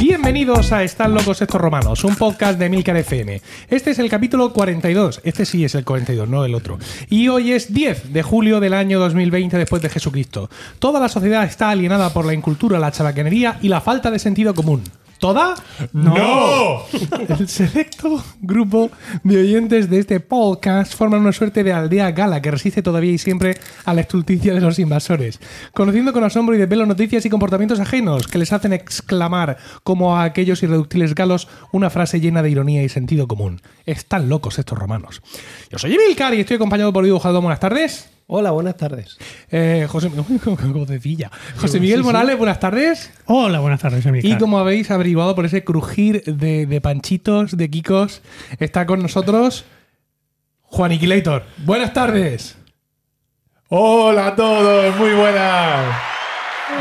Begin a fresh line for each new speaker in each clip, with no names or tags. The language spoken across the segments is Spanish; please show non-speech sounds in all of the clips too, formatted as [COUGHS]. Bienvenidos a Están locos estos romanos, un podcast de Milcar FM. Este es el capítulo 42, este sí es el 42, no el otro. Y hoy es 10 de julio del año 2020 después de Jesucristo. Toda la sociedad está alienada por la incultura, la chabacanería y la falta de sentido común. ¿Toda?
¡No!
El selecto grupo de oyentes de este podcast forman una suerte de aldea gala que resiste todavía y siempre a la estulticia de los invasores, conociendo con asombro y desvelo noticias y comportamientos ajenos que les hacen exclamar, como a aquellos irreductibles galos, una frase llena de ironía y sentido común. Están locos estos romanos. Yo soy Emilcar y estoy acompañado por Diego Jaldón. Buenas tardes.
Hola, buenas tardes.
Eh, José, [LAUGHS] Gocecilla. José Miguel
Sí, sí.
Morales, buenas tardes.
Hola, buenas tardes, Emilcar.
Y como habéis averiguado por ese crujir de, de panchitos, de kikos, está con nosotros Juaniquilator. Buenas tardes.
Hola a todos, muy buenas.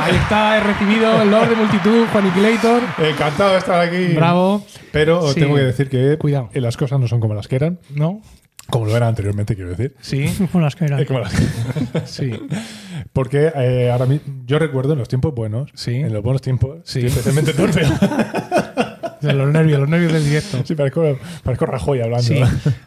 Ahí está, he recibido el Lord de multitud, Juaniquilator.
Encantado de estar aquí.
Bravo.
Pero os
Sí.
tengo que decir que
Cuidado.
eh, las cosas no son como las que eran,
¿No?
como lo eran anteriormente, quiero decir.
Sí,
[LAUGHS] Hola, Oscar.
Eh, como las que-
[LAUGHS] sí.
Porque eh, ahora mi- yo recuerdo en los tiempos buenos,
Sí.
en los buenos tiempos,
Sí.
sí. especialmente torpe. [LAUGHS]
De los nervios, los nervios del directo.
sí, parezco, parezco Rajoy hablando.
Sí.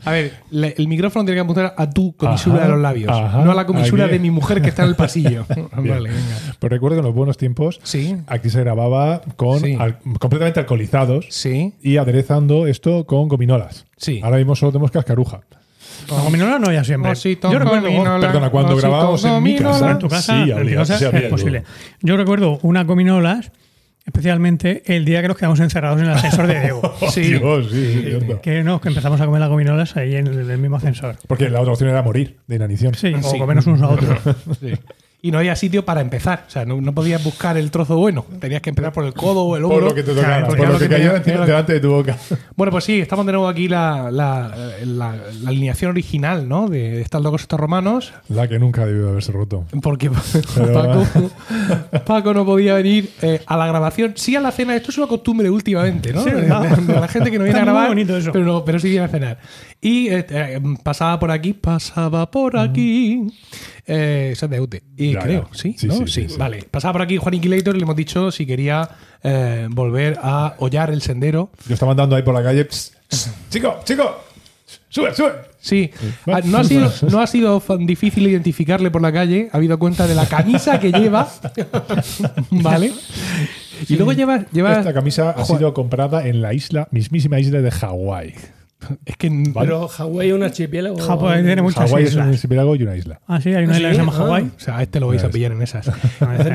A ver, le- el micrófono tiene que apuntar a tu comisura
Ajá,
de los labios,
ajá,
no a la comisura
aquí.
de mi mujer que está en el [LAUGHS] pasillo. vale, venga.
Pero recuerdo que en los buenos tiempos
Sí,
aquí se grababa con
Sí.
al- completamente alcoholizados
sí,
y aderezando esto con gominolas.
sí.
Ahora mismo solo tenemos cascaruja.
No, gominola no había
Oh,
siempre.
Osito
Yo recuerdo,
gominola,
Perdona, cuando
osito
grabábamos en mi
gominola.
casa,
en tu casa,
Sí,
en
había-
tu casa
sí, había
es posible.
luego.
Yo recuerdo unas gominolas, especialmente el día que nos quedamos encerrados en el ascensor de
[LAUGHS]
Diego.
[LAUGHS] Oh,
Sí.
Dios, sí, es cierto.
que nos que empezamos a comer las gominolas ahí en el, el mismo ascensor.
Porque la otra opción era morir de inanición.
Sí,
Sí.
o comernos unos a otros.
[LAUGHS]
Sí. Y no había sitio para empezar. O sea, no, no podías buscar el trozo bueno. Tenías que empezar por el codo o el
Por
hombro.
lo que te tocara,
Claro,
por
porque
lo
lo
que
que
cayó
tenía-
encima-
era-
delante de tu boca. [LAUGHS]
Bueno, pues sí, estamos de nuevo aquí la, la, la- la alineación original, ¿no? De estos locos estos romanos.
La que nunca debió de haberse roto.
[LAUGHS] Porque
Pero-
Paco, Paco no podía venir eh, a la grabación. Sí a la cena. Esto es una costumbre últimamente, ¿no?
Sí,
de,
¿verdad?
[LAUGHS] de- de la gente que no viene a
Está muy
grabar.
bonito eso.
Pero, no- pero sí viene a cenar. Y eh, eh, pasaba por aquí, pasaba por aquí. Eh, eso es de UTE. Y
Ya,
creo,
ya.
¿sí?
Sí,
¿no?
sí,
Sí,
sí, sí.
Vale. Pasaba por aquí Juan Inquilator y le hemos dicho si quería eh, volver a hollar el sendero.
Yo estaba andando ahí por la calle. "Psst, psst, chico, chico, sube, sube.
Sí, Ah, no ha, sido, no ha sido fan- difícil identificarle por la calle, ha habido cuenta de la camisa que
[LAUGHS]
lleva, ¿vale? Y luego lleva... lleva
Esta camisa ha
Juan-
sido comprada en la isla, mismísima isla de Hawái.
Es que... n-
Pero Hawái es un archipiélago.
Japón tiene muchas
Hawái es un
islas.
archipiélago y una isla.
Ah, sí, hay una isla que se llama
¿Sí? [LAUGHS]
Hawái.
O sea, a este lo vais a
Ya ves.
pillar en esas.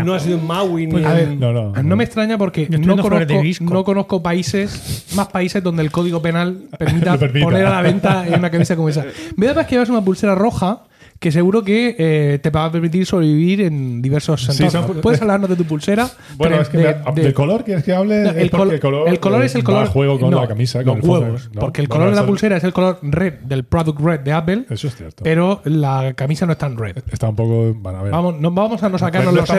no ha sido en Maui ni
A
Ah,
en-
ver, [LAUGHS] no, no.
No me extraña porque
estoy
no
viendo flores de
conozco,
hibisco.
no conozco países, más países donde el código
[LAUGHS]
penal permita,
Lo permita.
poner a la venta en una camisa como esa. Me da más que llevas una pulsera roja que seguro que eh, te va a permitir sobrevivir en diversos
Sí,
entornos.
son-
¿Puedes hablarnos de tu pulsera?
Bueno,
Pero
es que
de-
me-
de-
¿del color quieres que hable?
No,
Es porque
col- el color
eh,
es el
va
color.
a juego con
no,
la camisa.
los
con el fondo,
huevos.
¿no?
Porque el
No,
color
no,
de la
eso-
pulsera es el color red, del product red de Apple.
Eso es cierto.
Pero la camisa no es tan red.
Está un poco. Van a ver.
Vamos, no, vamos a no sacarnos
Lo
los,
Pues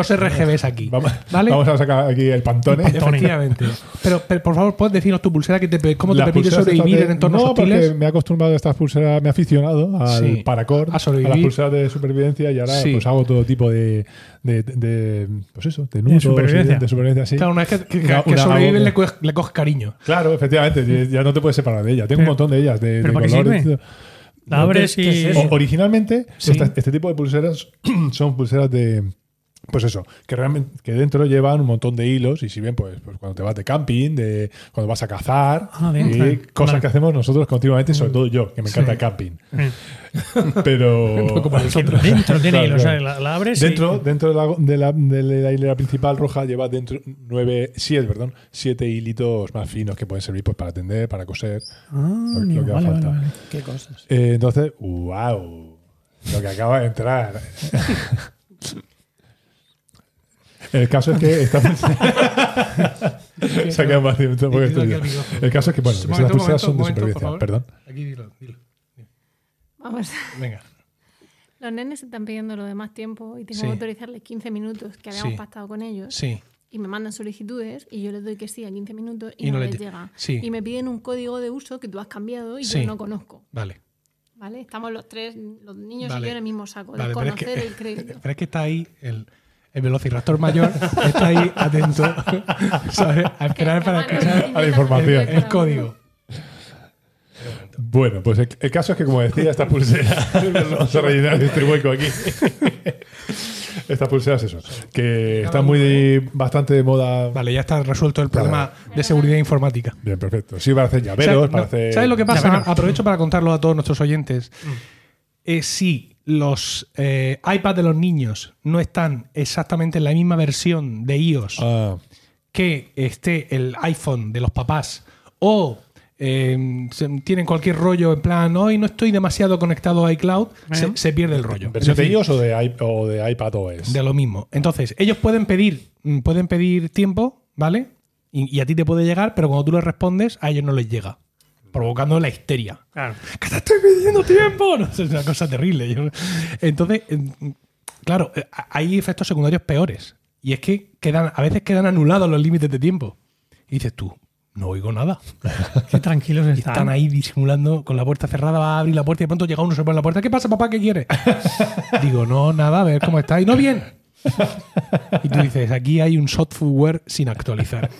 estamos-
R- los RGBs aquí.
Vamos,
eh,
[LAUGHS]
¿Vale?
vamos a sacar aquí el pantone.
Efectivamente. Pero, pero, por favor, puedes decirnos tu pulsera que te, cómo te
Las
permite
pulseras
sobrevivir
estas
en
de-
entornos
no,
hostiles.
porque me he acostumbrado a estas pulseras, me he aficionado al
Sí,
paracord,
a sobrevivir.
las pulseras de supervivencia y ahora
Sí.
pues hago todo tipo de, de, de- pues eso, de nudos,
supervivencia.
y de supervivencia, sí.
Claro, una vez que, que-
Una-
que
una-
sobrevives
una-
le, coges- le coges cariño.
Claro, efectivamente, ya- ya no te puedes separar de ellas. Tengo
Pero-
un montón de ellas, de,
¿pero
de
para qué
colores.
sirve? La abres
¿Qué- qué
y... [LAUGHS]
es
O- originalmente,
Sí.
esta- este tipo de pulseras [CLEARS THROAT] son pulseras de. Pues eso, que realmente que dentro llevan un montón de hilos y sirven pues, pues cuando te vas de camping, de cuando vas a cazar,
Ah, bien,
y
claro.
cosas
Vale. Mm.
que hacemos nosotros continuamente, sobre todo yo, que me encanta
Sí.
el camping.
Eh,
[LAUGHS]
[LAUGHS]
Pero
Como nosotros.
Dentro tiene
Claro,
hilos, o sea,
claro.
la, la abres y-
dentro, dentro de, la, de, la, de la hilera principal roja lleva dentro nueve, siete, perdón, siete hilitos más finos que pueden servir pues, para tender, para coser,
Ah,
lo, lo que haga
vale,
falta.
vale, vale.
¿Qué cosas?
Eh, entonces, wow, lo que acaba de entrar. El caso es
[LAUGHS]
que esta Se ha quedado más tiempo porque
Dilo aquí
estoy-
al micrófono.
El caso es que, bueno,
Momento,
las pulseras
momento,
son
momento,
de
por
supervivencia,
favor.
perdón.
Aquí dilo, dilo.
Vamos, [LAUGHS]
Venga.
los nenes están pidiendo lo de más tiempo y tengo
Sí.
que autorizarles 15 minutos que habíamos
Sí.
pactado con ellos
Sí.
y me mandan solicitudes y yo les doy que sí a 15 minutos y,
Y
no,
no les
les
lle-
llega.
sí.
Y me piden un código de uso que tú has cambiado y
Sí.
yo no conozco.
Vale.
¿Vale? Estamos los tres, los niños
Vale.
y yo en el mismo saco,
Vale, [LAUGHS]
de
pero es que-
conocer el crédito.
Pero es que está ahí el, el velociraptor mayor está ahí atento [LAUGHS] ¿sabes? a esperar para escuchar
a la información.
el, el código.
Bueno, pues el, el caso es que, como decía,
[LAUGHS]
estas pulseras. [LAUGHS] vamos a rellenar este hueco aquí. estas pulseras, eso. Que están muy. bastante de moda.
Vale, ya está resuelto el problema de seguridad informática.
Bien, perfecto. Sí, para hacer
O sea,
llaveros, para
no,
hacer. Mm.
¿Sabes lo que pasa?
Llaveros.
Aprovecho para contarlo a todos nuestros oyentes. Eh, si los eh, iPads de los niños no están exactamente en la misma versión de iOS
Ah,
que esté el iPhone de los papás o eh, se- tienen cualquier rollo en plan, hoy no estoy demasiado conectado a iCloud, se, se pierde el rollo.
¿Versión
Es decir,
de iOS o de, iP- o de iPad OS?
de lo mismo. Entonces, ellos pueden pedir, mm, pueden pedir tiempo, ¿vale? Y, y a ti te puede llegar, pero cuando tú les respondes, a ellos no les llega, provocando la histeria.
Claro.
¡Que te estoy pidiendo tiempo! No, es una cosa terrible. Yo- Entonces, eh, claro, eh, hay efectos secundarios peores. Y es que quedan, a veces quedan anulados los límites de tiempo. Y dices tú, no oigo nada.
Qué tranquilos están.
Están ahí disimulando con la puerta cerrada, va a abrir la puerta y de pronto llega uno, se pone en la puerta. ¿Qué pasa, papá? ¿Qué
[LAUGHS]
quieres? Digo, no, nada, a ver cómo está. Y no bien. Y tú dices, aquí hay un software sin actualizar.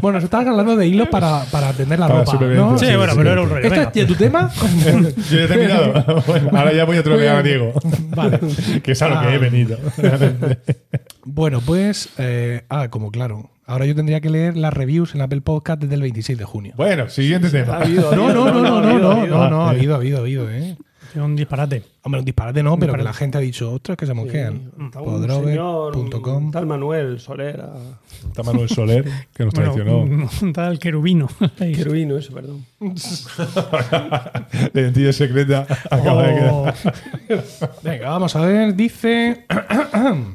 Bueno, se estaba hablando de hilos para, para atender la
Para
ropa.
supervivencia,
¿no?
Sí,
Sí,
bueno,
sí,
pero
sí.
era un rollo.
¿Esto es
venga.
de tu tema?
[LAUGHS]
Yo ya he terminado. Bueno, ahora ya voy a trolear a Diego.
Vale.
que es a lo que he venido.
Bueno, pues. eh, ah, como claro. Ahora yo tendría que leer las reviews en Apple Podcast desde el 26 de junio.
bueno, siguiente tema.
No, no, no, no, no, no, no, no, ha
Ah, eh.
habido, ha habido, ha habido, ¿eh.
Un disparate.
Hombre, un disparate no, pero que la gente ha dicho, ostras, que se
Sí,
mosquean.
está un señor, un
Podrover.com.
Tal Manuel Solera.
Está Manuel Soler, que nos
Bueno,
traicionó.
un, [LAUGHS] un tal querubino.
Querubino, eso, perdón.
La identidad secreta
[LAUGHS]
acaba de quedar.
Oh,
Venga, vamos a ver, dice. [CLEARS THROAT]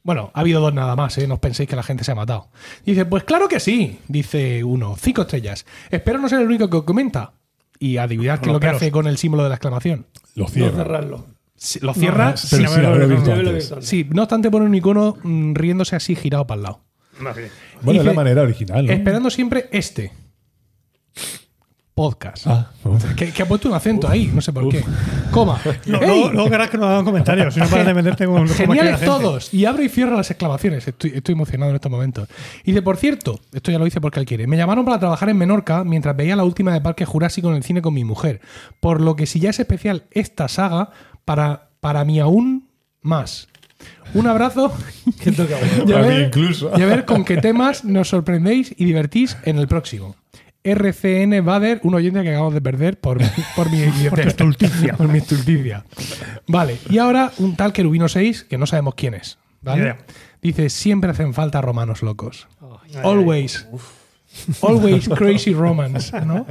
Bueno, ha habido dos nada más, ¿eh? No os penséis que la gente se ha matado. Dice, pues claro que sí, dice uno. Cinco estrellas. Espero no ser el único que comenta. Y adivinar qué es lo que
pelos.
hace con el símbolo de la exclamación.
Lo
No
cierra.
cerrarlo.
Si- Lo cierra
Pero
sin
sí,
haberlo
haberlo visto
Yo veo lo
antes.
que son.
Sí, no obstante pone un icono mm, riéndose así girado para el lado.
Bueno, es la
Dice-
manera original, ¿no?
Esperando siempre este podcast.
Ah, bueno.
Que, que ha puesto un acento ahí, no sé por qué. Coma.
no,
¡Ey!
luego- luego querrás que nos hagan comentarios. Si no paras de meterte con. con
Geniales
cualquier gente.
todos. Y abro y cierro las exclamaciones. Estoy, estoy emocionado en estos momentos. Y dice, por cierto, esto ya lo hice porque él quiere. Me llamaron para trabajar en Menorca mientras veía la última de Parque Jurásico en el cine con mi mujer. Por lo que si ya es especial esta saga, para, para mí aún más. Un abrazo.
Que toca bueno.
Y a
[LAUGHS] Para mí
ver-
incluso.
Y a ver con qué temas nos sorprendéis y divertís en el próximo. RCN Bader, un oyente que acabamos de perder por, mi- por mi
[LAUGHS] Por tu
idiotez.
estulticia.
Por mi estulticia. Vale, y ahora un tal Querubino 6, que no sabemos quién es. ¿vale?
Ni idea.
Dice, siempre hacen falta romanos locos.
ay,
Always.
[LAUGHS]
Always crazy romans, ¿no?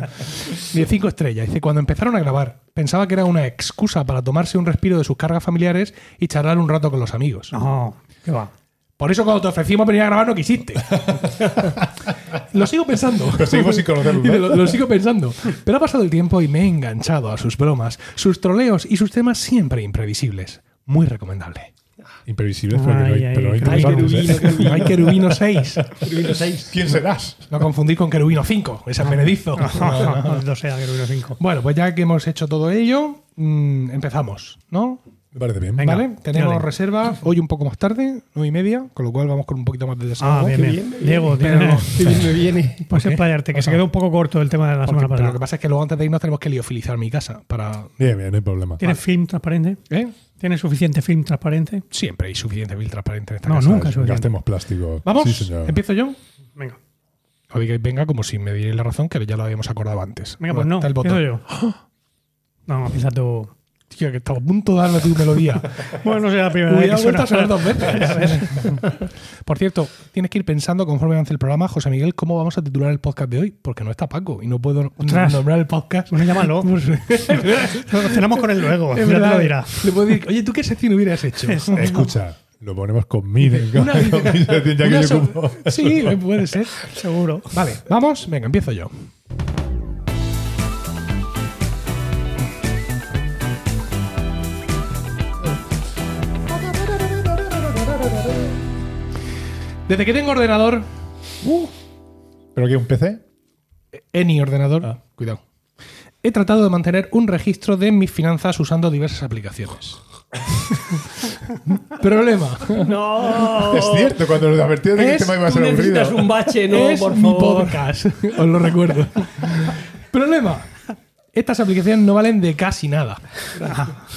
De cinco estrellas. Dice, cuando empezaron a grabar, pensaba que era una excusa para tomarse un respiro de sus cargas familiares y charlar un rato con los amigos.
No, qué va.
Por eso cuando te ofrecimos venir a grabar no
[LAUGHS]
quisiste. lo sigo pensando.
Pero seguimos
[LAUGHS]
sin conocerlo, ¿no?
Dice, Lo, lo sigo pensando. Pero ha pasado el tiempo y me he enganchado a sus bromas, sus troleos y sus temas siempre imprevisibles. Muy recomendable.
Imprevisible, pero,
Ay, ay,
pero
ay,
interesantes, ¿eh?
querubino, querubino.
Hay Querubino 6.
Querubino 6.
¿Quién serás?
No confundir con Querubino 5. Es el benedizo.
Ah. No sea querubino 5.
Bueno, pues ya que hemos hecho todo ello, mm, empezamos, ¿no?
Me parece bien.
Venga.
¿Vale? Tenemos
dale.
reserva hoy un poco más tarde, nueve y media, con lo cual vamos con un poquito más de
Ah,
desahogo.
bien,
qué
bien.
bien,
Diego,
Pero-
tienes-
Qué bien me viene.
puedes
qué?
explayarte, que
Vamos
se
a
quedó un poco corto el tema de la
Porque-
semana
pero lo que
pasada.
pasa es que luego antes de irnos tenemos que liofilizar mi casa para.
Bien, bien, no hay problema.
¿Tienes film transparente?
¿eh?
¿Tienes suficiente film transparente?
Siempre hay suficiente bill transparente en esta
No,
casa.
nunca es suficiente.
Gastemos plástico.
Vamos,
Sí, señor.
empiezo yo.
Venga,
O digáis, venga, como si me dierais la razón, que ya lo habíamos acordado antes.
venga,
¿Dónde
pues no.
está el
Empiezo
botón?
yo. [GASPS] No, empieza
[LAUGHS]
tú.
Tío, que estaba a punto de darle tu
[LAUGHS]
melodía.
Bueno, no será la primera vez
Hubiera
que
vuelto a sonar
suena.
dos
[LAUGHS]
veces. [LAUGHS] Por cierto, tienes que ir pensando conforme avance el programa, José Miguel, cómo vamos a titular el podcast de hoy, porque no está Paco y no puedo n-
Ostras.
nombrar el podcast. Pues [LAUGHS]
Bueno, llámalo. Nos cenamos con él luego.
Es
Ya te lo
verdad.
dirá.
Le puedo decir, oye, ¿tú qué sección hubieras
[LAUGHS]
hecho?
Escucha, lo ponemos con mil.
Una-
con mil, ya que
una
yo
so-
ocupo.
sí, puede ser.
[LAUGHS] Seguro.
Vale, vamos, venga, empiezo yo. Desde que tengo ordenador,
¿Pero qué, un PC?
eh, any ordenador, ah, cuidado. he tratado de mantener un registro de mis finanzas usando diversas aplicaciones. [LAUGHS] Problema.
No.
Es cierto, cuando nos advertían de que el
Es-
tema iba Este a
Tú
ser
necesitas
aburrido.
un bache, no,
es
por
mi
favor.
podcast, [LAUGHS] os lo recuerdo. Problema. Estas aplicaciones no valen de casi nada.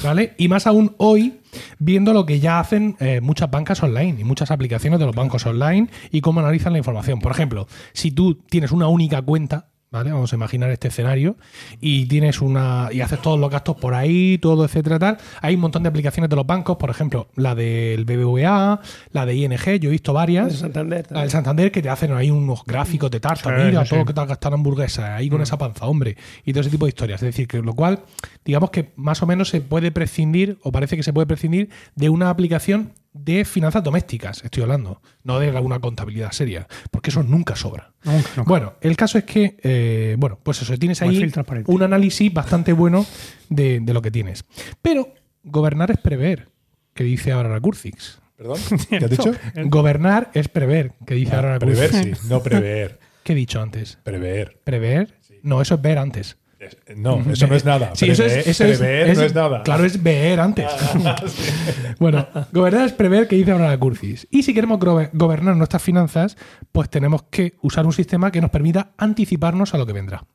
¿Vale? Y más aún hoy, viendo lo que ya hacen eh, muchas bancas online y muchas aplicaciones de los bancos online y cómo analizan la información. Por ejemplo, si tú tienes una única cuenta, ¿vale? Vamos a imaginar este escenario, y tienes una. y haces todos los gastos por ahí, todo, etcétera, tal. Hay un montón de aplicaciones de los bancos, por ejemplo, la del BBVA, la de ING, yo he visto varias.
El Santander.
Ah, El Santander que te hacen ahí unos gráficos de tarta,
Sí,
mira, todo
sí, sí. Mm.
lo que te has gastado en hamburguesas, ahí con esa panza, hombre, y todo ese tipo de historias. Es decir, que lo cual, digamos que más o menos se puede prescindir, o parece que se puede prescindir, de una aplicación de finanzas domésticas, estoy hablando, no de alguna contabilidad seria, porque eso nunca sobra.
Nunca, nunca.
Bueno, el caso es que, eh, bueno, pues eso, tienes
Perfil
ahí
transparente.
un análisis bastante bueno de, de lo que tienes. Pero gobernar es prever, que dice ahora la Curcix.
¿Perdón? ¿Qué has dicho?
Gobernar es prever, que dice ahora la
Ah, Prever,
Curcix.
sí. No prever.
¿Qué he dicho antes?
Prever.
¿Prever? No, eso es ver antes.
Es- No, eso no es nada.
Sí, eso es,
Prever-
eso es-
prever no es nada.
Claro, es ver
[LAUGHS]
antes. bueno, gobernar es prever que dice ahora la Curcis. Y si queremos grobe- gobernar nuestras finanzas, pues tenemos que usar un sistema que nos permita anticiparnos a lo que vendrá.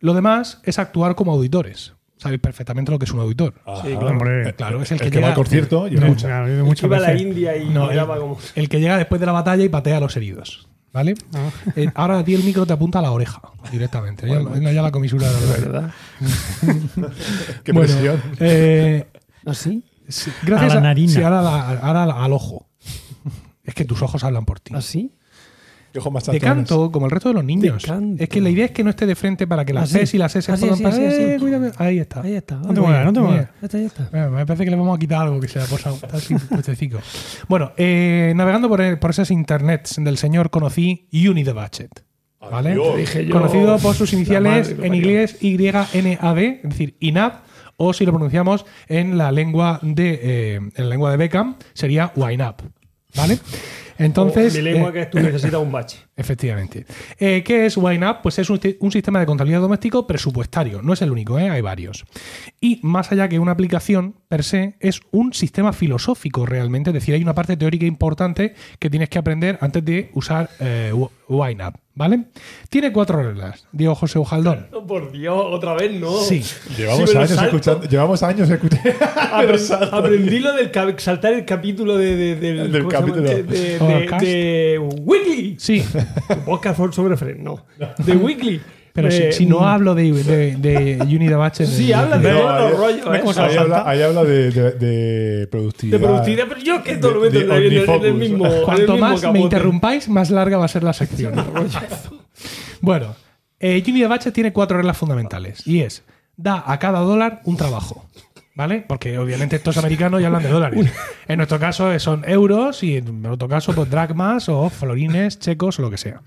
Lo demás es actuar como auditores. Sabéis perfectamente lo que es un auditor. Eh,
Ajá.
Sí,
claro. Hombre,
claro, es el
el,
que
que va
llega-
al concierto y
Yo
escucha.
claro, yo
Mucho
muchas
iba a la
veces-
India y
No, el,
eh.
miraba como.
el que llega después de la batalla y patea a los heridos. ¿Vale? Eh, ahora a ti el micro te apunta a la oreja directamente. Ya- ya, la comisura de la oreja.
¿Verdad?
Qué
Bueno,
presión.
eh,
¿Así?
Sí, gracias
A la narina.
sí, ahora, la- ahora la- al ojo. Es que tus ojos hablan por ti.
¿Así?
Qué ojos más
De
saltones.
canto, como el resto de los niños.
De canto.
Es que la idea es que no esté de frente para que las
Así.
Cs y las S
Así,
puedan
así,
pasar.
así, así.
Eh, cuídame. Ahí está.
Ahí está.
No te muevas, no te
Mira.
muevas.
Ya está, ya está.
Bueno, me parece que le vamos a quitar algo que se le ha posado. Está así [LAUGHS] puestecico. Bueno, eh, navegando por, por esas internets del señor conocí Unidebudget. ¿Vale?
Adiós.
Dije yo.
Conocido por sus
La
iniciales
madre que
en
parió.
inglés YNAD, es decir, INAD, o si lo pronunciamos en la lengua de eh, en la lengua de Beckham, sería Wine Up. ¿Vale? Entonces.
Oh, mi lengua
eh,
que es tú necesitas un bache.
Efectivamente. Eh, ¿Qué es WineUp? Pues es un, ti- un sistema de contabilidad doméstico presupuestario. No es el único, ¿eh? hay varios. Y más allá que una aplicación per se, es un sistema filosófico realmente. Es decir, hay una parte teórica importante que tienes que aprender antes de usar eh, Wi- WineUp. ¿vale? Tiene cuatro reglas, Diego José Ujaldón.
Oh, por Dios, otra vez no.
Sí.
Llevamos
Si me lo
años
salto.
escuchando. Llevamos años escuchando.
Apre- aprendí lo del cap- saltar el capítulo de, de- del,
Del
¿cómo se llama?
capítulo.
de, de-
Podcast.
de- de Weekly.
Sí,
Podcast for sobre Fred, no. De Weekly. [LAUGHS]
pero si,
Eh,
si no hablo de, de, de Unida Bache.
Sí, habla de
No,
todos
ahí-
los rollos.
¿ves
¿eh?
cómo se
Ahí
salta?
habla, ahí habla de, de, de productividad.
De productividad, pero yo que todo lo
De-
meto en,
de
la- en el- en el
OmniFocus.
mismo. en el
Cuanto
mismo
más me
capote.
interrumpáis, más larga va a ser la sección.
[LAUGHS]
bueno, eh, Unity Batch tiene cuatro reglas fundamentales y es da a cada dólar un trabajo. ¿Vale? Porque obviamente estos americanos ya hablan de dólares. En nuestro caso eh, son euros y en otro caso pues dracmas o florines, checos o lo que sea.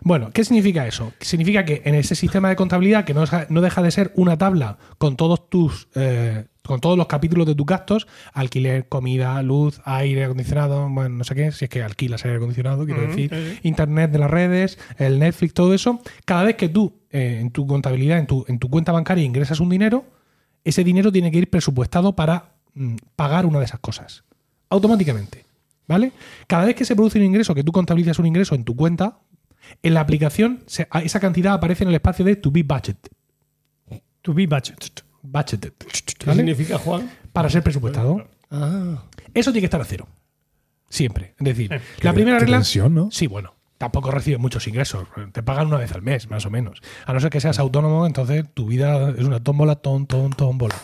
Bueno, ¿qué significa eso? Significa que en ese sistema de contabilidad que no, deja- no deja de ser una tabla con todos tus eh, con todos los capítulos de tus gastos, alquiler, comida, luz, aire acondicionado, bueno, no sé qué, si es que alquilas aire acondicionado, quiero decir, internet de las redes, el Netflix, todo eso, cada vez que tú eh, en tu contabilidad, en tu, en tu cuenta bancaria ingresas un dinero, ese dinero tiene que ir presupuestado para mm, pagar una de esas cosas, automáticamente, ¿vale? Cada vez que se produce un ingreso, que tú contabilizas un ingreso en tu cuenta, en la aplicación se- a- esa cantidad aparece en el espacio de to be budget,
To be budgeted.
budgeted,
¿Qué
¿vale?
significa, Juan?
Para ser presupuestado.
Ah.
Eso tiene que estar a cero. Siempre. Es decir,
Eh,
Qué-
la primera
qué
regla.
tensión, ¿no?
Sí, bueno. Tampoco recibes muchos ingresos. Te pagan una vez al mes, más o menos. A no ser que seas autónomo, entonces tu vida es una tómbola, ton, ton, tómbola.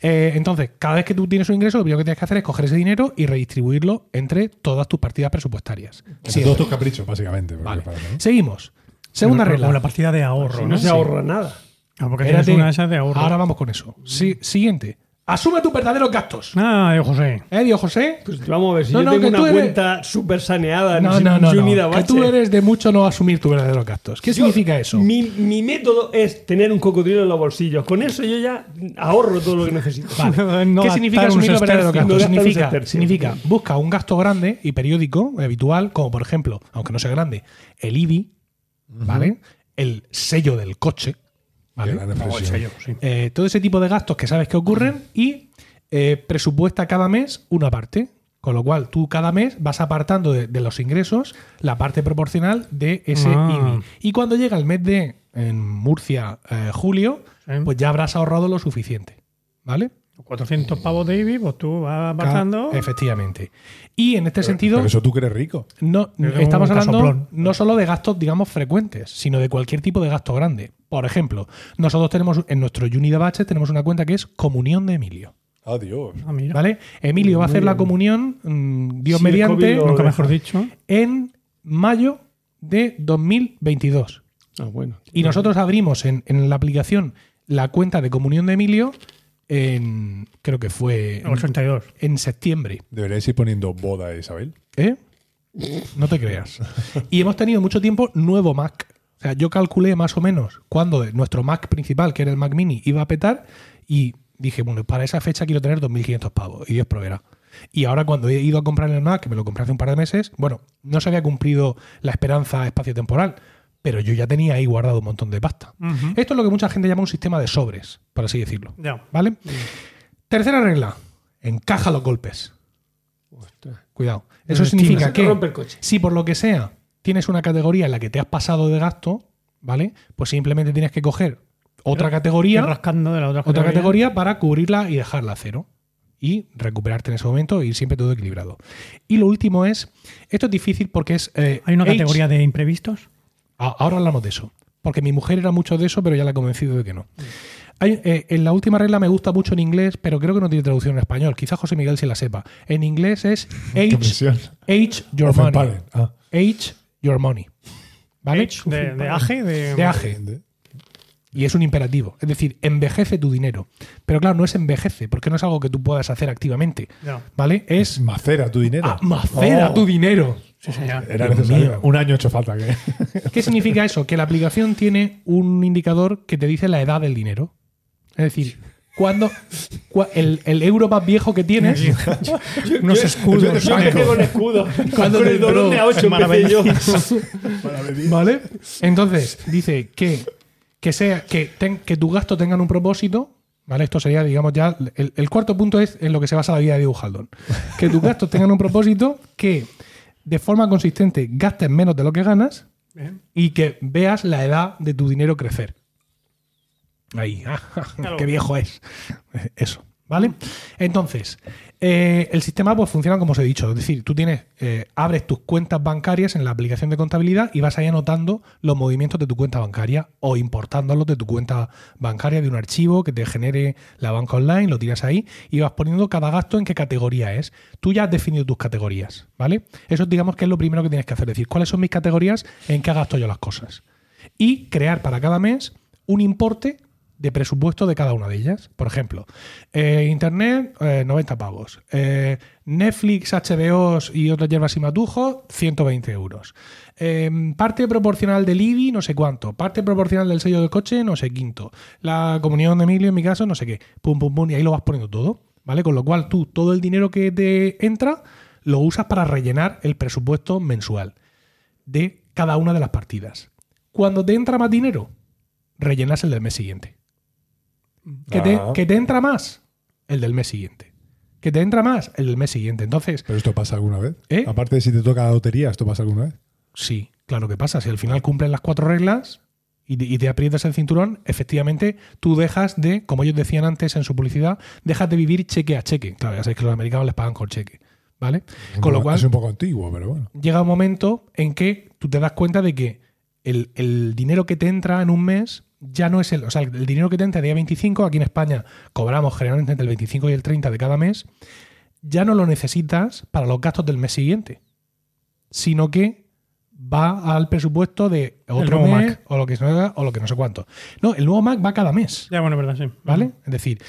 Eh, entonces, cada vez que tú tienes un ingreso, lo primero que tienes que hacer es coger ese dinero y redistribuirlo entre todas tus partidas presupuestarias.
Entre todos tus caprichos, básicamente. porque
Vale.
para, ¿no?
Seguimos. Segunda
Como-
regla.
Como la partida de ahorro.
No se ahorra nada.
Ah, porque
Espérate.
tienes una de esas de ahorro.
Ahora vamos con eso. Sí, siguiente. Asume tus verdaderos gastos.
Ah, eh, José.
¿Eh, Diego José?
Pues vamos a ver, si
No,
yo
no,
tengo
que tú
una
eres-
cuenta súper saneada,
No,
sin-
no, no.
sin
no.
ir a
Que tú
bache.
eres de mucho no asumir tus verdaderos gastos. ¿Qué
Yo-
significa eso?
Mi, mi método es tener un cocodrilo en los bolsillos. Con eso yo ya ahorro todo lo que necesito. [LAUGHS]
[LAUGHS] ¿Qué
No gastar
significa
un
asumir los verdaderos
sextercio.
No
gastos?
gastar un
Significa,
sextercio.
significa busca un gasto grande y periódico, habitual, como por ejemplo, aunque no sea grande, el IBI, ¿vale? El sello del coche, ¿vale?
Qué gran
Vamos,
expresión.
yo, sí.
Eh, todo ese tipo de gastos que sabes que ocurren y eh, presupuesta cada mes una parte. Con lo cual, tú cada mes vas apartando de, de los ingresos la parte proporcional de ese
Ah.
IBI. Y cuando llega el mes de, en Murcia, eh, julio,
Sí.
pues ya habrás ahorrado lo suficiente. ¿Vale?
400 pavos de IBI, pues tú vas pasando.
Efectivamente. Y en este sentido,
Pero eso tú que eres rico.
no,
es un
estamos hablando
casoplón.
no solo de gastos, digamos, frecuentes, sino de cualquier tipo de gasto grande. Por ejemplo, nosotros tenemos en nuestro Unida Bache tenemos una cuenta que es Comunión de Emilio.
Adiós.
Ah, mira.
¿Vale? Emilio va a hacer la comunión, mm, Dios
Sí,
mediante,
el COVID
Nunca
lo-
mejor dicho.
en mayo de 2022.
Ah, bueno.
Y nosotros abrimos en, en la aplicación la cuenta de comunión de Emilio en, creo que fue en,
82.
en septiembre.
Deberíais ir poniendo boda, Isabel.
¿Eh? No te creas. Y hemos tenido mucho tiempo nuevo Mac. O sea, yo calculé más o menos cuando nuestro Mac principal, que era el Mac Mini, iba a petar y dije, bueno, para esa fecha quiero tener 2.500 pavos y Dios proveerá. Y ahora cuando he ido a comprar el Mac, que me lo compré hace un par de meses, bueno, no se había cumplido la esperanza espacio-temporal, pero yo ya tenía ahí guardado un montón de pasta.
Ujú.
Esto es lo que mucha gente llama un sistema de sobres, por así decirlo.
Ya.
¿Vale? Tercera regla, encaja los golpes.
Ostras.
Cuidado. Eso
Pero
significa
Se te
que
rompe el coche.
si por lo que sea tienes una categoría en la que te has pasado de gasto, ¿vale? Pues simplemente tienes que coger otra
Ir
categoría,
rascando de la otra
otra
categoría.
categoría para cubrirla y dejarla a cero. Y recuperarte en ese momento y ir siempre todo equilibrado. Y lo último es, esto es difícil porque es... eh,
Hay una
age-
categoría de imprevistos.
Ah, Ahora hablamos de eso. Porque mi mujer era mucho de eso, pero ya la he convencido de que no. Hay, eh, en la última regla me gusta mucho en inglés, pero creo que no tiene traducción en español. Quizás José Miguel se la sepa. En inglés es
[LAUGHS] Qué
age,
presión.
age your
Open
money.
parent. Ah.
Age your money. ¿Vale?
Age, de, de AGE. De,
De age. Y es un imperativo. Es decir, envejece tu dinero. Pero claro, no es envejece, porque no es algo que tú puedas hacer activamente.
Ya.
¿Vale? Es
Macera tu dinero.
ah, macera
Oh.
tu dinero.
Sí, señor.
Era
Dios
necesario.
mío.
Un año hecho falta. que
¿Qué significa eso? Que la aplicación tiene un indicador que te dice la edad del dinero. Es decir, cuando cua- el, el euro más viejo que tienes,
Unos escudos.
Yo empecé
algo.
con escudo.
[LAUGHS] Cuando
Con el
entró
dolor de A8 empecé
[LAUGHS]
[LAUGHS]
yo. [LAUGHS]
¿vale? Entonces, dice que, que sea, que, ten- que tus gastos tengan un propósito. ¿Vale? Esto sería, digamos, ya. El, el cuarto punto es en lo que se basa la vida de Diego Haldón. Que tus gastos tengan un propósito, que de forma consistente gastes menos de lo que ganas
Bien.
y que veas la edad de tu dinero crecer. Ahí, [LAUGHS] ah, qué viejo es. Eso, ¿vale? Entonces, eh, el sistema pues funciona como os he dicho. Es decir, tú tienes, eh, abres tus cuentas bancarias en la aplicación de contabilidad y vas ahí anotando los movimientos de tu cuenta bancaria o importándolos de tu cuenta bancaria de un archivo que te genere la banca online, lo tiras ahí y vas poniendo cada gasto en qué categoría es. Tú ya has definido tus categorías, ¿vale? Eso digamos que es lo primero que tienes que hacer. Es decir, cuáles son mis categorías, en qué gasto yo las cosas y crear para cada mes un importe de presupuesto de cada una de ellas. Por ejemplo, eh, Internet, eh, 90 pavos. Eh, Netflix, HBO y otras hierbas y matujos, 120 euros. Eh, parte proporcional del IBI, no sé cuánto. Parte proporcional del sello del coche, no sé quinto. La comunión de Emilio, en mi caso, no sé qué. Pum, pum, pum, y ahí lo vas poniendo todo. ¿Vale? Con lo cual tú, todo el dinero que te entra, lo usas para rellenar el presupuesto mensual de cada una de las partidas. Cuando te entra más dinero, rellenas el del mes siguiente. Que te,
Ah.
que te entra más, el del mes siguiente. Que te entra más, el del mes siguiente. Entonces,
Pero esto pasa alguna vez.
¿Eh?
Aparte de si te toca la lotería, esto pasa alguna vez.
sí, claro que pasa. Si al final cumplen las cuatro reglas y te, y te aprietas el cinturón, efectivamente tú dejas de, como ellos decían antes en su publicidad, dejas de vivir cheque a cheque. Claro, ya sabéis que los americanos les pagan con cheque. ¿Vale? Con lo cual,
Es un poco antiguo, pero bueno.
llega un momento en que tú te das cuenta de que el, el dinero que te entra en un mes ya no es el. O sea, el dinero que te entra el día 25, aquí en España cobramos generalmente entre el 25 y el 30 de cada mes, ya no lo necesitas para los gastos del mes siguiente, sino que va al presupuesto de otro
nuevo
mes
Mac.
o lo que sea, o lo que no sé cuánto. No, el nuevo Mac va cada mes,
Ya, bueno, es verdad, sí.
¿vale? Es decir,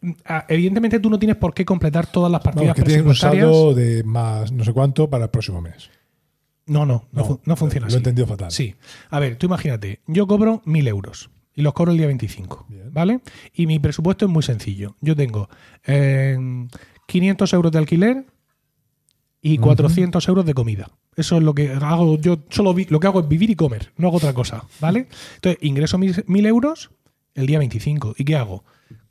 mm, ah, evidentemente tú no tienes por qué completar todas las partidas
Vamos, que tienen un
presupuestarias.
saldo de más no sé cuánto para el próximo mes.
No, no, no, fu- no funciona
Lo
así.
he entendido fatal.
Sí. A ver, tú imagínate, yo cobro 1.000 euros y los cobro el día 25,
Bien.
¿vale? Y mi presupuesto es muy sencillo. Yo tengo eh, 500 euros de alquiler y 400 euros de comida. Eso es lo que hago yo, solo vi- lo que hago es vivir y comer, no hago otra cosa, ¿vale? Entonces, ingreso mis 1.000 euros, el día 25. ¿Y qué hago?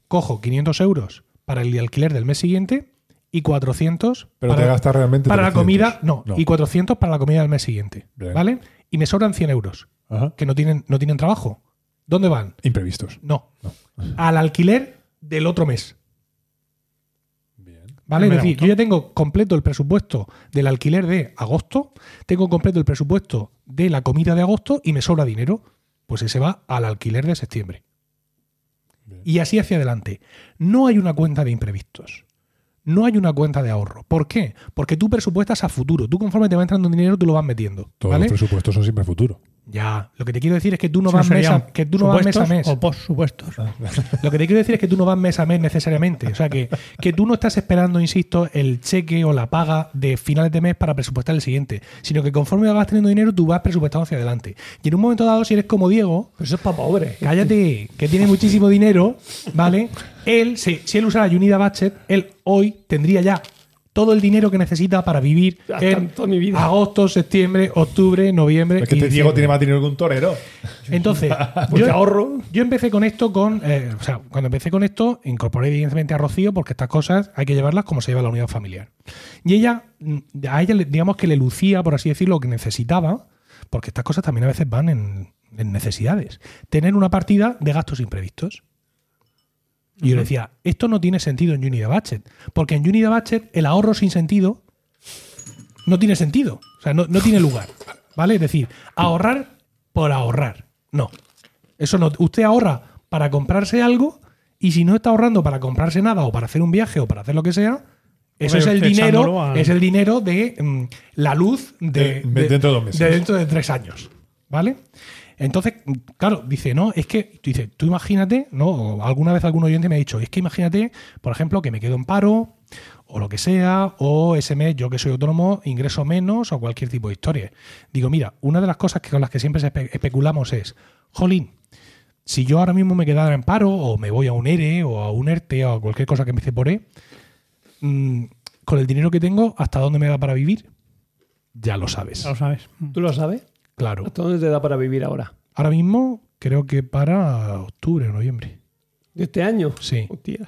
Cojo 500 euros para el alquiler del mes siguiente y 400
Pero
para,
te gastas realmente.
para la
300.
comida. No,
No.
y 400 para la comida del mes siguiente.
Bien.
¿Vale? Y me sobran 100 euros
Ajá.
que no tienen, no tienen trabajo. ¿Dónde van?
Imprevistos.
No. Al alquiler del otro mes.
Bien.
¿Vale? Es
Me da
decir,
gusto.
yo ya tengo completo el presupuesto del alquiler de agosto, tengo completo el presupuesto de la comida de agosto y me sobra dinero. Pues ese va al alquiler de septiembre.
Bien.
Y así hacia adelante. No hay una cuenta de imprevistos. No hay una cuenta de ahorro. ¿Por qué? Porque tú presupuestas a futuro. Tú conforme te va entrando dinero, tú lo vas metiendo.
Todos
¿Vale?
los presupuestos son siempre futuro.
Ya. Lo que te quiero decir es que tú no
Si no
vas mes
serían
a, que tú no vas mes, a Ah, mes.
supuestos O post supuestos.
Lo que te quiero decir es que tú no vas mes a mes necesariamente. O sea, que, que tú no estás esperando, insisto, el cheque o la paga de finales de mes para presupuestar el siguiente, sino que conforme vas teniendo dinero, tú vas presupuestando hacia adelante. Y en un momento dado, si eres como Diego,
Pero eso es para pobres.
cállate, que tiene muchísimo dinero, ¿vale? Él, si, si él usara Unida Budget, él hoy tendría ya todo el dinero que necesita para vivir
Hasta
en
toda mi vida.
agosto, septiembre, octubre, noviembre.
Es que
Eh, y
este Diego
diciembre.
tiene más dinero que un torero.
Entonces,
Porque ahorro.
yo empecé con esto con. eh, o sea, cuando empecé con esto, incorporé evidentemente a Rocío, porque estas cosas hay que llevarlas como se lleva la unidad familiar. Y ella, mm, a ella, le- digamos que le lucía, por así decirlo, lo que necesitaba, porque estas cosas también a veces van en, en necesidades. Tener una partida de gastos imprevistos. Y yo le decía, esto no tiene sentido en Unity Budget, porque en Unity Budget el ahorro sin sentido no tiene sentido. O sea, no, no tiene lugar. ¿Vale? Es decir, ahorrar por ahorrar. No. Eso no. Usted ahorra para comprarse algo y si no está ahorrando para comprarse nada o para hacer un viaje o para hacer lo que sea, eso
Hombre,
es el
usted
dinero.
echándolo al-
Es el dinero de mm, la luz de,
De- Eh, dentro de dos meses.
dentro de tres años. ¿Vale? Entonces, mm, claro, dice, no, es que, tú dices, tú imagínate, ¿no? O Alguna vez algún oyente me ha dicho, es que imagínate, por ejemplo, que me quedo en paro, o lo que sea, o ese mes yo que soy autónomo ingreso menos o cualquier tipo de historia. Digo, mira, una de las cosas que, con las que siempre se espe- especulamos es, jolín, si yo ahora mismo me quedara en paro o me voy a un ERE o a un ERTE o a cualquier cosa que empiece por E, mm, con el dinero que tengo, ¿hasta dónde me da para vivir? Ya lo sabes.
Ya lo sabes.
¿Tú lo sabes?
Claro.
¿Hasta dónde te da para vivir ahora?
Ahora mismo creo que para octubre o noviembre.
¿De este año?
Sí.
Hostia.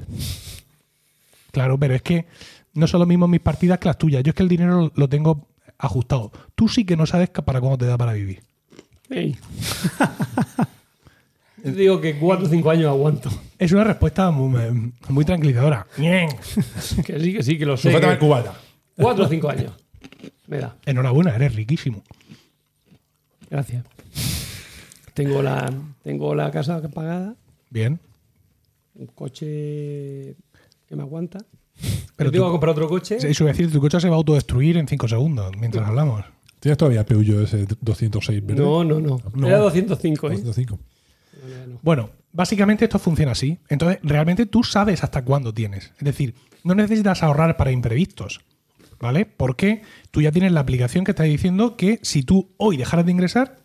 Claro, pero es que no son lo mismo mis partidas que las tuyas. Yo es que el dinero lo tengo ajustado. Tú sí que no sabes ca- para cuándo te da para vivir.
Ey. [LAUGHS] Yo digo que cuatro o cinco años aguanto.
Es una respuesta muy, muy tranquilizadora. Bien.
[LAUGHS] Que sí, que sí, que lo sé.
Sujétame el
que
cubata.
Cuatro o cinco años. Me da.
Enhorabuena, eres riquísimo.
Gracias. Tengo la, tengo la casa pagada,
Bien.
un coche que me aguanta.
Pero
Pero tengo
tú-
que comprar otro coche.
Eso iba a decir, tu coche se va a autodestruir en 5 segundos mientras hablamos.
¿Tienes todavía Peugeot ese 206, verdad?
No, no, no.
No.
Era 205, ¿eh?
205.
Bueno, básicamente esto funciona así. Entonces, realmente tú sabes hasta cuándo tienes. Es decir, no necesitas ahorrar para imprevistos. ¿Vale? Porque tú ya tienes la aplicación que está diciendo que si tú hoy dejaras de ingresar,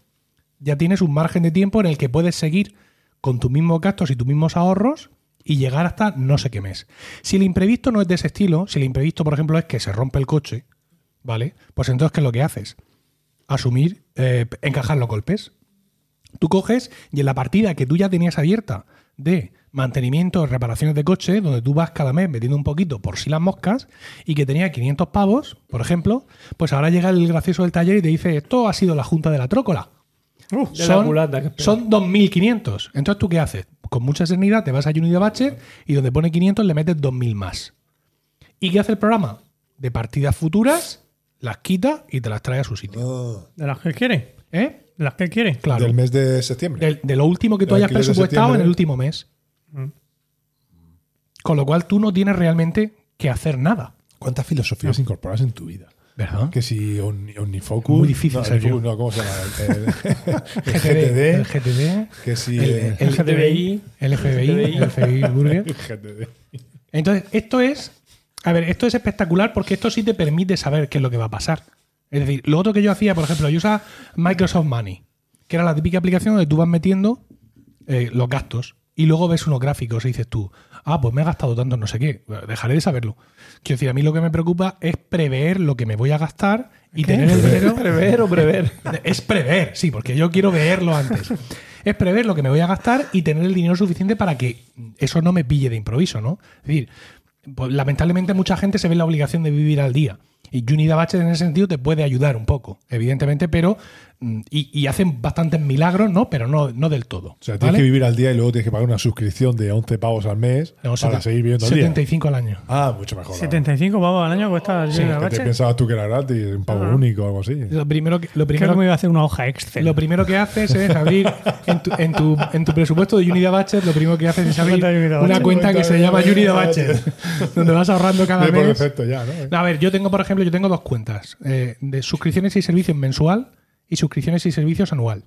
ya tienes un margen de tiempo en el que puedes seguir con tus mismos gastos y tus mismos ahorros y llegar hasta no sé qué mes. Si el imprevisto no es de ese estilo, si el imprevisto, por ejemplo, es que se rompe el coche, ¿vale? Pues entonces, ¿qué es lo que haces? Asumir, eh, encajar los golpes. Tú coges y en la partida que tú ya tenías abierta de mantenimiento, reparaciones de coche, donde tú vas cada mes metiendo un poquito por si las moscas y que tenía 500 pavos, por ejemplo, pues ahora llega el gracioso del taller y te dice, esto ha sido la junta de la trócola.
de la culata, que es peor.
son 2.500. Entonces, ¿tú qué haces? Con mucha serenidad te vas a Unity Bache y donde pone 500 le metes 2.000 más. ¿Y qué hace el programa? De partidas futuras, las quita y te las trae a su sitio.
De las que quiere.
¿Eh?
De las que quiere.
Claro.
Del mes de septiembre.
Del- De, lo último que tú
El
hayas
alquiler de
presupuestado en
septiembre. Mm.
el último mes. Con lo cual tú no tienes realmente que hacer nada.
¿Cuántas filosofías incorporas en tu vida?
¿Verdad?
Que si Omni- Omnifocus.
Muy difícil,
no,
Sergio.
Omnifocus no, ¿cómo se [LAUGHS] llama? El, el- el
El
GTD.
GTD.
Que si.
El,
eh,
el
GTBI,
El FBI. El FBI Burger.
GTD.
Entonces, esto es. A ver, esto es espectacular porque esto sí te permite saber qué es lo que va a pasar. Es decir, lo otro que yo hacía, por ejemplo, yo usaba Microsoft Money, que era la típica aplicación donde tú vas metiendo eh, los gastos y luego ves unos gráficos y dices tú, ah, pues me he gastado tanto, en no sé qué, dejaré de saberlo. Quiero decir, a mí lo que me preocupa es prever lo que me voy a [LAUGHS]
[LAUGHS]
gastar y tener el dinero.
Prever o prever.
Es prever, sí, porque yo quiero verlo antes. es prever lo que me voy a gastar y tener el dinero suficiente para que eso no me pille de improviso, ¿no? Es decir, pues, lamentablemente mucha gente se ve en la obligación de vivir al día. Y Junida Bacher en ese sentido te puede ayudar un poco, evidentemente, pero. mm, Y, y hacen bastantes milagros, ¿no? Pero no, no del todo.
O sea, tienes
¿vale?
que vivir al día y luego tienes que pagar una suscripción de 11 pavos al mes
No,
para
seten-
seguir viviendo al día.
75 al año.
Ah, mucho mejor. ahora.
75 pavos al año cuesta el
Sí,
Junior
que te
Bache.
pensabas tú que era gratis, un pago único o algo así.
Lo primero que, lo
Creo
primero
que me iba a hacer una hoja Excel.
Lo primero que haces es abrir en tu, en tu, en tu presupuesto de Unida Batcher, lo primero que haces es abrir
Cuenta de Unidad
una
Batcher.
cuenta que se llama Unida Batcher, donde vas ahorrando cada
Ve por
mes.
defecto ya, ¿no?
A ver, yo tengo, por ejemplo, yo tengo dos cuentas, eh, de suscripciones y servicios mensual y suscripciones y servicios anual.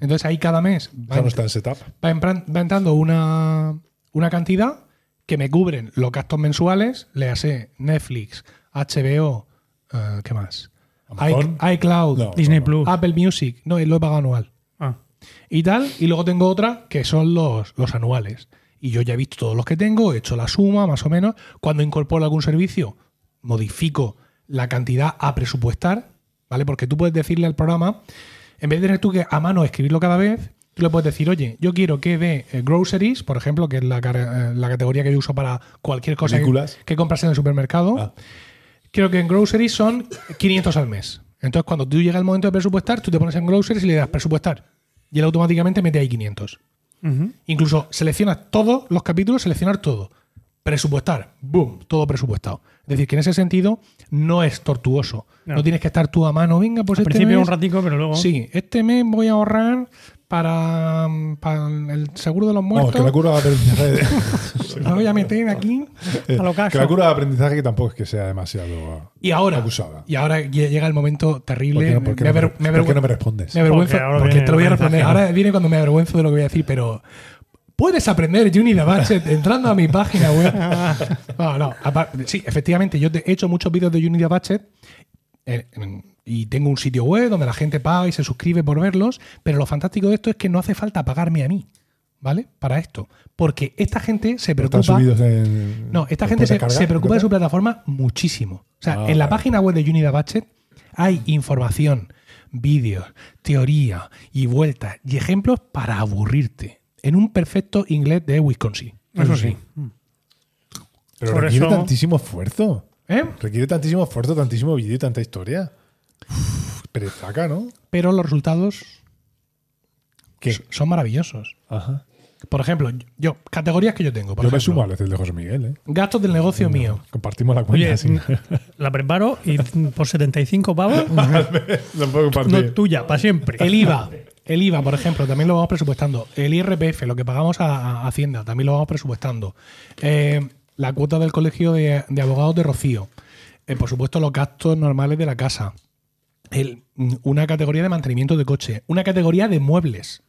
Entonces ahí cada mes va,
Ya no
ent-
está en setup.
va empran- va entrando una, una cantidad que me cubren los gastos mensuales, le hace Netflix, HBO, eh, ¿qué más?
Amazon.
i- iCloud,
No.
Disney Plus.
Apple Music, no, lo he pagado anual
Ah.
y tal. Y luego tengo otra que son los, los anuales. Y yo ya he visto todos los que tengo, he hecho la suma, más o menos. Cuando incorporo algún servicio, modifico la cantidad a presupuestar, ¿vale? Porque tú puedes decirle al programa, en vez de tener tú que a mano escribirlo cada vez, tú le puedes decir, oye, yo quiero que de eh, groceries, por ejemplo, que es la, cara- eh, la categoría que yo uso para cualquier cosa que-
Películas.
que, compras en el supermercado,
Ah.
quiero que en groceries son 500 al mes. Entonces, cuando tú llega el momento de presupuestar, tú te pones en groceries y le das presupuestar. Y él automáticamente mete ahí 500.
Ujú.
Incluso seleccionas todos los capítulos, seleccionar todo. Presupuestar, boom, todo presupuestado. Es decir, que en ese sentido no es tortuoso. No,
No.
tienes que estar tú a mano, venga, pues
Al
este
principio
mes-
un ratico, pero luego.
Sí, este mes voy a ahorrar para, para el seguro de los
Vamos, que
muertos.
la cura de [LAUGHS] aprendizaje.
Me voy a meter
[LAUGHS]
aquí.
eh,
A lo
que
caso.
la cura de aprendizaje que tampoco es que sea demasiado.
Y ahora,
Abusada.
y ahora lle- llega el momento
¿Por
terrible.
qué no, por qué
Me
no me,
aver- me
por qué
avergüe-
no me respondes?
Me avergüenzo
Porque ahora
porque,
viene
te lo voy a
el
responder.
mensaje.
Ahora viene cuando me avergüenzo de lo que voy a decir, pero puedes aprender Juni Batchet entrando a mi página
[LAUGHS]
web. No, no. apar- Sí, efectivamente, yo te- he hecho muchos vídeos de Juni Batchet eh, en- y tengo un sitio web donde la gente paga y se suscribe por verlos, pero lo fantástico de esto es que no hace falta pagarme a mí, ¿vale? Para esto, porque esta gente se
Están
preocupa
subidos en.
no, esta
¿los
gente
puedes
se,
descargar?
se preocupa de su
¿Verdad?
plataforma muchísimo. O sea,
Ah,
en la
vale.
página web de Unida Batchet hay información, vídeos, teoría y vueltas y ejemplos para aburrirte. En un perfecto inglés de Wisconsin.
Eso sí.
Pero
Por
requiere
eso-
tantísimo esfuerzo.
¿Eh?
Requiere tantísimo esfuerzo, tantísimo vídeo y tanta historia. Uf, Perezaca, ¿no?
Pero los resultados
¿Qué?
s- son maravillosos.
Ajá.
Por ejemplo, yo, categorías que yo tengo. Por
Yo me
ejemplo,
sumo al de José Miguel, ¿eh?
Gastos del negocio mío.
Compartimos la cuenta.
Oye,
así.
la preparo y por 75
[LAUGHS]
[LAUGHS]
pavos,
No puedo compartir.
no tuya, para siempre.
Ah, El IVA. El IVA, por ejemplo, también lo vamos presupuestando. El IRPF, lo que pagamos a, a Hacienda, también lo vamos presupuestando. Eh, la cuota del colegio de, de abogados de Rocío. Eh, por supuesto, los gastos normales de la casa. El- una categoría de mantenimiento de coche. Una categoría de muebles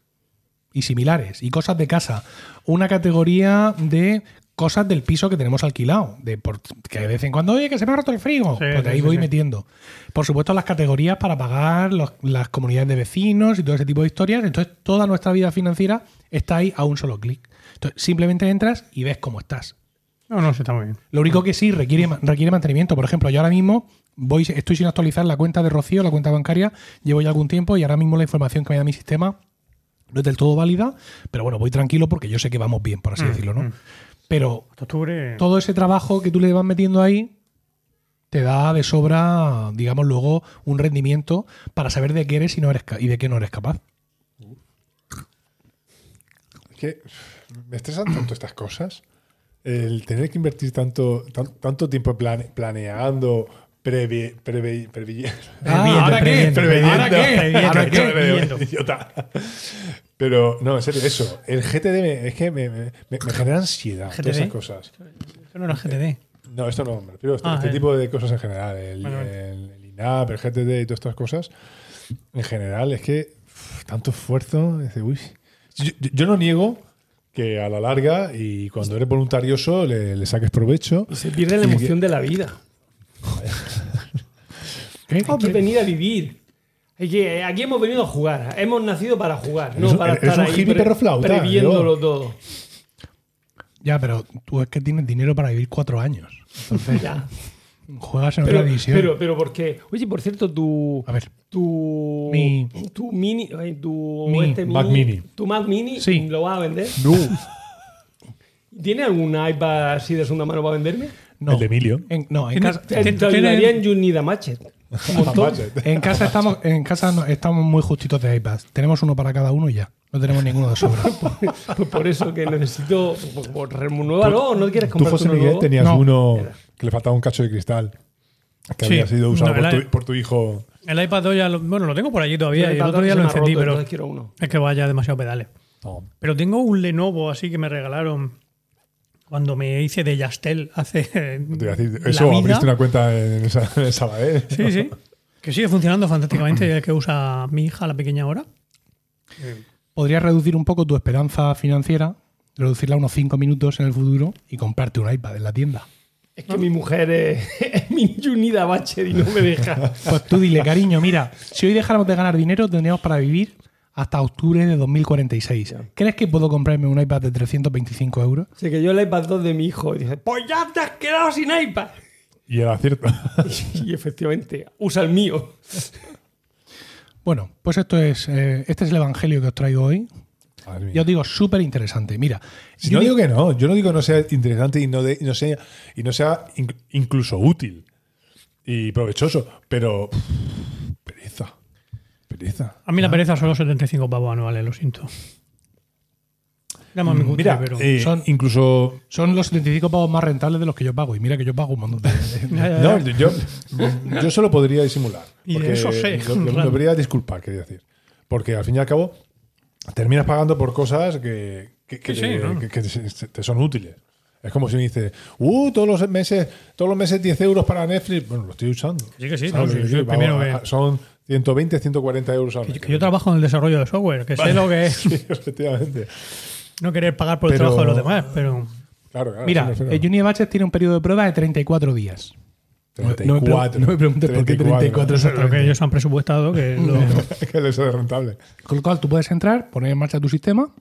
y similares y cosas de casa. Una categoría de cosas del piso que tenemos alquilado, de por- que de vez en cuando, oye, que se me ha roto el frigo,
Sí,
pues de ahí
sí, sí,
voy
sí.
metiendo. Por supuesto, las categorías para pagar los- las comunidades de vecinos y todo ese tipo de historias, entonces toda nuestra vida financiera está ahí a un solo clic. Entonces, simplemente entras y ves cómo estás.
No, no, se está muy bien.
Lo único que sí requiere, requiere mantenimiento. Por ejemplo, yo ahora mismo voy, estoy sin actualizar la cuenta de Rocío, la cuenta bancaria. Llevo ya algún tiempo y ahora mismo la información que me da mi sistema no es del todo válida. Pero bueno, voy tranquilo porque yo sé que vamos bien, por así
Mm,
decirlo, ¿no? Pero
Hasta octubre. eh,
todo ese trabajo que tú le vas metiendo ahí te da de sobra, digamos, luego un rendimiento para saber de qué eres y, no eres ca- y de qué no eres capaz.
Es que me estresan tanto estas cosas. El tener que invertir tanto, tan- tanto tiempo plane- planeando, previ, previ, previ-
Ah, ¿ahora qué?
preveyendo.
¿Ahora qué? ¿Ahora qué?
Preveyendo. Idiota. Pero, no, en serio, eso. El GTD me- es que me, me- me- me genera ansiedad, todas
GTD?
esas cosas.
Eso no era GTD.
No, esto no, me refiero a este,
Ah,
este
eh.
tipo de cosas en general. El,
Vale,
el- el INAP, el GTD y todas estas cosas. En general, es que uf, tanto esfuerzo. es de, uy. Yo, yo- yo no niego que a la larga y cuando eres voluntarioso le, le saques provecho.
Y se pierde la emoción de la vida. Hay que venir a vivir. Hay que, eh, aquí hemos venido a jugar. Hemos nacido para jugar,
Eres
no
un-
para
eres
estar
un
ahí
hippie perro flauta,
previéndolo
yo.
todo.
Ya, pero tú es que tienes dinero para vivir cuatro años. Entonces, [LAUGHS]
Ya.
Juegas en
Pero,
otra división.
pero, pero porque. Oye, por cierto, tu.
a ver,
Tu.
Mi-
Tu mini. ay, Tu.
Mi
este
Mac Mini.
Tu Mac Mini.
Sí.
¿Lo vas a vender?
[LAUGHS] No.
¿Tiene algún iPad así de segunda mano para venderme?
no.
El de Emilio.
En- no, en
Tiene-
casa,
Te, te
tienen-
ayudaría en You Need a Matchet. Un montón.
en casa estamos, en casa no- estamos muy justitos de iPad. Tenemos uno para cada uno y ya. No tenemos ninguno de sobra.
Pues por eso que necesito. pues, pues, Renuévalo, no quieres
Tú,
comprar
José Miguel, tenías
No.
uno que le faltaba un cacho de cristal que
Sí.
había sido usado
No,
por
el-
tu, por tu hijo.
El iPad 2 ya lo, bueno, lo tengo por allí todavía. y el otro día lo encendí, pero
quiero uno.
es que vaya demasiado pedales.
Tom.
Pero tengo un Lenovo así que me regalaron cuando me hice de Yastel hace.
Te iba a decir,
la
eso,
vida.
abriste una cuenta en esa, en esa ¿eh? Sabadell.
Sí, sí. Que sigue funcionando fantásticamente y es que usa mi hija, la pequeña ahora.
Podrías reducir un poco tu esperanza financiera, reducirla a unos 5 minutos en el futuro y comprarte un iPad en la tienda.
Es que mi mujer es, [LAUGHS] es mi You Need a Matchet y no me deja.
Pues tú dile, cariño, mira, si hoy dejáramos de ganar dinero, tendríamos para vivir hasta octubre de 2046. ¿Crees que puedo comprarme un iPad de 325 euros?
Se que yo el iPad 2 de mi hijo y dice: Pues ya te has quedado sin iPad.
Y era cierto.
[LAUGHS] Y, efectivamente, usa el mío.
Bueno, pues esto es, eh, este es el evangelio que os traigo hoy.
Madre mía.
Ya os digo, súper interesante. Mira,
Si
yo
no
di-
digo que no, yo no digo que no sea interesante y no, de- y no sea, y no sea inc- incluso útil y provechoso, pero pff, pereza. Pereza.
A mí la pereza solo 75 pavos anuales, lo siento. Llama a mi cutre,
Mira,
pero.
eh,
son-
incluso.
son los 75 pavos más rentables de los que yo pago. Y mira que yo pago un montón de...
Ya, ya, ya.
No, yo,
[LAUGHS]
yo solo podría disimular.
Eh. Y de
porque
eso sé, [LAUGHS]
Lo, lo- lo
claro.
debería disculpar, quería decir. Porque al fin y al cabo, terminas pagando por cosas que, que, que
Sí,
te,
sí, ¿no?
que- que te- te son útiles. Es como si me dices, uh, todos los meses, todos los meses 10 euros para Netflix. Bueno, lo estoy usando.
Sí, que sí,
¿Sabes
no,
lo
sí,
quiero
sí,
decir?
primero
Vamos,
que-
a- Son 120, 140 euros al mes.
Que yo trabajo en el desarrollo de software, que sé lo que
[LAUGHS]
es
Sí, efectivamente.
no querer pagar por el
Pero-
trabajo de los demás, pero.
Claro, claro.
Mira,
sí, me
eh,
el
refiero.
Junior Batches tiene un periodo de prueba de 34 días. No me- no me pre-
34,
No me preguntes por qué 34
Eso es lo que
exactamente.
ellos han presupuestado, que lo-
[LAUGHS] que les es rentable.
Con lo cual tú puedes entrar, poner en marcha tu sistema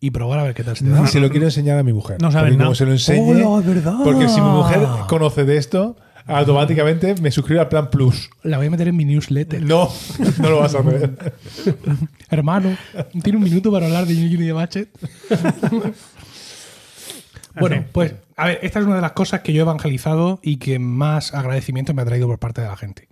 y probar a ver qué tal se te da.
Y se lo quiero enseñar a mi mujer.
No saben
Porque
nada.
Como se lo enseñe.
Hola, es verdad.
Porque si mi mujer conoce de esto, automáticamente me suscribe al plan Plus.
La voy a meter en mi newsletter.
No, [LAUGHS] no lo vas a hacer.
Hermano, tiene un minuto para hablar de Junior de
[LAUGHS]
Batchet. bueno, pues, a ver, esta es una de las cosas que yo he evangelizado y que más agradecimiento me ha traído por parte de la gente.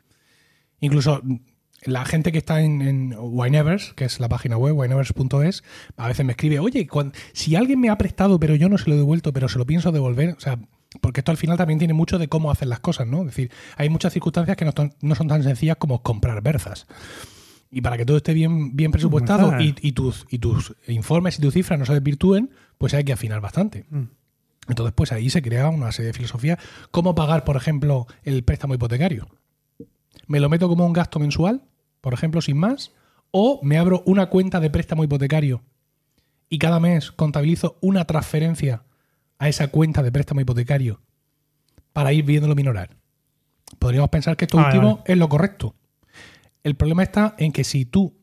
Incluso mm, la gente que está en, en Winevers, que es la página web, winevers.es, a veces me escribe, oye, cuan- si alguien me ha prestado, pero yo no se lo he devuelto, pero se lo pienso devolver, o sea, porque esto al final también tiene mucho de cómo hacer las cosas, ¿no? Es decir, hay muchas circunstancias que no, ton- no son tan sencillas como comprar berzas. Y para que todo esté bien, bien presupuestado
Berzas.
y, y tus, y tus informes y tus cifras no se desvirtúen, pues hay que afinar bastante. Entonces, pues ahí se crea una serie de filosofías. ¿Cómo pagar, por ejemplo, el préstamo hipotecario? ¿Me lo meto como un gasto mensual, por ejemplo, sin más? ¿O me abro una cuenta de préstamo hipotecario y cada mes contabilizo una transferencia a esa cuenta de préstamo hipotecario para ir viéndolo minorar? Podríamos pensar que esto
Vale,
último
vale.
es lo correcto. El problema está en que si tú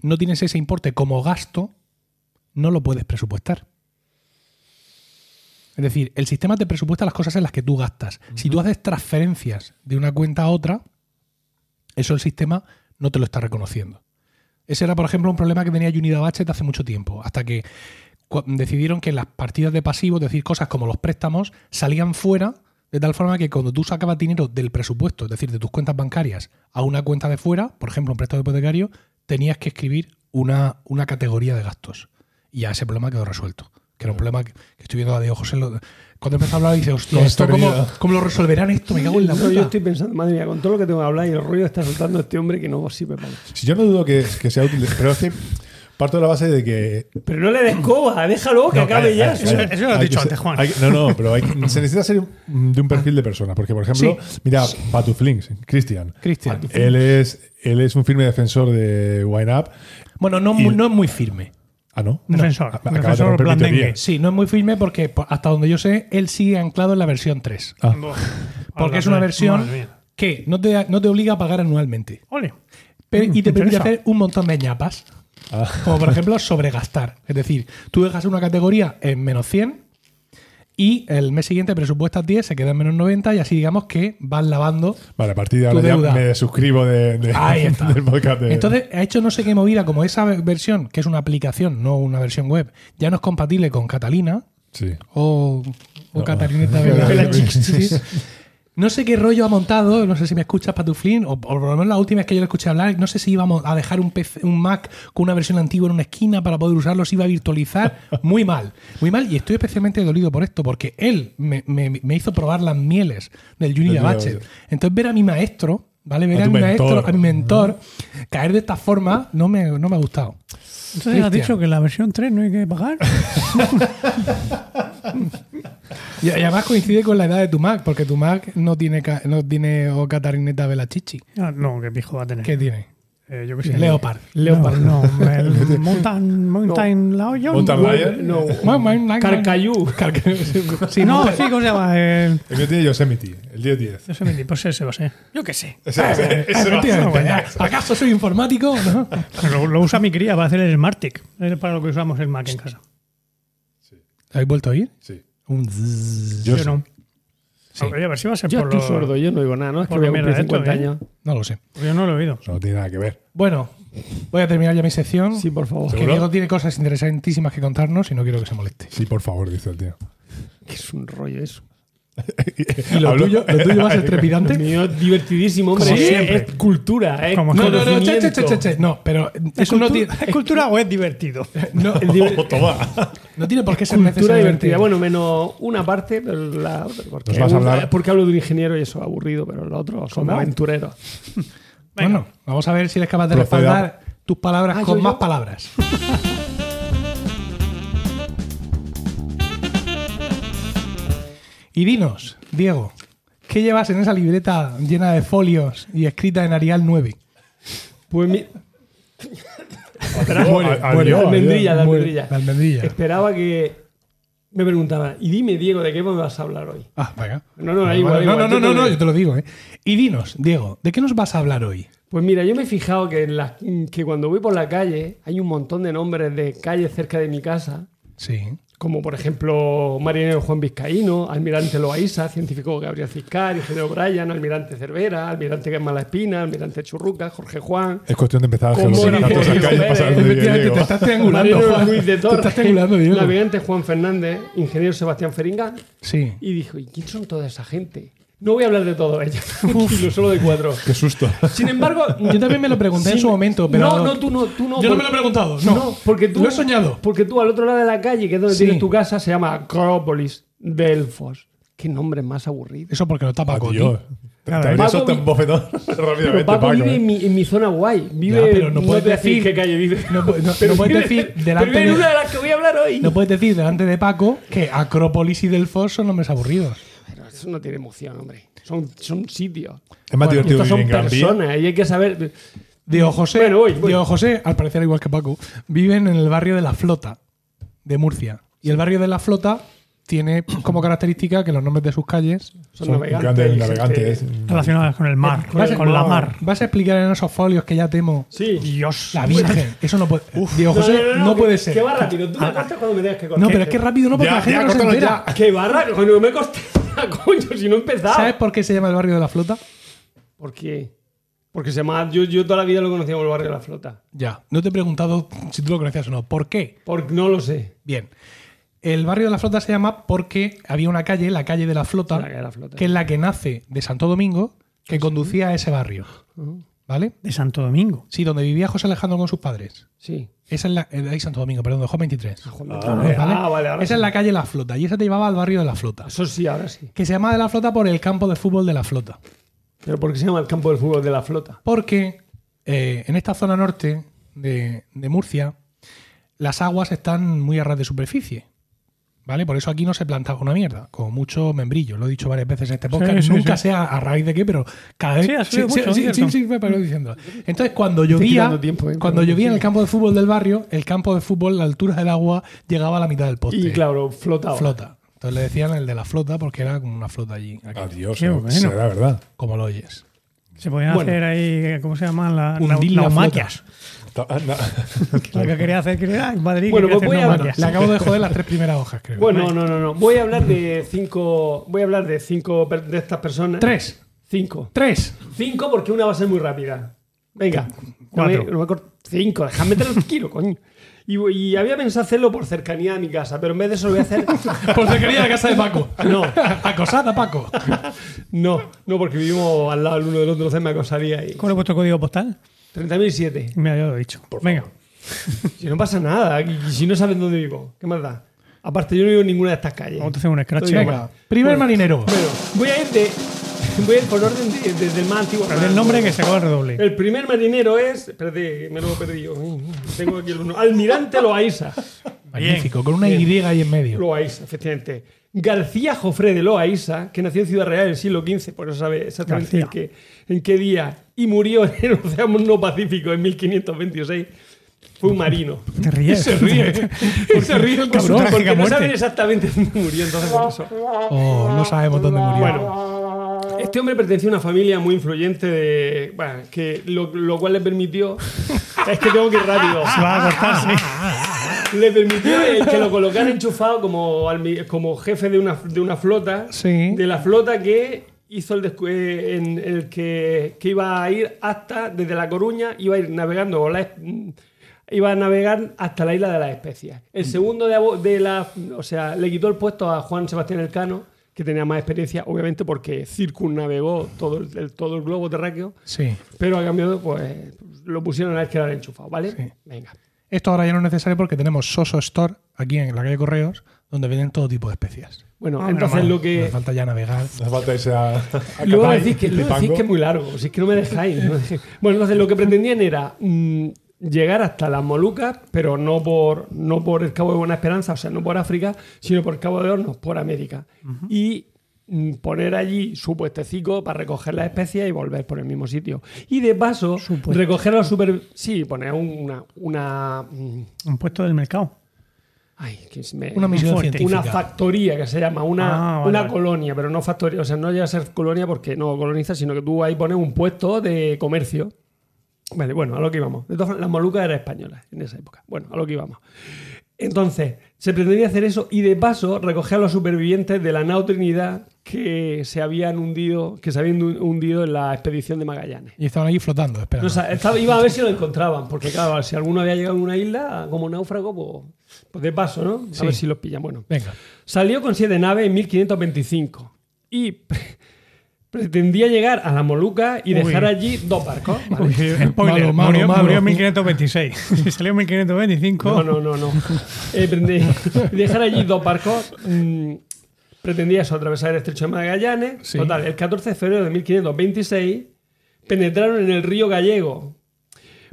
no tienes ese importe como gasto, no lo puedes presupuestar. Es decir, el sistema te presupuesta las cosas en las que tú gastas. Si tú haces transferencias de una cuenta a otra, eso el sistema no te lo está reconociendo. Ese era, por ejemplo, un problema que tenía Unidad Batchet hace mucho tiempo, hasta que cu- decidieron que las partidas de pasivo, es decir, cosas como los préstamos, salían fuera de tal forma que cuando tú sacabas dinero del presupuesto, es decir, de tus cuentas bancarias, a una cuenta de fuera, por ejemplo, un préstamo hipotecario, tenías que escribir una, una categoría de gastos. Y ya ese problema quedó resuelto. Que era un problema que, que estoy viendo a Diego José. lo- cuando empezó a hablar,
[LAUGHS]
dice, hostia,
Lo has
esto, ¿cómo,
perdido".
¿cómo lo resolverán esto? Me cago en la
No, [LAUGHS] yo
puta.
estoy pensando, madre mía, con todo lo que tengo que hablar y el rollo que está soltando este hombre que no sirve para nada.
Si yo no dudo que, que sea útil, pero es que parto de la base de que.
Pero no le des coba, déjalo que
No,
acabe
calla,
ya.
calla, calla.
eso lo has
Hay que
dicho
ser-
antes, Juan.
hay que- no, no, pero hay que- se necesita ser de un perfil de personas. Porque, por ejemplo, mira, Patuflinks, Cristian.
Cristian.
Él es, él es un firme defensor de Wine Up.
Bueno, no,
Y-
mu- no es muy firme.
Ah, no.
Defensor.
Acabas de
Defensor
romper mi
blandengue.
teoría.
Sí, no es muy firme porque po- hasta donde yo sé, él sigue anclado en la versión 3.
Ah.
Porque es una
Madre
versión
mía.
que no te, no te obliga a pagar anualmente.
Ole.
Pero- y te permite
Mm, interesa. Ah.
hacer un montón de ñapas. Como por ejemplo sobregastar. Es decir, tú dejas una categoría en menos 100 y el mes siguiente presupuestas 10, se quedan menos 90 y así digamos que vas lavando.
Vale, a partir de
Tu
ahora ya
deuda.
me suscribo de, de-
[LAUGHS] Ahí
[LAUGHS]
está.
del podcast. de-
Entonces ha hecho no sé qué movida, como esa versión, que es una aplicación, no una versión web, ya no es compatible con Catalina
sí.
o, o Catalineta
[LAUGHS] Vela
Vela
Chicks.
Sí, sí. No sé qué rollo ha montado, no sé si me escuchas, Patuflin, o, o por lo menos las últimas que yo le escuché hablar, no sé si íbamos a dejar un, PC un Mac con una versión antigua en una esquina para poder usarlo, si iba a virtualizar.
[LAUGHS]
Muy mal, muy mal, y estoy especialmente dolido por esto, porque él me, me- me hizo probar las mieles del Juni
Del Junior
Bachelet. Entonces, ver a mi maestro, ¿vale? Ver
A
a,
tu
mi maestro,
mentor,
a mi mentor, caer de esta forma, no me, no me ha gustado.
Entonces
Cristian.
has dicho que la versión 3 no hay que pagar.
Y, y además coincide con la edad de tu Mac, porque tu Mac no tiene, ca- no tiene o Catarineta Velachichi.
Ah, No, que pijo va a tener.
¿Qué tiene?
Eh, yo qué sé.
Leopard.
Leopard.
Leopard.
No, no, el Mountain, Mountain Lion.
Mountain Lion.
No.
Carcayú.
Sí, no,
pues,
[LAUGHS] sí, ¿cómo se llama? El,
El que tiene Yosemite, el 1010.
no sé, mentir, pues ese va a ser. Yo qué sé.
Ah,
Ese-
eh,
ese- ese va.
¿Acaso soy informático? No.
Lo, lo usa mi cría para hacer el Smartic. Es para lo que usamos el Mac en casa.
¿Habéis vuelto a oír?
Sí.
Un zzzz.
Yo
Yo no.
Sí.
Oye, a ver si va a ser
Yo
por
estoy
lo-
sordo, yo no oigo nada, ¿no? Es que
por
voy a
lo
cumplir
mierda
50
esto, ¿eh?
años.
No lo sé.
Yo no lo he oído.
Eso no tiene nada que ver.
Bueno, voy a terminar ya mi sección.
Sí, por favor.
que
¿Seguro?
Diego tiene cosas interesantísimas que contarnos y no quiero que se moleste.
Sí, por favor, dice el tío.
Que es un rollo eso.
¿Y lo
Hablo-
tuyo, lo
[LAUGHS]
tuyo va
[LAUGHS]
a ser
El
trepidante?
mío es divertidísimo, hombre.
Como
Es-
siempre.
Es cultura, es
Como
No, no, no, che,
conocimiento.
che, che, che, che. No, pero
¿Es
eso no
cultu-
tiene,
¿Es cultura o es divertido? [LAUGHS]
no,
Oh, toma.
[LAUGHS] no tiene por qué ser
Cultura divertida.
necesariamente.
Bueno, menos una parte, pero la otra. Porque,
Nos vas a hablar-
porque hablo de un ingeniero y eso es aburrido, pero los otros son
¿Cómo?
aventureros.
Bueno, vamos a ver si eres capaz de
Proceda.
respaldar tus palabras
Ah,
con
yo,
más
yo.
palabras. y dinos, Diego, ¿qué llevas en esa libreta llena de folios y escrita en Arial 9?
Pues mi-
Muere,
Espera,
muere.
la almendrilla, la
Bueno,
almendrilla.
La almendrilla.
Esperaba que me preguntaba, y dime, Diego, ¿de qué me vas a hablar hoy?
Ah, venga.
No, no,
Bueno,
da igual,
no,
igual,
no,
tú
no,
te
no,
lees.
yo te lo digo, ¿eh? Y dinos, Diego, ¿de qué nos vas a hablar hoy?
Pues mira, yo me he fijado que, en las- que cuando voy por la calle hay un montón de nombres de calles cerca de mi casa,
Sí.
como por ejemplo Marinero Juan Vizcaíno, Almirante Loaiza, Científico Gabriel Ciscar, Ingeniero Bryan, Almirante Cervera, Almirante Mala Espina, Almirante Churruca, Jorge Juan,
Es cuestión de empezar a
Como
geolocalizar
dice
todas esas
Diego
calles
Pérez,
pasar donde
efectivamente,
Diego.
te
[LAUGHS]
estás triangulando,
Mariano
Juan.
Luis de
Te
Torre,
estás triangulando, Diego.
Navegante Juan Fernández, Ingeniero Sebastián Feringa,
Sí.
y dijo, ¿y quién son toda esa gente? No voy a hablar de todo [LAUGHS] ellos, tranquilo, solo de cuatro.
Qué susto.
Sin embargo,
Yo también me lo pregunté en
Sí,
su momento, pero.
No, no, tú no, tú no.
Yo no
porque-
me lo he preguntado, no.
porque tú.
Lo he soñado.
Porque tú al otro lado de la calle, que es donde
Sí.
tienes tu casa, se llama Acrópolis de Elfos. Qué nombre más aburrido.
Eso porque lo tapa Coti.
Dios. Te
Claro,
habría
Paco
soltado un
vi-
bofetón [LAUGHS]
Pero
rápidamente,
Paco
Paco,
vive
¿eh?
en mi, en mi zona guay. Vive,
Ya, pero no puedes
te voy a decir
decir-
qué calle vive.
No, pu- no-
[LAUGHS] Pero
no puedes
vive-
decir
Pero
delante
vive en
de,
una de las que voy a hablar hoy.
no puedes decir delante de Paco que Acrópolis y Delfos son nombres aburridos.
Pero eso no tiene emoción, hombre. Son, son sitios.
Es más
Bueno,
divertido
estos
vivir
son
en Gran Vía.
Personas. Y hay que saber.
Diego José,
Bueno, voy, voy.
Diego José, al parecer igual que Paco, viven en el barrio de la Flota de Murcia. Y el barrio de la Flota tiene como característica que los nombres de sus calles.
Son,
Son
navegantes.
grandes
y
navegantes.
este.
gente-
Relacionadas con el mar,
Con el
con la
mar.
mar.
Vas a explicar en esos folios que ya temo.
Sí.
Dios.
La Virgen. Eso no puede. Diego José, no, puede
que-
ser. Ah,
Que va rápido. Tú me cortas cuando me tengas que cortar.
no, pero es que rápido no, porque
Ya,
la gente
ya,
no se
córtalo
entera.
Ah, ¡Qué barra! Coño, me costé [LAUGHS] coño, si no he empezado.
¿Sabes por qué se llama el barrio de la Flota?
¿Por qué? Porque se llama. Yo, yo toda la vida lo conocía como el barrio de la flota.
Ya. No te he preguntado si tú lo conocías o no. ¿Por qué?
Porque no lo sé.
Bien. El barrio de la Flota se llama porque había una calle, la calle de la Flota,
La calle de Ah, la Flota.
Ah, que es la que nace de Santo Domingo, que conducía a ese barrio. ¿Vale?
De Santo Domingo.
Sí, donde vivía José Alejandro con sus padres.
Sí.
Esa es la. eh, ahí Santo Domingo, perdón, de Juan 23.
Ah,
¿Vale?
joder, ah, vale, ahora
Esa
sí.
es la calle La Flota y esa te llevaba al barrio de La Flota.
Eso sí, ahora sí.
Que se llama de La Flota por el campo de fútbol de La Flota.
Pero ¿por qué se llama el campo del fútbol de la flota?
Porque eh, en esta zona norte de, de Murcia, las aguas están muy a ras de superficie. ¿Vale? Por eso aquí no se planta una mierda, como mucho membrillo. Lo he dicho varias veces en este podcast.
Sí, sí,
Nunca
sí.
sea a raíz de qué, pero cada vez.
Sí, ha subido mucho,
sí,
es
sí,
cierto.
sí, me paro diciendo. Entonces, cuando
quitando
llovía,
tiempo, ¿eh?
cuando llovía en el campo de fútbol del barrio, el campo de fútbol, la altura del agua, llegaba a la mitad del poste.
Y claro, flotaba.
flota. Entonces
Ah,
le decían el de la flota porque era como una flota allí, aquí,
Adiós.
Qué
eh,
bueno.
Será verdad.
como lo oyes.
Se podían
Bueno.
hacer ahí, ¿cómo se llaman? Las la,
Hundir la
naumaquias.
Ta- [LAUGHS] ah, na-
Lo que quería hacer, quería en Madrid.
Bueno,
quería hacer
pues voy a-
naumaquias.
Le acabo de joder las tres primeras hojas, creo.
Bueno, no, no, no. Voy a hablar de cinco. Voy a hablar de cinco per- de estas personas.
Tres.
Cinco.
Tres.
Cinco porque una va a ser muy rápida. Venga.
Cuatro.
No me- no me cort- cinco. Déjame [LAUGHS] tranquilo, coño. Y, y había pensado hacerlo por cercanía a mi casa, pero en vez de eso lo voy a [LAUGHS] hacer.
Por
Pues
cercanía de la casa de Paco.
No,
[LAUGHS] Acosada, Paco.
no, no, porque vivimos al lado el uno del otro, entonces me acosaría ahí.
¿Cómo le he puesto código postal?
30.007.
Mira, ya lo he dicho. Venga.
Si no pasa nada, y y si no saben dónde vivo, ¿qué más da? Aparte, yo no vivo en ninguna de estas calles.
Vamos a hacer un scratch.
Estoy
Venga.
igual.
Primer
Bueno.
marinero.
Bueno, voy a ir de. [LAUGHS] Voy a ir por orden de- desde el más antiguo. al
Pero
más
el nombre
nuevo.
que se acaba el redoble.
El primer marinero es. Espérate, me lo he perdido. Tengo aquí el uno. Almirante Loaiza.
Magnífico, con una Y ahí en medio.
Loaiza, efectivamente. García Jofre de Loaiza, que nació en Ciudad Real en el siglo XV, por eso sabe exactamente en
García.
qué, en qué día, y murió en el Océano Pacífico en 1526. Fue un marino.
Te ríes.
Se
[LAUGHS]
ríe. se ríe el
por su
cabrón.
traje.
Porque
Trágica
no saben
muerte.
exactamente dónde murió, entonces por eso.
Oh, no sabemos dónde murió.
Bueno, este hombre pertenecía a una familia muy influyente de. Bueno, que lo, lo cual le permitió. es que tengo que ir rápido.
Se va a Ah, cortar, sí.
Le permitió el que lo colocara enchufado como, almi- como jefe de una, de una flota.
Sí.
De la flota que hizo el, descu- eh, en el que, que iba a ir hasta. Desde La Coruña, iba a ir navegando con la es- mm, Iba a navegar hasta la isla de las especias. El
Mm.
segundo de, abo- de la. O sea, le quitó el puesto a Juan Sebastián Elcano, que tenía más experiencia, obviamente, porque circunnavegó todo el- el- todo el globo terráqueo.
Sí.
Pero a cambio, pues lo pusieron a él que era el enchufado, ¿vale?
Sí.
Venga.
Esto ahora ya no es necesario porque tenemos Soso Store aquí en la calle Correos, donde venden todo tipo de especias.
Ah, Bueno,
Hombre,
entonces
mamá.
lo
No
que.
hace falta ya navegar.
No hace falta irse a. a
[LAUGHS] Luego
Catay,
decís que, luego decís
Zipango.
que es muy largo, si es que no me dejáis. ¿no? Bueno, entonces lo que pretendían era mm, llegar hasta las Molucas, pero no por, no por el Cabo de Buena Esperanza, o sea, no por África, sino por Cabo de Hornos, por América. Y mm, poner allí su puestecico para recoger las especias y volver por el mismo sitio. Y de paso, recoger a los super... Sí, poner una... una mm,
Un puesto del mercado.
ay, que se me-
Una misión
fuerte.
científica.
una factoría que se llama, una,
Ah, vale,
una
vale.
colonia, pero no factoría, o sea, no llega a ser colonia porque no coloniza, sino que tú ahí pones un puesto de comercio. Vale, bueno, a lo que íbamos. De todas formas, las Molucas eran españolas en esa época. Bueno, a lo que íbamos. Entonces, se pretendía hacer eso y de paso recoger a los supervivientes de la nao Trinidad que se habían hundido, que se habían hundido en la expedición de Magallanes.
Y estaban allí flotando, espera.
No, o sea, estaba- iba a ver si lo encontraban, porque claro, si alguno había llegado a una isla como náufrago, pues, pues de paso, ¿no? A
Sí.
ver si los pillan. Bueno,
Venga.
Salió con siete naves en 1525 y [LAUGHS] pre- pretendía llegar a la Moluca y dejar allí dos barcos.
[LAUGHS]
¿vale?
eh, Spoiler,
Malo, malo,
murió,
malo.
murió en
[LAUGHS]
1526. Si salió en 1525.
No, no, no, no. Eh, pretendía [LAUGHS] dejar allí dos barcos. mm, pretendía eso, atravesar el estrecho de Magallanes.
Sí.
Total, el 14 de febrero de 1526 penetraron en el río Gallego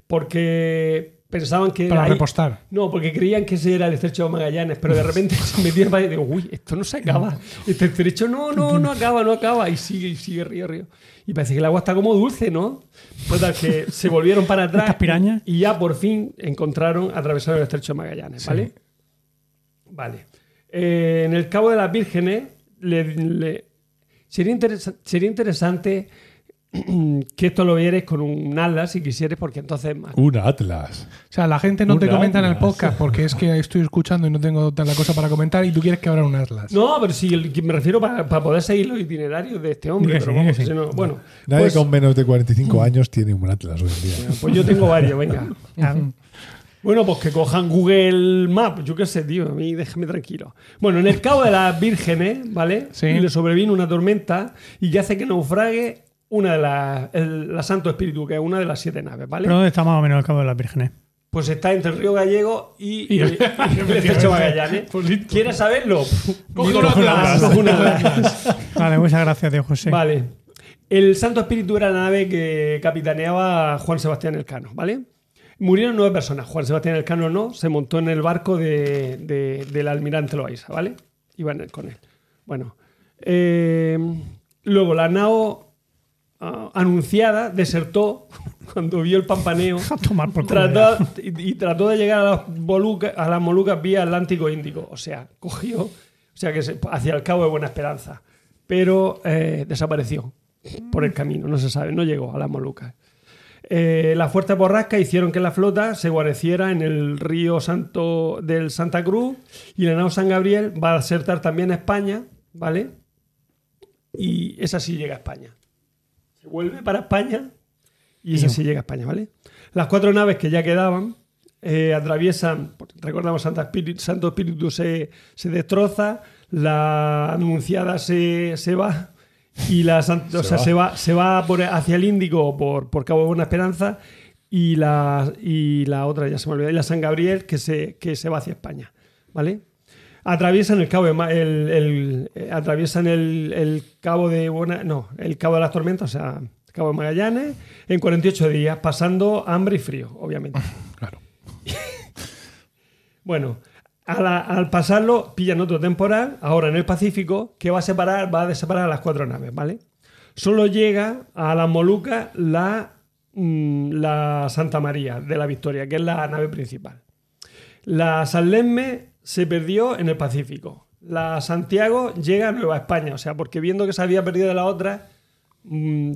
porque pensaban que.
Para
ahí-
repostar.
No, porque creían que ese era el estrecho de Magallanes, pero de repente [LAUGHS] se metieron para allá y digo, uy, esto no se
[LAUGHS]
acaba. Este estrecho no, no, no acaba, no acaba. Y sigue, y sigue, río, río. Y parece que el agua está como dulce, ¿no? Total,
[LAUGHS]
que se volvieron para atrás.
Estas pirañas.
Y ya por fin encontraron, atravesaron el estrecho de Magallanes, ¿vale? Vale. Eh, en el Cabo de las Vírgenes le- le- sería, interesa- sería interesante [CLEARS THROAT] que esto lo vieres con un ala si quisieres, porque entonces es más
Un Atlas.
O sea, la gente no te
Una
comenta en el
atlas.
podcast porque es que estoy escuchando y no tengo tanta cosa para comentar y tú quieres que abra un Atlas.
[LAUGHS] No, pero sí, el- que me refiero para, para poder seguir los itinerarios de este hombre.
Diga
pero
sí,
vamos,
diga
si
sí.
no- bueno,
Nadie
pues,
con menos de 45 años tiene un Atlas hoy en [LAUGHS] día.
pues yo tengo varios, venga.
Ah,
Bueno, pues que cojan Google Maps, yo qué sé, tío, a mí déjame tranquilo. Bueno, en el Cabo de las Vírgenes, ¿vale?
Sí.
Le sobrevino una tormenta y que hace que naufrague una de las, el- la Santo Espíritu, que es una de las siete naves, ¿vale?
¿Pero dónde está más o menos el Cabo de las Vírgenes?
Pues está entre el río Gallego y, y- y el estrecho Magallanes. ¿Quieres saberlo? Digo,
un atlas.
coge un atlas.
Vale, muchas gracias, tío José.
Vale. El Santo Espíritu era la nave que capitaneaba Juan Sebastián Elcano, ¿vale? Murieron nueve personas. Juan Sebastián Elcano no, se montó en el barco de- de- del almirante Loaiza, ¿vale? Iban con él. Bueno. eh, luego, la nao ah, anunciada desertó [LAUGHS] cuando vio el pampaneo
A tomar por culo. ya.
trató, y, y trató de llegar a las, Molucas- a las Molucas vía Atlántico-Índico. O sea, cogió, o sea, que se- hacia el Cabo de Buena Esperanza. Pero eh, desapareció. por el camino, no se sabe, no llegó a las Molucas. Eh, las fuerzas borrascas hicieron que la flota se guareciera en el río Santo del Santa Cruz y la nao San Gabriel va a acertar también a España, ¿vale? Y esa sí llega a España. Se vuelve para España y esa sí llega a España, ¿vale? Las cuatro naves que ya quedaban eh, atraviesan, recordamos, Santa Espíritu- Santo Espíritu se, se destroza, la Anunciada se, se va y la San- o
Se
sea,
va.
se va, se va por- hacia el Índico por, por Cabo de Buena Esperanza y la, y la otra, ya se me olvidó, y la San Gabriel que se, que se va hacia España, ¿vale? Atraviesan el cabo de, Ma- el, el- eh, atraviesan el, el cabo de Buena, no, el cabo de las tormentas, o sea, el cabo de Magallanes, en 48 días, pasando hambre y frío, obviamente.
Claro.
Bueno, a la- al pasarlo pillan otro temporal, ahora en el Pacífico, que va a separar, va a separar a las cuatro naves, ¿vale? Solo llega a las Molucas la, mm, la Santa María de la Victoria, que es la nave principal. La San Lesme se perdió en el Pacífico. La Santiago llega a Nueva España, o sea, porque viendo que se había perdido la otra, mm,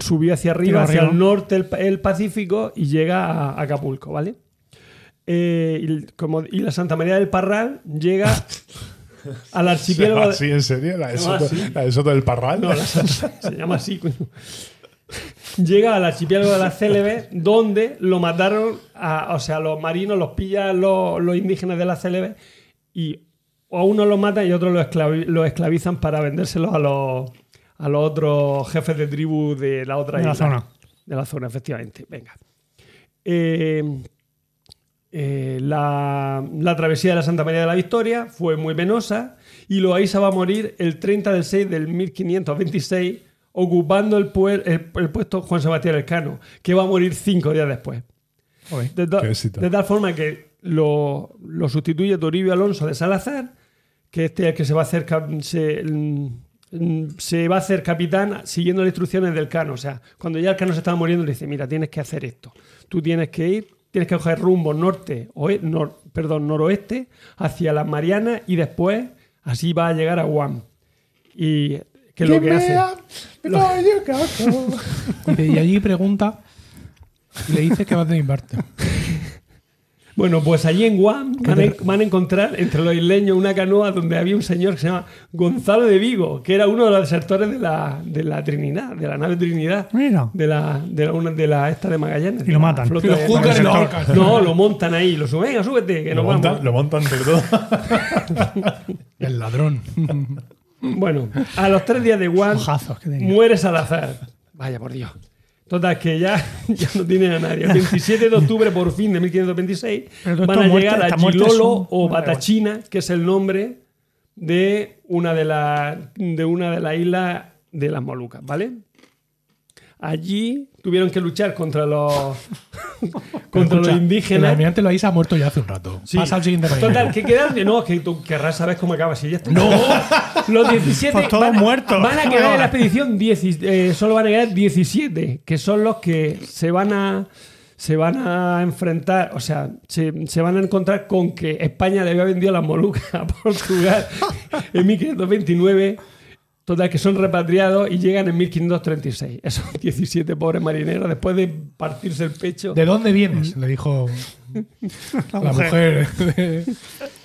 subió hacia
Tiró
arriba, hacia
arriba.
el norte el, pa- el Pacífico y llega a Acapulco, ¿vale? Eh, y, el- como, y la Santa María del Parral llega al
¿Se
archipiélago.
va
de-
así, en serio? ¿La de
Se va
Soto,
así.
la de Soto del Parral?
Ah, no, la Santa- [LAUGHS] se llama así, coño. Llega al archipiélago de las Célebes, donde lo mataron, a, o sea, los marinos los pillan los, los indígenas de las Célebes y a uno los matan y a otro los, esclavi- los esclavizan para vendérselos a los, a los otros jefes de tribu de la otra
De la
isla.
zona.
De la zona, efectivamente. Venga. Eh, eh, la, la travesía de la Santa María de la Victoria fue muy penosa y Loaiza va a morir el 30 del 6 del 1526 ocupando el, puer- el- el puesto Juan Sebastián Elcano, que va a morir cinco días después.
Joder.
De, ta-
Qué éxito.
de tal forma que lo, lo sustituye Toribio Alonso de Salazar, que este es el que se va a hacer, cap- se, mm, se va a hacer capitán siguiendo las instrucciones del Cano. O sea, cuando ya el Cano se estaba muriendo, le dice: Mira, tienes que hacer esto. Tú tienes que ir, tienes que coger rumbo norte, o nor, perdón, noroeste, hacia las Marianas y después así va a llegar a Guam. Y que es lo que hace.
Dice, Y allí pregunta y le dice que vas de mi parte.
Bueno, pues allí en Guam van a, van a encontrar entre los isleños una canoa donde había un señor que se llama Gonzalo de Vigo, que era uno de los desertores de la, de la Trinidad, de la nave Trinidad,
Mira.
de la, de la, una- de la esta de Magallanes.
Y
de
lo
la
matan.
flota
Y lo
de
juzgan y lo
Magallanes. No, lo montan ahí, lo suben, venga, súbete, que
lo,
nos vamos.
montan, lo montan entre
[LAUGHS]
todos.
El ladrón.
Bueno, a los tres días de Guam
Ojazos que tenía.
muere Salazar. Vaya, por Dios. Total, que ya, [LAUGHS] ya no tienen a nadie. El 27 de octubre, por fin, de 1526,
Pero
van
esto
a
muerte-
llegar a
esta muerte es
Chilolo
un-
o
una
Batachina, que es el nombre de una de, la, de una de las islas de las Molucas, ¿vale? Allí tuvieron que luchar contra los, [LAUGHS] contra los
Escucha, El
indígenas.
almirante Loaiza ha muerto ya hace un rato.
Sí.
Pasa al siguiente reino.
Total, que quedan. No, que tú querrás saber cómo acaba. Si ya está. No, [LAUGHS] los 17.
Pues todos
van a,
muertos.
Van a quedar en la expedición 10, eh, solo van a quedar 17, que son los que se van a. Se van a enfrentar, o sea, se, se van a encontrar con que España le había vendido las Molucas a Portugal en 1529. Total, que son repatriados y llegan en 1536. Esos 17 pobres marineros, después de partirse el pecho.
¿De dónde vienes?
Mm.
Le dijo la, mujer.
[LAUGHS]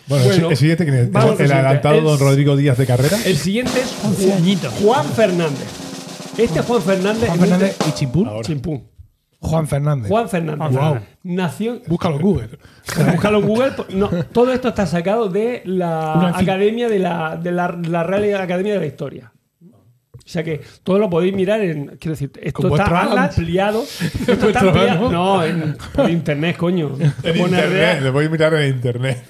Bueno,
Bueno,
el siguiente, ¿quién es?
vamos al
el
siguiente.
adelantado
El-
don Rodrigo Díaz de Carrera.
El siguiente es Ju-
Onceañitos.
Juan Fernández. Este es Juan Fernández.
Juan
en un
Fernández
de-
y Chimpún.
Ahora.
Chimpún.
Juan Fernández.
Juan Fernández.
Juan
Fernández. [LAUGHS]
Nació.
Búscalo en Google.
Búscalo en Google.
[LAUGHS]
No, todo esto está sacado de la
Una encicl-
Academia de la, de la, la Real Academia de la Historia. O sea que todo lo podéis mirar en. Quiero decir, esto
Con
está
vuestro atlas. [LAUGHS]
ampliado. Esto está
vuestro
ampliado.
atlas.
No, en, por internet, coño.
[LAUGHS] En
Pone
internet,
Real-
le voy a mirar en internet.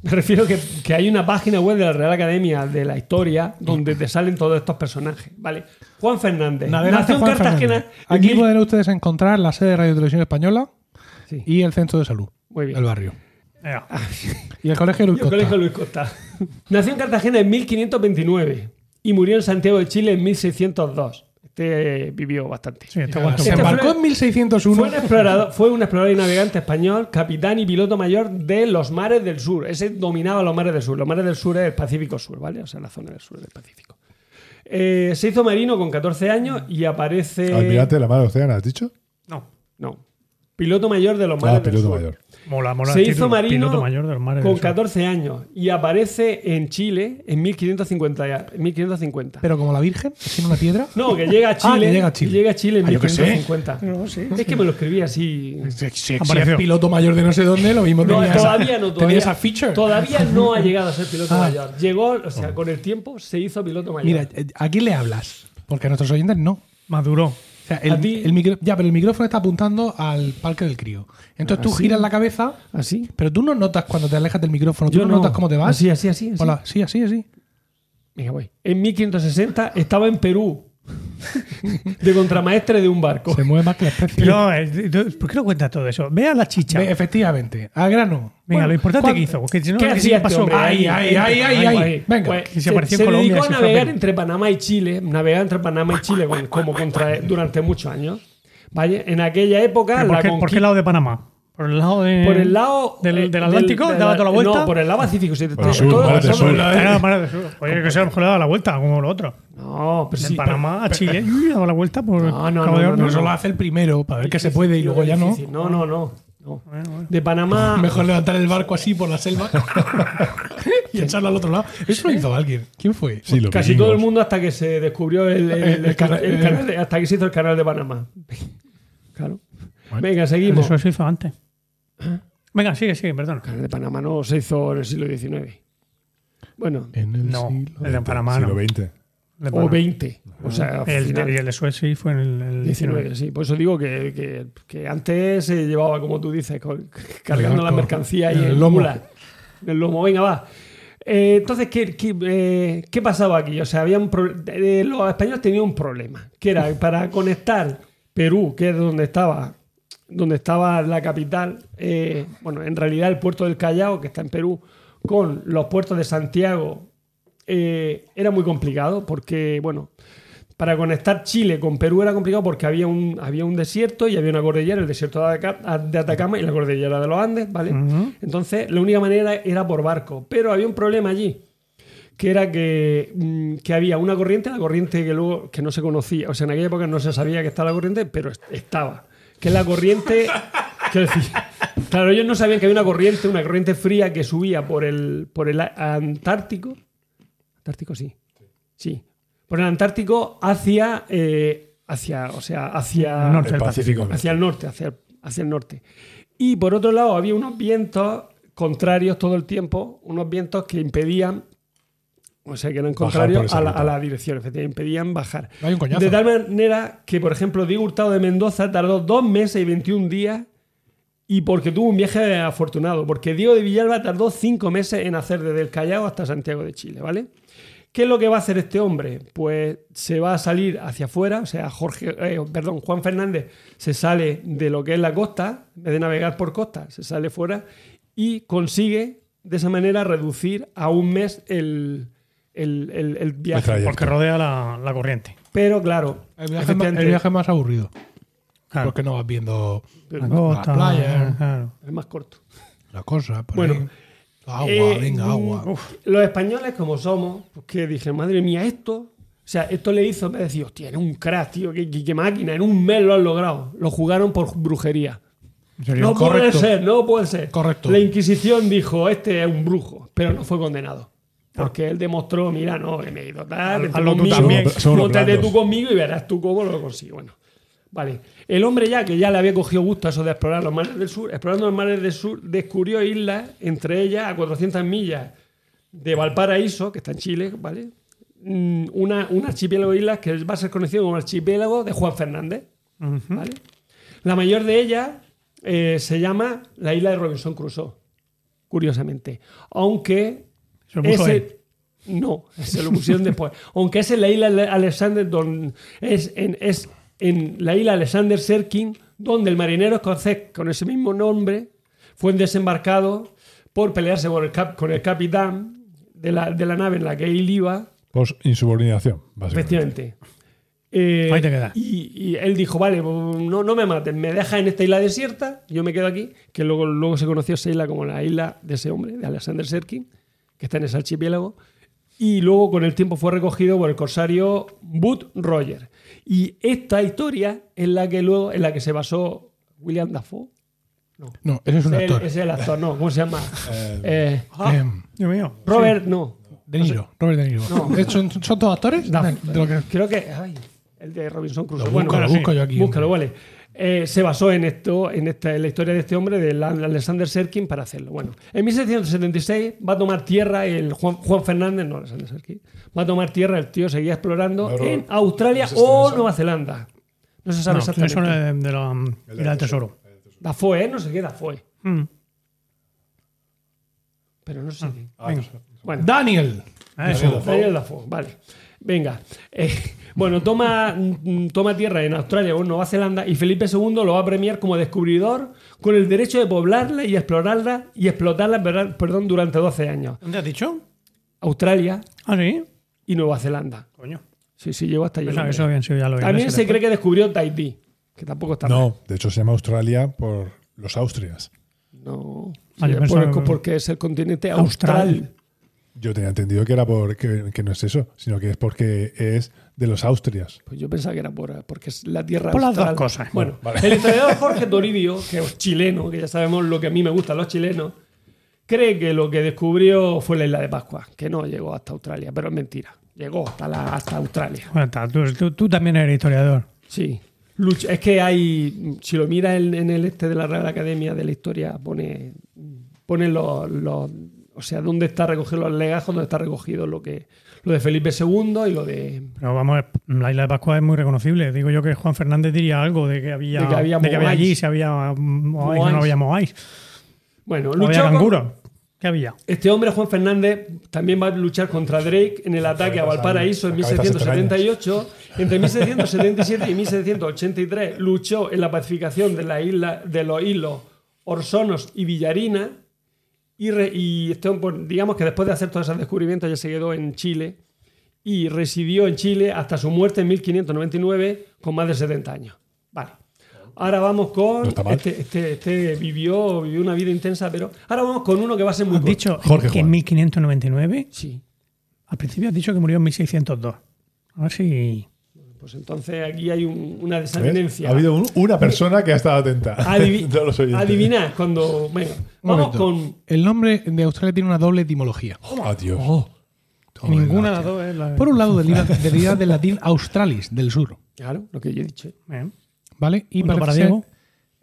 Me refiero que, que hay una página web de la Real Academia de la Historia donde te salen todos estos personajes. Vale. Juan Fernández.
Adelante,
Nació en
Juan
Cartagena.
Fernández.
en
Aquí
mil-
pueden ustedes encontrar la sede de Radio Televisión Española
Sí.
y el centro de salud.
Muy bien.
El barrio.
Venga. Ah,
Y el colegio Luis
Y el
Costa.
colegio Luis Costa. Nació en Cartagena en 1529 y murió en Santiago de Chile en 1602. Este eh, vivió bastante.
Sí, este guapo.
Se
Este
embarcó
fue-
en 1601.
Fue un, explorador, fue un explorador y navegante español, capitán y piloto mayor de los mares del sur. Ese dominaba los mares del sur. Los mares del sur es el Pacífico Sur, ¿vale? O sea, la zona del sur del Pacífico. Eh, se hizo marino con 14 años y aparece.
Almirante de la Mar Océana, ¿has dicho?
No,
No. Piloto mayor de los
Ah,
mares. del
piloto
sur.
mayor.
mola, mola.
Se
el
hizo
título,
marino
Piloto mayor de los mares
con
del sur.
14 años y aparece en Chile en 1550. ya- 1550.
Pero como la Virgen, sin una piedra.
No, que llega a Chile.
que llega a Chile.
llega a Chile en
Ah, yo qué sé.
1550.
No, sí.
Es que me lo escribí así.
Sí, sí, sí.
Si
Apareció.
es piloto mayor de no sé dónde, lo mismo
No,
tenía
todavía
esa, [LAUGHS]
no,
tenía
todavía,
esa feature.
todavía no ha llegado a ser piloto
Ah.
mayor. Llegó, o sea, con el tiempo se hizo piloto mayor.
Mira, eh, ¿a quién le hablas? Porque a nuestros oyentes no. O
Maduró.
sea, el,
A ti-
el micro- ya, pero el micrófono está apuntando al parque del crío.
Ah,
Entonces tú giras la cabeza,
así.
pero tú no notas cuando te alejas del micrófono. Tú no, notas cómo te vas.
Así, así, así. así.
Hola, sí, así, así.
Venga, voy. En 1560 estaba en Perú [LAUGHS] de contramaestre de un barco.
Se mueve más que la especie.
Pero, eh, ¿por qué no cuenta todo eso? Vea la chicha.
Ve, efectivamente, al grano.
Venga,
Bueno,
lo importante
¿cuál-
que hizo. porque si no,
¿Qué
¿qué
hacía este
pasó?
hombre?
Ay, ay, ay, ay, ay. Venga,
que se
se,
apareció en
Pues, se
Colombia,
dedicó a
se fue a
navegar
Perú.
entre Panamá y Chile, navegar entre Panamá y Chile con- como contra, durante muchos años. ¿Vale? En aquella época,
¿Pero
la
¿Por qué, por qué
conquista-
lado de Panamá? ¿Por el lado, de-
por el lado
Mm. del,
eh,
del Atlántico?
del- eh,
¿Daba toda la vuelta?
No, por el lado Pacífico. sí,
Por el
todo-
sur,
todo-
mar del
todo-
sur.
Era la Mar del Sur. pues, Oye, que se a lo mejor le daba la vuelta, como lo otro.
No, pero
De
sí,
Panamá a Chile. Uy, eh, daba la vuelta por
No, no,
Cabo
no,
de
no,
Hornos.
Pero eso lo hace el primero para ver que se puede y luego ya no.
Difícil. No, no, no. no. De Panamá.
Mejor levantar el barco así por la
[LAUGHS]
selva y echarlo al otro lado. Eso lo hizo alguien. ¿Quién fue?
Sí, los
Casi
vikingos.
todo el mundo hasta que se descubrió el, el-
El
el
cana-
el canal de- hasta que se hizo el canal de Panamá. Claro. Venga,
Pero
seguimos.
Eso se hizo antes. Venga, sigue, sigue, perdón.
El canal de Panamá no se hizo en el siglo XIX. Bueno,
En el
No,
siglo
el de Panamá
siglo
no.
XX.
De
o
Panamá.
20. O sea,
El de,
final
y el de Suez sí fue en el, el
19, sí. Por eso digo que, que- que antes se llevaba, como tú dices, con- [LAUGHS] cargando la
barco,
mercancía y
en el
en
lomo.
mulas. En el lomo, venga, va. Eh, entonces, ¿qué, qué, eh, qué pasaba aquí? O sea, había un pro- eh, los españoles tenían un problema, que era para conectar Perú, que es donde estaba, donde estaba la capital, eh, bueno, en realidad el puerto del Callao, que está en Perú, con los puertos de Santiago, eh, era muy complicado porque, bueno, para conectar Chile con Perú era complicado porque había un, había un desierto y había una cordillera, el desierto de Ataca- de Atacama y la cordillera de los Andes, ¿vale? Entonces, la única manera era por barco, pero había un problema allí, que era que, mm, que había una corriente, la corriente que luego que no se conocía, o sea, en aquella época no se sabía que estaba la corriente, pero est- estaba, que es la corriente... [LAUGHS] quiero decir, claro, ellos no sabían que había una corriente, una corriente fría que subía por el, por el a- Antártico. Antártico sí. Sí. Por el Antártico hacia. eh, hacia. O sea, hacia.
El norte.
El
El
Pacífico.
Hacia el norte, hacia el, hacia el norte. Y por otro lado, había unos vientos contrarios todo el tiempo, unos vientos que impedían. O sea, que eran
por
contrarios
esa
a la,
ruta.
a la dirección, efectivamente, impedían bajar.
No hay un coñazo.
De tal manera que, por ejemplo, Diego Hurtado de Mendoza tardó dos meses y 21 días y porque tuvo un viaje afortunado, porque Diego de Villalba tardó cinco meses en hacer desde el Callao hasta Santiago de Chile, ¿vale? ¿Qué es lo que va a hacer este hombre? Pues se va a salir hacia afuera, o sea, Jorge, eh, perdón, Juan Fernández se sale de lo que es la costa, en vez de navegar por costa, se sale fuera y consigue de esa manera reducir a un mes el, el- el- el
El
viaje.
trayecto.
Porque rodea la, la corriente.
Pero claro,
El viaje, más, el viaje más aburrido.
Claro.
Porque no vas viendo
La costa,
La playa.
claro.
es más corto.
la cosa. por
Bueno,
ahí. Agua,
Eh,
venga, agua.
mm, uf, Los españoles, como somos, pues que dije, madre mía, esto. O sea, esto le hizo, me decía, hostia, eres un crack, tío, qué, qué- qué máquina, en un mes lo han logrado. Lo jugaron por brujería.
Sería
no puede
correcto.
ser, no puede ser.
Correcto.
La Inquisición dijo, este es un brujo, pero no fue condenado. Porque él demostró, mira, no, que me he ido tal, vente
hazlo tú
conmigo,
también.
Son unos
móntate
blandos.
tú conmigo y verás tú cómo lo consigo. Bueno, vale. El hombre ya, que ya le había cogido gusto a eso de explorar los mares del sur, explorando los mares del sur, descubrió islas, entre ellas a 400 millas de Valparaíso, que está en Chile, ¿vale? Mm, Una, un archipiélago de islas que va a ser conocido como el archipiélago de Juan Fernández, ¿vale? La mayor de ellas eh, se llama la isla de Robinson Crusoe, curiosamente. Aunque
Se lo puso
ese-
él.
no, se lo pusieron
[LAUGHS]
después. Aunque es en la isla Ale- Alexander don- es en, es en la isla Alexander Serkin, donde el marinero escocés con ese mismo nombre fue desembarcado por pelearse por el cap- con el capitán de la, de la nave en la que él iba,
Por insubordinación, básicamente.
Efectivamente. Eh,
Ahí te quedas.
Y, y él dijo, vale, no, no me maten, me deja en esta isla desierta, yo me quedo aquí, que luego, luego se conoció esa isla como la isla de ese hombre, de Alexander Serkin, que está en ese archipiélago, y luego con el tiempo fue recogido por el corsario Bud Roger. Y esta historia es la que luego en la que se basó William Dafoe.
No, ese es un
Ese es el-
actor.
ese es el actor, no, ¿cómo se llama?
Eh,
Eh,
Em,
Dios mío.
Robert, no.
de Niro, Robert De Niro. Eh, ¿Son, son todos actores?
Da-
De lo que-
Creo que. ay, el de Robinson Crusoe.
Lo
bueno,
busco, lo
sí,
busco yo aquí.
Búscalo, vale. Eh, se basó en esto, en esta, en la historia de este hombre, de la- Alexander Serkin, para hacerlo. Bueno, en 1676 va a tomar tierra el Juan, Juan Fernández, no Alexander Serkin, va a tomar tierra, el tío seguía explorando
Claro.
en Australia
No sé si
o
eso.
Nueva Zelanda. No se sabe
No,
exactamente.
eso de, de la, de la tesoro.
Dafoe, ¿eh? no sé qué Dafoe.
Hmm.
Mm.
Pero no sé. qué.
Ah, no sé.
Bueno,
Daniel.
Ah, eso.
Daniel Dafoe.
Daniel Dafoe, vale. Venga. Eh, bueno, toma, mm, toma tierra en Australia o en Nueva Zelanda y Felipe II lo va a premiar como descubridor con el derecho de poblarla y explorarla y explotarla perdón, perdón, durante 12 años.
¿Dónde has dicho?
Australia
Ah, sí.
y Nueva Zelanda.
Coño.
Sí, sí, llegó hasta allá.
Pensaba que eso habían sido ya los
También
ingleses
se
después.
cree que descubrió Tahití, que tampoco está mal.
No, de hecho se llama Australia por los Austrias.
No. Sí,
Vale,
por-
Ah, pensaba-
porque es el continente
Austral.
austral.
Yo tenía entendido que era por que, que no es eso, sino que es porque es de los Austrias.
Pues yo pensaba que era por, porque es la tierra
Por las
austral.
dos cosas.
Bueno, el historiador Jorge Toribio, que es chileno, que ya sabemos lo que a mí me gustan los chilenos, cree que lo que descubrió fue la isla de Pascua, que no llegó hasta Australia, pero es mentira. Llegó hasta, la, hasta Australia.
Bueno, está, tú, tú- tú también eres historiador.
Sí. Lucha- es que hay, si lo miras en, en el este de la Real Academia de la Historia, pone, pone los, los- o sea, dónde está recogido los legajos, dónde está recogido lo que lo de Felipe II y lo de
Pero vamos, la isla de Pascua es muy reconocible. Digo yo que Juan Fernández diría algo de que había,
De que había moáis.
allí, si había mm, moáis o
Moáis.
no había moáis.
bueno,
No había
luchó con-
canguro. ¿Qué había?
Este hombre, Juan Fernández, también va a luchar contra Drake en el ataque a Valparaíso en
Cabezas extrañas.
1678. Entre 1677 y 1683 luchó en la pacificación de, la isla, de los islos Orsonos y Villarina. Y, re- y este hombre, pues, digamos que después de hacer todos esos descubrimientos ya se quedó en Chile y residió en Chile hasta su muerte en 1599 con más de 70 años. Vale. Ahora vamos con...
No está mal.
este, este- este vivió, vivió una vida intensa, pero... Ahora vamos con uno que va a ser muy
Has
corto.
dicho
Jorge
que en
Juan.
1599,
Sí.
al principio has dicho que murió en 1602. A ver si.
Pues entonces aquí hay un- una
¿Ves?
desavenencia.
Ha habido un- una persona que ha estado atenta.
[LAUGHS] Adivi-
[LAUGHS] de los oyentes.
adivinad cuando. Bueno,
Un
vamos
momento.
con.
El nombre de Australia tiene una doble etimología.
Ah, Dios.
Oh.
Ninguna de las dos.
dos es la.
Por un lado, deriva, deriva del latín australis, del sur.
Claro, lo que yo he dicho.
Bien.
¿Vale? Y
Punto para
parece ser-
Diego.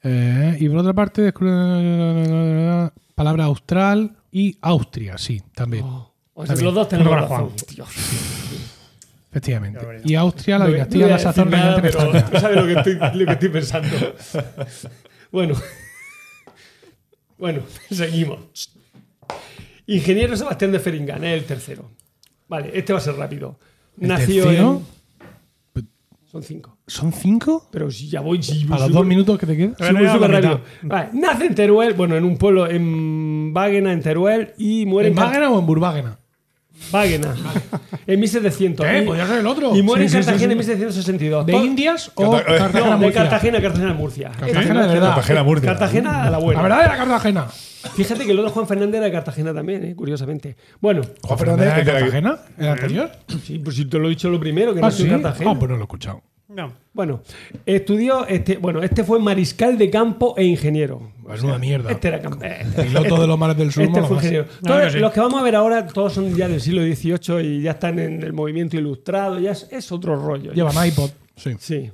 Eh, y por otra parte, descubre- palabra austral y Austria, sí, también.
O
Está
sea,
bien.
los dos tenemos
Punto para
razón.
Juan.
Dios.
Efectivamente. Y Austria, la de
No voy-
Castilla,
no voy a
la
decir
sazón
nada,
reinante en
pero
España.
tú sabes lo que
[LAUGHS]
estoy, lo que estoy pensando. Bueno. [LAUGHS] Bueno, seguimos. Ingeniero Sebastián de Feringán, es el tercero. Vale, este va a ser rápido.
¿El
Nació
tercero?
en- Son cinco.
¿Son cinco?
Pero si ya voy. si-
A los
si-
dos minutos que te quedan.
Pero no
Súper,
era
súper
la
rápido.
mitad.
Vale, nace en Teruel, bueno, en un pueblo en Váguena, en Teruel, y muere
¿En
en Car-
Vágena o en Burbágena?
Váguena. en 1700.
¿Qué?
Y-
Podría ser el otro.
Y muere
Sí, sí,
en
sí,
Cartagena en
sí.
1662.
¿De
Todo-
Indias o
Cata- eh,
Cartagena?
No, de
Murcia?
Cartagena, Cartagena, Murcia.
Cartagena de verdad.
Cartagena, Murcia.
Cartagena a la buena.
La verdad era Cartagena.
Fíjate que el otro Juan Fernández era de Cartagena también, eh, curiosamente. Bueno,
Juan Fernández,
¿Era
que te la-
Cartagena? ¿El anterior?
sí, pues si te lo he dicho lo primero, que
Ah,
nació
sí.
en Cartagena.
Ah, pues no lo he escuchado.
No.
Bueno, estudió, este, bueno, este fue mariscal de campo e ingeniero.
Es una mierda.
Este era campo. eh,
Piloto de los mares del sur.
Este
mola
fue
más.
ingeniero.
No,
Todos
Ah,
no, sí.
Los que vamos a ver ahora, todos son ya del siglo XVIII y ya están en el movimiento ilustrado, ya es, es otro rollo.
Llevan iPod. Sí.
Sí.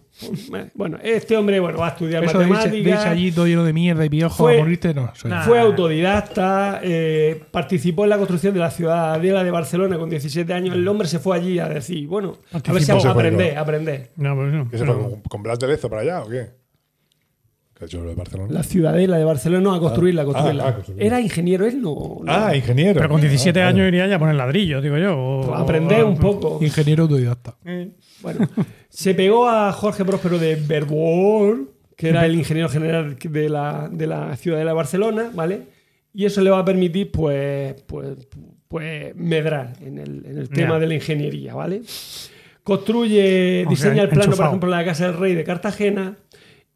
Bueno, este hombre bueno, va a estudiar
Eso de irse, de irse
matemáticas.
allí todo lleno de mierda y piojo
Fue-
a morirte, no. Soy-
Nah.
Fue autodidacta, eh, participó en la construcción de la ciudadela de Barcelona con 17 años. El hombre se fue allí a decir, bueno, a ver si
Participó,
se fue,
aprender,
claro.
aprender.
No, pues no.
¿Qué se fue con, con Blas de Lezo para allá o qué? ¿Qué ha hecho lo de Barcelona?
La ciudadela de Barcelona, no, a construirla, a construirla.
ah, a construirla.
Era ingeniero él, no. no.
Ah, ingeniero.
Pero con 17
Ah, vale.
años iría ya a poner ladrillo, digo yo. o-
aprender
ah,
o-
Pues un poco.
Ingeniero autodidacta.
Eh,
Bueno, se pegó a Jorge Próspero de Verbol, que era el ingeniero general de la, de la ciudadela de Barcelona, ¿vale? Y eso le va a permitir, pues, pues, pues medrar en el, en el tema
Ya.
de la ingeniería, ¿vale? Construye,
O
diseña
sea,
el plano, por
enchufado.
ejemplo, de la Casa del Rey de Cartagena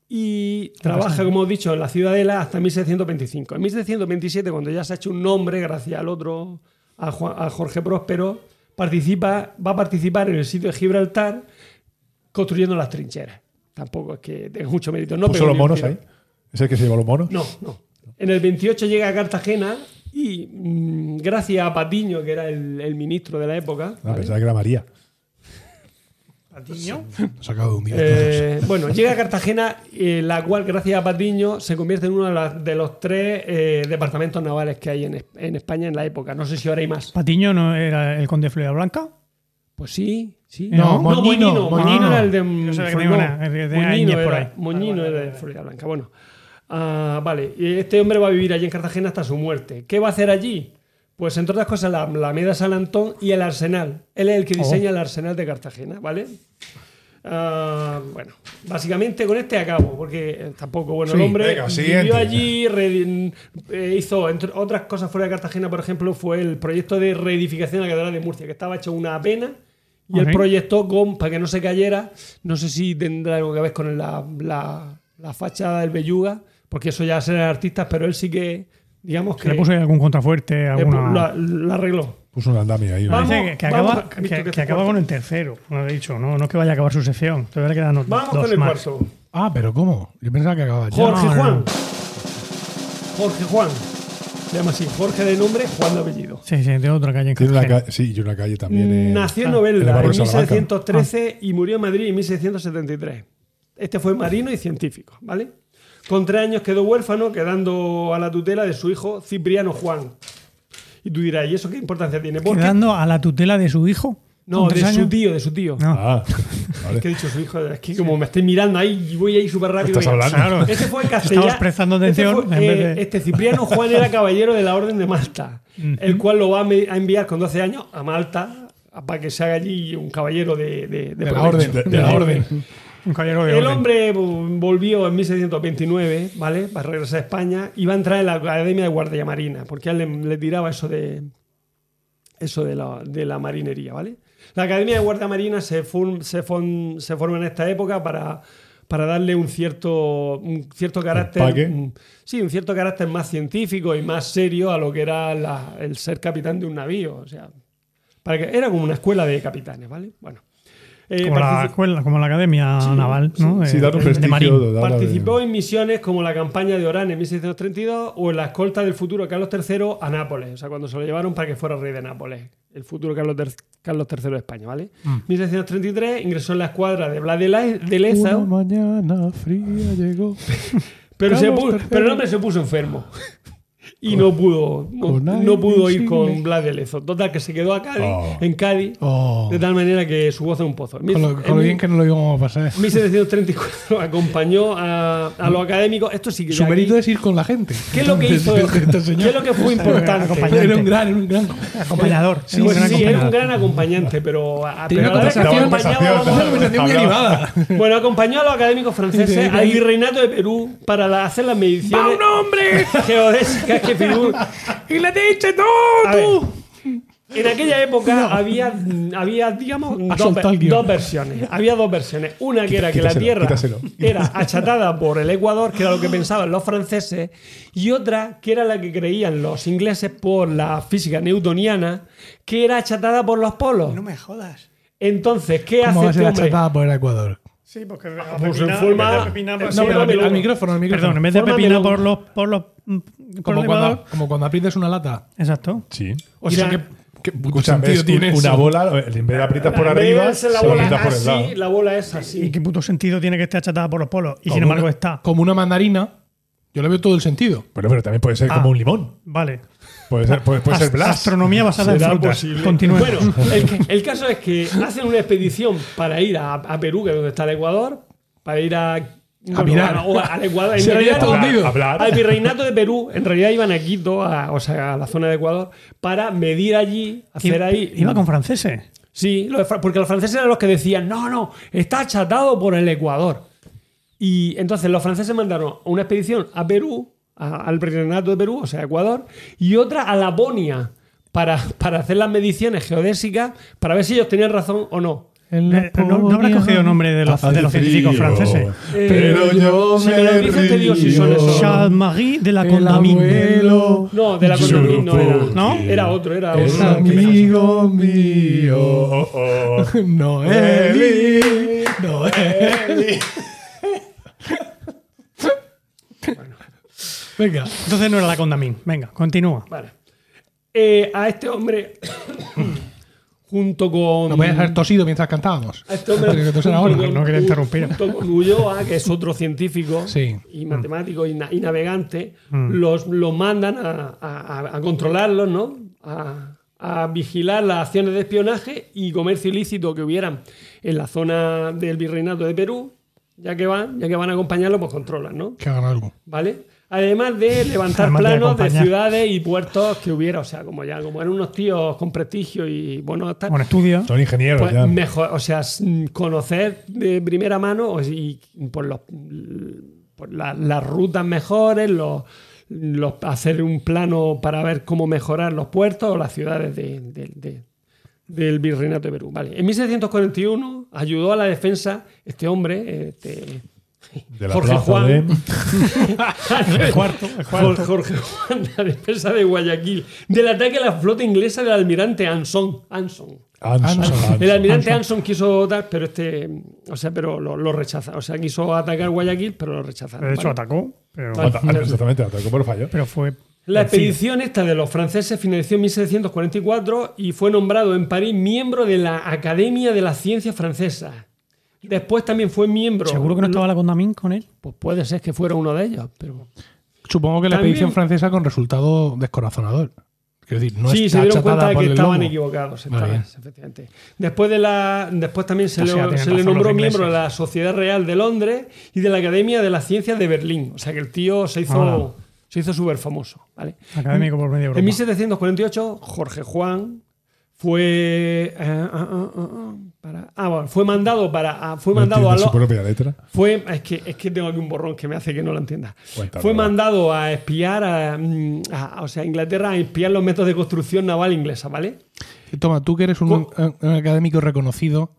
y trabaja, como he dicho, en la ciudadela hasta 1625. En 1627, cuando ya se ha hecho un nombre, gracias al otro, a, Juan- a Jorge Próspero, participa, va a participar en el sitio de Gibraltar construyendo las trincheras. Tampoco es que tenga mucho mérito. No
¿Puso
pegó
los
ni un
monos
tiro.
ahí? ¿Es el que se llevó los monos?
No, no. En el 28 llega a Cartagena y mm, gracias a Patiño, que era el, el ministro de la época,
Ah, pensaba que era María.
Patiño.
Nos ha acabado de humillar a todos.
Eh, bueno, llega a Cartagena, eh, la cual, gracias a Patiño, se convierte en uno de, las- de los tres eh, departamentos navales que hay en, es- en España en la época. No sé si ahora hay más.
Patiño no era el conde de Florida Blanca.
Pues sí, sí.
No, Moñino, Moñino.
Moñino, Moñino era el de
Yo sabía que
Froilán.
tenía una- que tenía
Moñino
Íñez por
era,
ahí.
Moñino era de Florida Blanca. Bueno, Ah, vale. Y Este hombre va a vivir allí en Cartagena hasta su muerte. ¿Qué va a hacer allí? Pues entre otras cosas, la Alameda San Antón y el Arsenal. Él es el que
Oh.
diseña el Arsenal de Cartagena, ¿vale? Ah, bueno, básicamente con este acabo, porque eh, tampoco, bueno, el
Sí,
hombre
venga, siguiente.
vivió allí, re- eh, hizo, entre otras cosas fuera de Cartagena, por ejemplo, fue el proyecto de reedificación de la Catedral de Murcia, que estaba hecho una pena, y
Ok.
el proyecto con, para que no se cayera, no sé si tendrá algo que ver con la, la- la fachada del Belluga, porque eso ya serán artistas, pero él sí que, digamos
Que
que
le puso ahí algún contrafuerte,
le pu-
alguna.
la- la arregló.
Puso un andamio ahí. ¿no?
Vamos.
Dice que, que
vamos,
acaba,
Víctor, que
que-
te
que acaba
corto.
con el tercero, no lo he dicho, no, no es que vaya a acabar su sección. Todavía le quedan
Vamos
dos
con el
más.
cuarto.
Ah, pero ¿cómo? Yo pensaba que acababa ya.
Jorge
No, no.
Juan. Jorge Juan. Se llama así. Jorge de nombre, Juan de apellido.
Sí, sí, de otra calle en
Tiene una
Cartagena.
ca- sí, y una calle también. eh,
Nació en
en el
Novelda
barrio
en
de Salamanca.
1613 y murió en Madrid en 1673. Este fue marino y científico, ¿vale? Con tres años quedó huérfano, quedando a la tutela de su hijo Cipriano Juan. Y tú dirás, ¿y eso qué importancia tiene? Porque-
Quedando a la tutela de su hijo.
No,
con
de
tres
su
años.
tío, de su tío.
No.
[LAUGHS]
Ah,
Es
vale.
que he dicho su hijo, es que como me estoy mirando ahí y voy ahí súper rápido.
Estás
venga.
hablando.
Este fue castellano.
Estamos prestando atención
Este, fue,
en vez
eh,
de-
este Cipriano Juan era caballero de la Orden de Malta, el cual lo va a me- a enviar con 12 años a Malta a- para que se haga allí un caballero de, de- de
De la
provecho.
orden.
De- de
de la
la
orden.
Un caballero de
El
orden.
hombre vol- volvió en 1629, ¿vale? Para regresar a España y va a entrar en la Academia de Guardia Marina, porque a él le, le tiraba eso de eso de la, de la marinería, ¿vale? La Academia de Guardia Marina se, form- se, form- se forma en esta época para, para darle un cierto, un cierto carácter.
Empaque.
mm, Sí, un cierto carácter más científico y más serio a lo que era la- el ser capitán de un navío. O sea, para que, era como una escuela de capitanes, ¿vale? Bueno. Eh,
Como la
partici-
escuela, como la academia naval, ¿no? De-
Sí, dar un
Eh, de- de marín.
prestigio. dar- dar-
Participó en misiones como la campaña de Orán en 1632 o en la escolta del futuro Carlos III a Nápoles, o sea, cuando se lo llevaron para que fuera rey de Nápoles, el futuro Carlos, ter- Carlos III de España, ¿vale?
Mm.
1633 ingresó en la escuadra de Blas de, La- de Leza,
Una mañana fría llegó.
pero, se
Carlos
pu-
III.
pero el hombre se puso enfermo [LAUGHS] y no pudo, no,
con aire
no pudo ir
insigne.
con Blas de Lezo. Total, que se quedó a Cádiz,
Oh.
en Cádiz,
Oh,
de tal manera que su voz es un pozo. En
con, lo,
mil-
con lo
en
bien que no lo íbamos a pasar.
1734 [LAUGHS] acompañó a, a los académicos. Esto sí que
Su
ya aquí-
mérito es ir con la gente.
¿Qué es lo que hizo?
Este
¿Qué
señor.
es lo que fue
acompañante.
importante?
Era un gran, era un gran.
Acompañador.
Sí,
era un
Pues
gran
sí,
acompañador.
era un gran acompañante, pero, a-
Tenía
pero a la vez que
conversación,
acompañaba a los-
Una conversación muy
Hablaba.
[LAUGHS] derivada.
bueno, acompañó a los académicos franceses
Increíble.
al virreinato de Perú para la- hacer las mediciones
hombre!
geodésicas que figura.
¡Y le dice no,
A ver, En aquella época había, había, digamos,
Ha
dos,
soltado el guión.
dos versiones. Había dos versiones. Una que era que la
quítaselo,
Tierra
quítaselo.
era achatada por el Ecuador, que era lo que pensaban los franceses, y otra que era la que creían los ingleses por la física newtoniana, que era achatada por los polos.
No me jodas.
Entonces, ¿qué
¿Cómo
hace
va a ser
este hombre?
achatada por el Ecuador?
Sí, porque
pues en forma-
No,
Sí,
pero al, mi-
dámelo.
al micrófono, al micrófono.
Perdón, en vez de
Fórmame
pepina
un-
por los por los mm, por
como,
el
cuando,
Ecuador.
como cuando aprietas una lata.
Exacto.
Sí.
O sea,
¿Qué puto
Escucha,
sentido
ves
tiene
un-
eso?
una bola, en vez de aprietas por
en vez de
arriba,
hacer la
se la
bola
aprietas por el
así,
lado.
la bola es así.
¿Y qué puto sentido tiene que esté achatada por los polos? Y
Como
sin embargo
una-
está.
Como una mandarina, yo le veo todo el sentido.
Bueno, pero también puede ser
Ah.
como un limón.
Vale.
Puede ser, puede, puede ser
Ast-
Blas.
Astronomía basada en
Pues ¿Será
frutas.
posible?
Continuemos.
Bueno, el, ca- el caso es que hacen una expedición para ir a, a Perú, que es donde está el Ecuador, para ir a. bueno,
mirar.
o a- al Ecuador. En
Se había
realidad,
todo hundido.
Hablar.
Al virreinato de Perú, en realidad iban a Quito, a- o sea, a la zona de Ecuador, para medir allí, hacer ahí.
Iba con franceses.
Sí, los fran- porque los franceses eran los que decían, no, no, está achatado por el Ecuador. Y entonces los franceses mandaron una expedición a Perú, a- al Virreinato de Perú, o sea, a Ecuador, y otra a Laponia para, para hacer las mediciones geodésicas, para ver si ellos tenían razón o no.
en
Eh, pero no, no habrás cogido nombre de los, de los científicos franceses.
Pero yo
eh. si
me
me lo dices, te digo si son
río.
esos.
Charles Marie de la
El
Condamine.
abuelo
No, de la
Yo
Condamine no era.
¿No?
Era otro, era otro.
Es
Esa-
amigo mío. Oh, oh.
Noeli. Noeli. Venga.
Entonces no era la Condamine. Venga, continúa.
Vale. Eh, a este hombre, [COUGHS] junto con.
No podías haber tosido mientras cantábamos.
a
[LAUGHS]
este hombre,
Tiene que toser
junto
ahora.
con-
no quería interrumpir.
Junto con Ulloa, ah, que es otro científico
Sí.
y matemático y, na- y navegante,
Mm.
los, los mandan a, a- a- a controlarlos, ¿no? A, a vigilar las acciones de espionaje y comercio ilícito que hubieran en la zona del virreinato de Perú. Ya que van, ya que van a acompañarlo, pues controlan, ¿no?
Que hagan algo.
¿Vale? Además de levantar
Además de
planos de,
acompañar.
ciudades y puertos que hubiera, o sea, como ya, como eran unos tíos con prestigio y bueno, tal,
Bueno, estudia.
Son ingenieros
pues
ya.
mejor, o sea, s- conocer de primera mano o si- y por los por la- las rutas mejores, los, los- hacer un plano para ver cómo mejorar los puertos o las ciudades de- de- de- del virreinato de Perú. Vale. En 1641 ayudó a la defensa este hombre, este,
De la
Jorge
plaza
Juan.
de-
[LAUGHS] El cuarto, Jorge, Juan, [LAUGHS] la defensa de Guayaquil, del ataque a la flota inglesa del almirante Anson. Anson.
Anson, Anson.
El almirante Anson quiso dar, pero este, o sea, pero lo, lo rechaza. O sea, quiso atacar Guayaquil, pero lo rechazaron.
De hecho,
¿vale?
atacó, pero,
Ata- ata- Exactamente, atacó por fallo.
pero fue.
La
vencido.
expedición esta de los franceses finalizó en 1744 y fue nombrado en París miembro de la Academia de las Ciencias Francesas. Después también fue miembro.
¿Seguro que no estaba la Condamine con él?
Pues puede ser que fuera uno de ellos, pero.
Supongo que la
También-
expedición francesa con resultado descorazonador. Quiero decir, no
sí,
está
se dieron
achatada
cuenta de
por
que
el
estaban
lomo.
equivocados.
Muy
estaban,
bien.
efectivamente. Después, de la, después también se,
O sea,
le,
tienen
se le
razón
nombró
los
miembro de
ingleses.
la Sociedad Real de Londres y de la Academia de las Ciencias de Berlín. O sea que el tío se
Hola.
hizo se hizo súper famoso. ¿vale?
Académico por medio Europa.
En 1748, Jorge Juan fue. eh, ah, ah, ah, ah, para- ah, bueno, fue mandado para. ah, fue
No
mandado a
entiendo
lo-
su propia letra.
fue, es que, es que tengo aquí un borrón que me hace que no lo entienda.
Cuéntalo.
Fue mandado a espiar a, mm, a- o sea, a Inglaterra a espiar los métodos de construcción naval inglesa, ¿vale?
Toma, tú que eres un,
Cu-
un- un académico reconocido.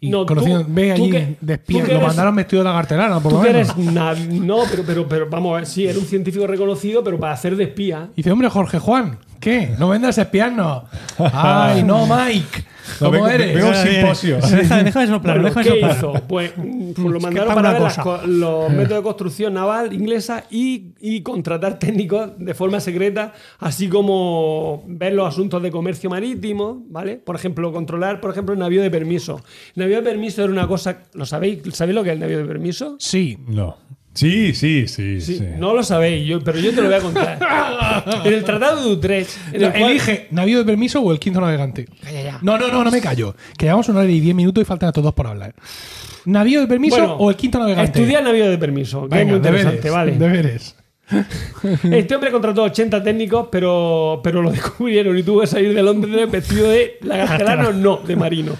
Y
No, tú-
conocido, ve
tú
allí
que-
de
tú
espía.
que
Lo
eres-
mandaron vestido de cartelana, por
Tú
lo
que
menos.
eres nav- no, pero, pero, pero vamos a ver, sí, era un científico reconocido, pero para hacer de espía.
Y dice, hombre, Jorge Juan, ¿qué? No vendas a
[LAUGHS]
espiarnos. Ay, no, Mike.
No,
¿Cómo
vengo-
eres?
vengo-
Ya,
un
ya, ya.
simposio.
Deja, deja de soplar,
pues,
deja
Bueno,
de
¿Qué
soplar. [LAUGHS]
[LAUGHS]
hizo? Pues, mm, pues lo mandaron
para
para
una
ver las
cosa.
co- los métodos de construcción naval inglesa y, y contratar técnicos de forma secreta, así como ver los asuntos de comercio marítimo, ¿vale? Por ejemplo, controlar, por ejemplo, el navío de permiso. El navío de permiso era una cosa, ¿lo sabéis? ¿Sabéis lo que es el navío de permiso?
Sí.
No. Sí, sí, sí.
Sí,
sí.
No lo sabéis, yo, pero yo te lo voy
[LAUGHS]
a contar. en el Tratado de Utrecht, en el cual-
Elige navío de permiso o el quinto navegante.
Calla ya.
No, no, no, no me callo. Que llevamos una hora y diez minutos y faltan a todos por hablar. ¿Navío de permiso
Bueno,
o el quinto navegante?
Estudia el navío de permiso, que es
Venga,
muy interesante,
deberes,
vale.
deberes. [LAUGHS]
Este hombre contrató 80 técnicos, pero, pero lo [LAUGHS] descubrieron y tuvo que salir de Londres vestido de
Ah,
lagartelano, no, de marino.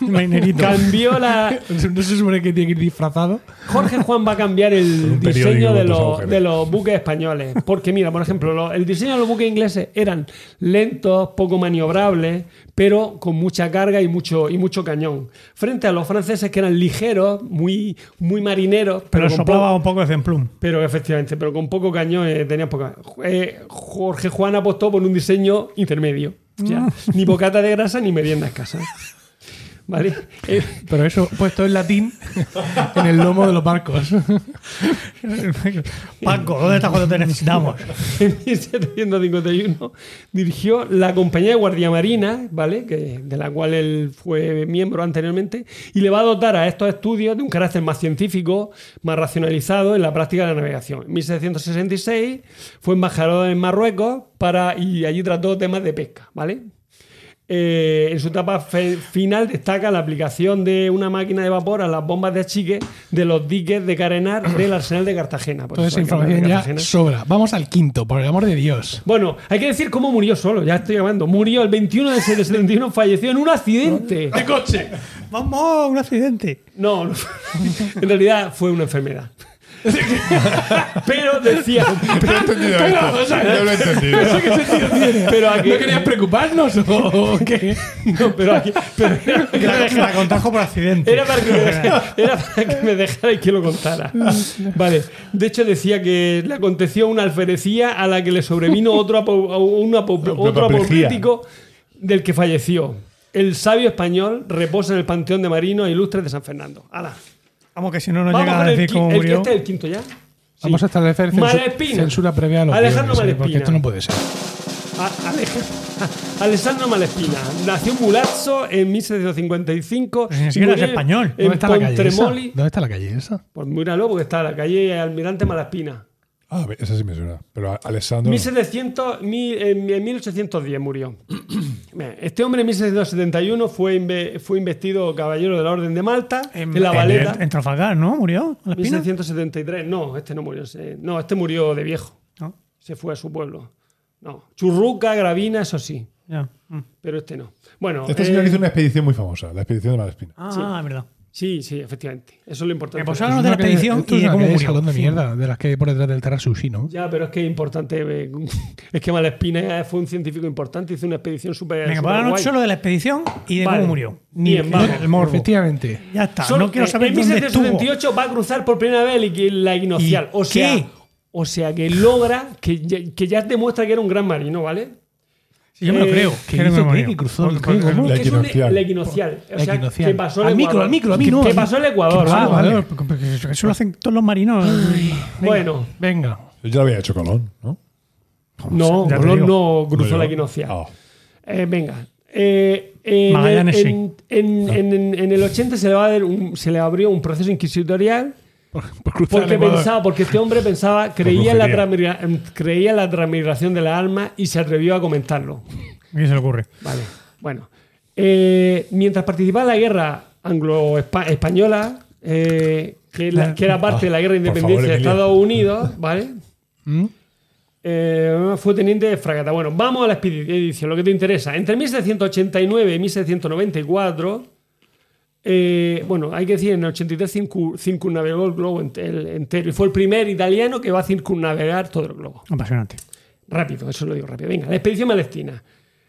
Marinerito.
Cambió la.
No se supone que tiene que ir disfrazado.
Jorge Juan va a cambiar
Con un
el
periódico
diseño
con
de
dos
los,
agujeros.
de los buques españoles. Porque, mira, por ejemplo, lo- el diseño de los buques ingleses eran lentos, poco maniobrables, pero con mucha carga y mucho, y mucho cañón. Frente a los franceses que eran ligeros, muy, muy marineros, pero,
Pero
con
soplaba
poco-
un poco de Zemplum.
Pero efectivamente, pero con poco cañón eh, tenían poca. eh, Jorge Juan apostó por un diseño intermedio. Ya. Ni bocata de grasa ni merienda escasa. ¿Vale? Eh,
Pero eso puesto en latín [LAUGHS] en el lomo de los barcos.
Pues
Paco, ¿dónde estás cuando te
[LAUGHS]
necesitamos?
en 1751 dirigió la compañía de guardia marina, ¿vale? Que, de la cual él fue miembro anteriormente, y le va a dotar a estos estudios de un carácter más científico, más racionalizado en la práctica de la navegación. En 1766 fue embajador en Marruecos para, y allí trató temas de pesca, ¿vale? Eh, en su etapa fe- final destaca la aplicación de una máquina de vapor a las bombas de achique de los diques de carenar del arsenal de Cartagena. Por
Toda esa
eso hay que hablar de
información ya
Cartagena.
sobra. Vamos al quinto, por el amor de Dios.
Bueno, hay que decir cómo murió solo, ya estoy llamando. Murió el 21 de septiembre del 71, falleció en un accidente.
¡Vamos! ¡Un accidente!
[LAUGHS] No, no. en realidad fue una enfermedad. [LAUGHS] Pero decía.
[LAUGHS] No he entendido esto. No lo he entendido.
Pero aquí.
¿No querías preocuparnos o qué?
[LAUGHS] no, pero aquí. pero era,
La, la contrajo por accidente.
era para
[LAUGHS]
que me dejara, era para que me dejara y que lo contara. Vale. De hecho, decía que le aconteció una alferecía a la que le sobrevino otro, apo- a un apo-
Pero
otro
apoplejía.
apoplético del que falleció. El sabio español reposa en el panteón de marinos ilustres de San Fernando. ¡Hala!
Vamos, que si no nos
Vamos
llega
con
a
el,
decir
qui-
cómo
el-
murió.
Este es el quinto ya. Sí.
Vamos a establecer censu-
Malespina.
censura previa a los
Alejandro
guiones, ¿eh? Porque
Malespina.
esto no puede ser.
A- Alej- [LAUGHS] Alessandro Malespina nació en Mulazzo en 1755.
Pero si ni siquiera
murió
es español.
En
¿Dónde está la calle esa?
Pontremoli.
¿Dónde está la calle esa?
Pues míralo, porque está la calle Almirante Malaspina.
Ah, a ver, esa sí me suena. Pero a- Alessandro. no.
1700, mil- en en 1810 murió. Bien, Este hombre en 1771 fue, inve- fue investido caballero de la Orden de Malta en, la Valeta.
En, en Trafalgar, ¿no? ¿Murió? ¿A la espina?
1773, no, este no murió. se- No, este murió de viejo.
No,
Se fue a su pueblo. No. Churruca, Gravina, eso sí.
ya. Mm.
Pero este no. Bueno.
Este
eh,
señor hizo una expedición muy famosa, la expedición de Malespina.
Ah,
Sí.
es verdad.
Sí, sí, efectivamente. Eso es lo importante.
Reposaron Ah, de
Una
la
calle-
expedición
esto
y
es
de
una
cómo
calle de
murió.
salón de
Sí.
mierda, de las que hay por detrás del Terra Sushi, ¿no?
Ya, pero es que es importante. eh, [LAUGHS] Es que Malespina fue un científico importante, hizo una expedición súper.
Venga, pues no
superguay.
solo de la expedición y de
Vale.
cómo murió.
Bien,
el-
vamos.
el morbo.
Efectivamente.
Ya está,
Solo-
no quiero
eh,
saber
en
dónde estuvo.
1778 va a cruzar por primera vez el- la Inocial.
¿Y
O sea,
qué?
o sea que logra, que ya, que ya demuestra que era un gran marino, ¿vale?
Sí, yo me lo
Eh,
creo.
¿qué
creo que
dice
me
qué?
murió.
¿Que cruzó?
Porque-
¿Qué?
porque-
¿Cómo?
La
Es un-
equinoccial.
la Equinocial. O sea,
equinoccial.
que pasó el
Al micro,
Ecuador.
al micro, a mí no.
Que pasó el Ecuador.
Ah,
Ah,
vale.
vale, porque- porque Eso lo hacen todos los marinos. eh,
Bueno,
Venga.
Yo ya lo había hecho Colón, ¿no?
no,
Ya te
Colón
digo.
no cruzó
Bueno,
la Equinocial.
ah,
Eh, venga. Eh, en,
Magallanes sí.
en, en- en- en el 80 se le, va a dar un- se le abrió un proceso inquisitorial porque pensaba, porque este hombre pensaba, creía en la,
brujería.
transmigra- em, creía en la transmigración de la alma y se atrevió a comentarlo. Pues-
¿Qué se le ocurre?
Vale, bueno. Eh, mientras participaba en la guerra anglo-española, eh, que, la- que era parte de la guerra de
Ah, por favor,
independencia
Emilio.
de
¿Mm?
Estados Unidos, ¿vale? Eh, fue teniente de fragata. Bueno, vamos a la expedición, lo que te interesa. Entre 1789 y 1794, eh, bueno, hay que decir, en el 83 circu- circunnavegó el globo ent- el- entero y fue el primer italiano que va a circunnavegar todo el globo.
Apasionante.
Rápido, eso lo digo rápido. Venga, la expedición palestina.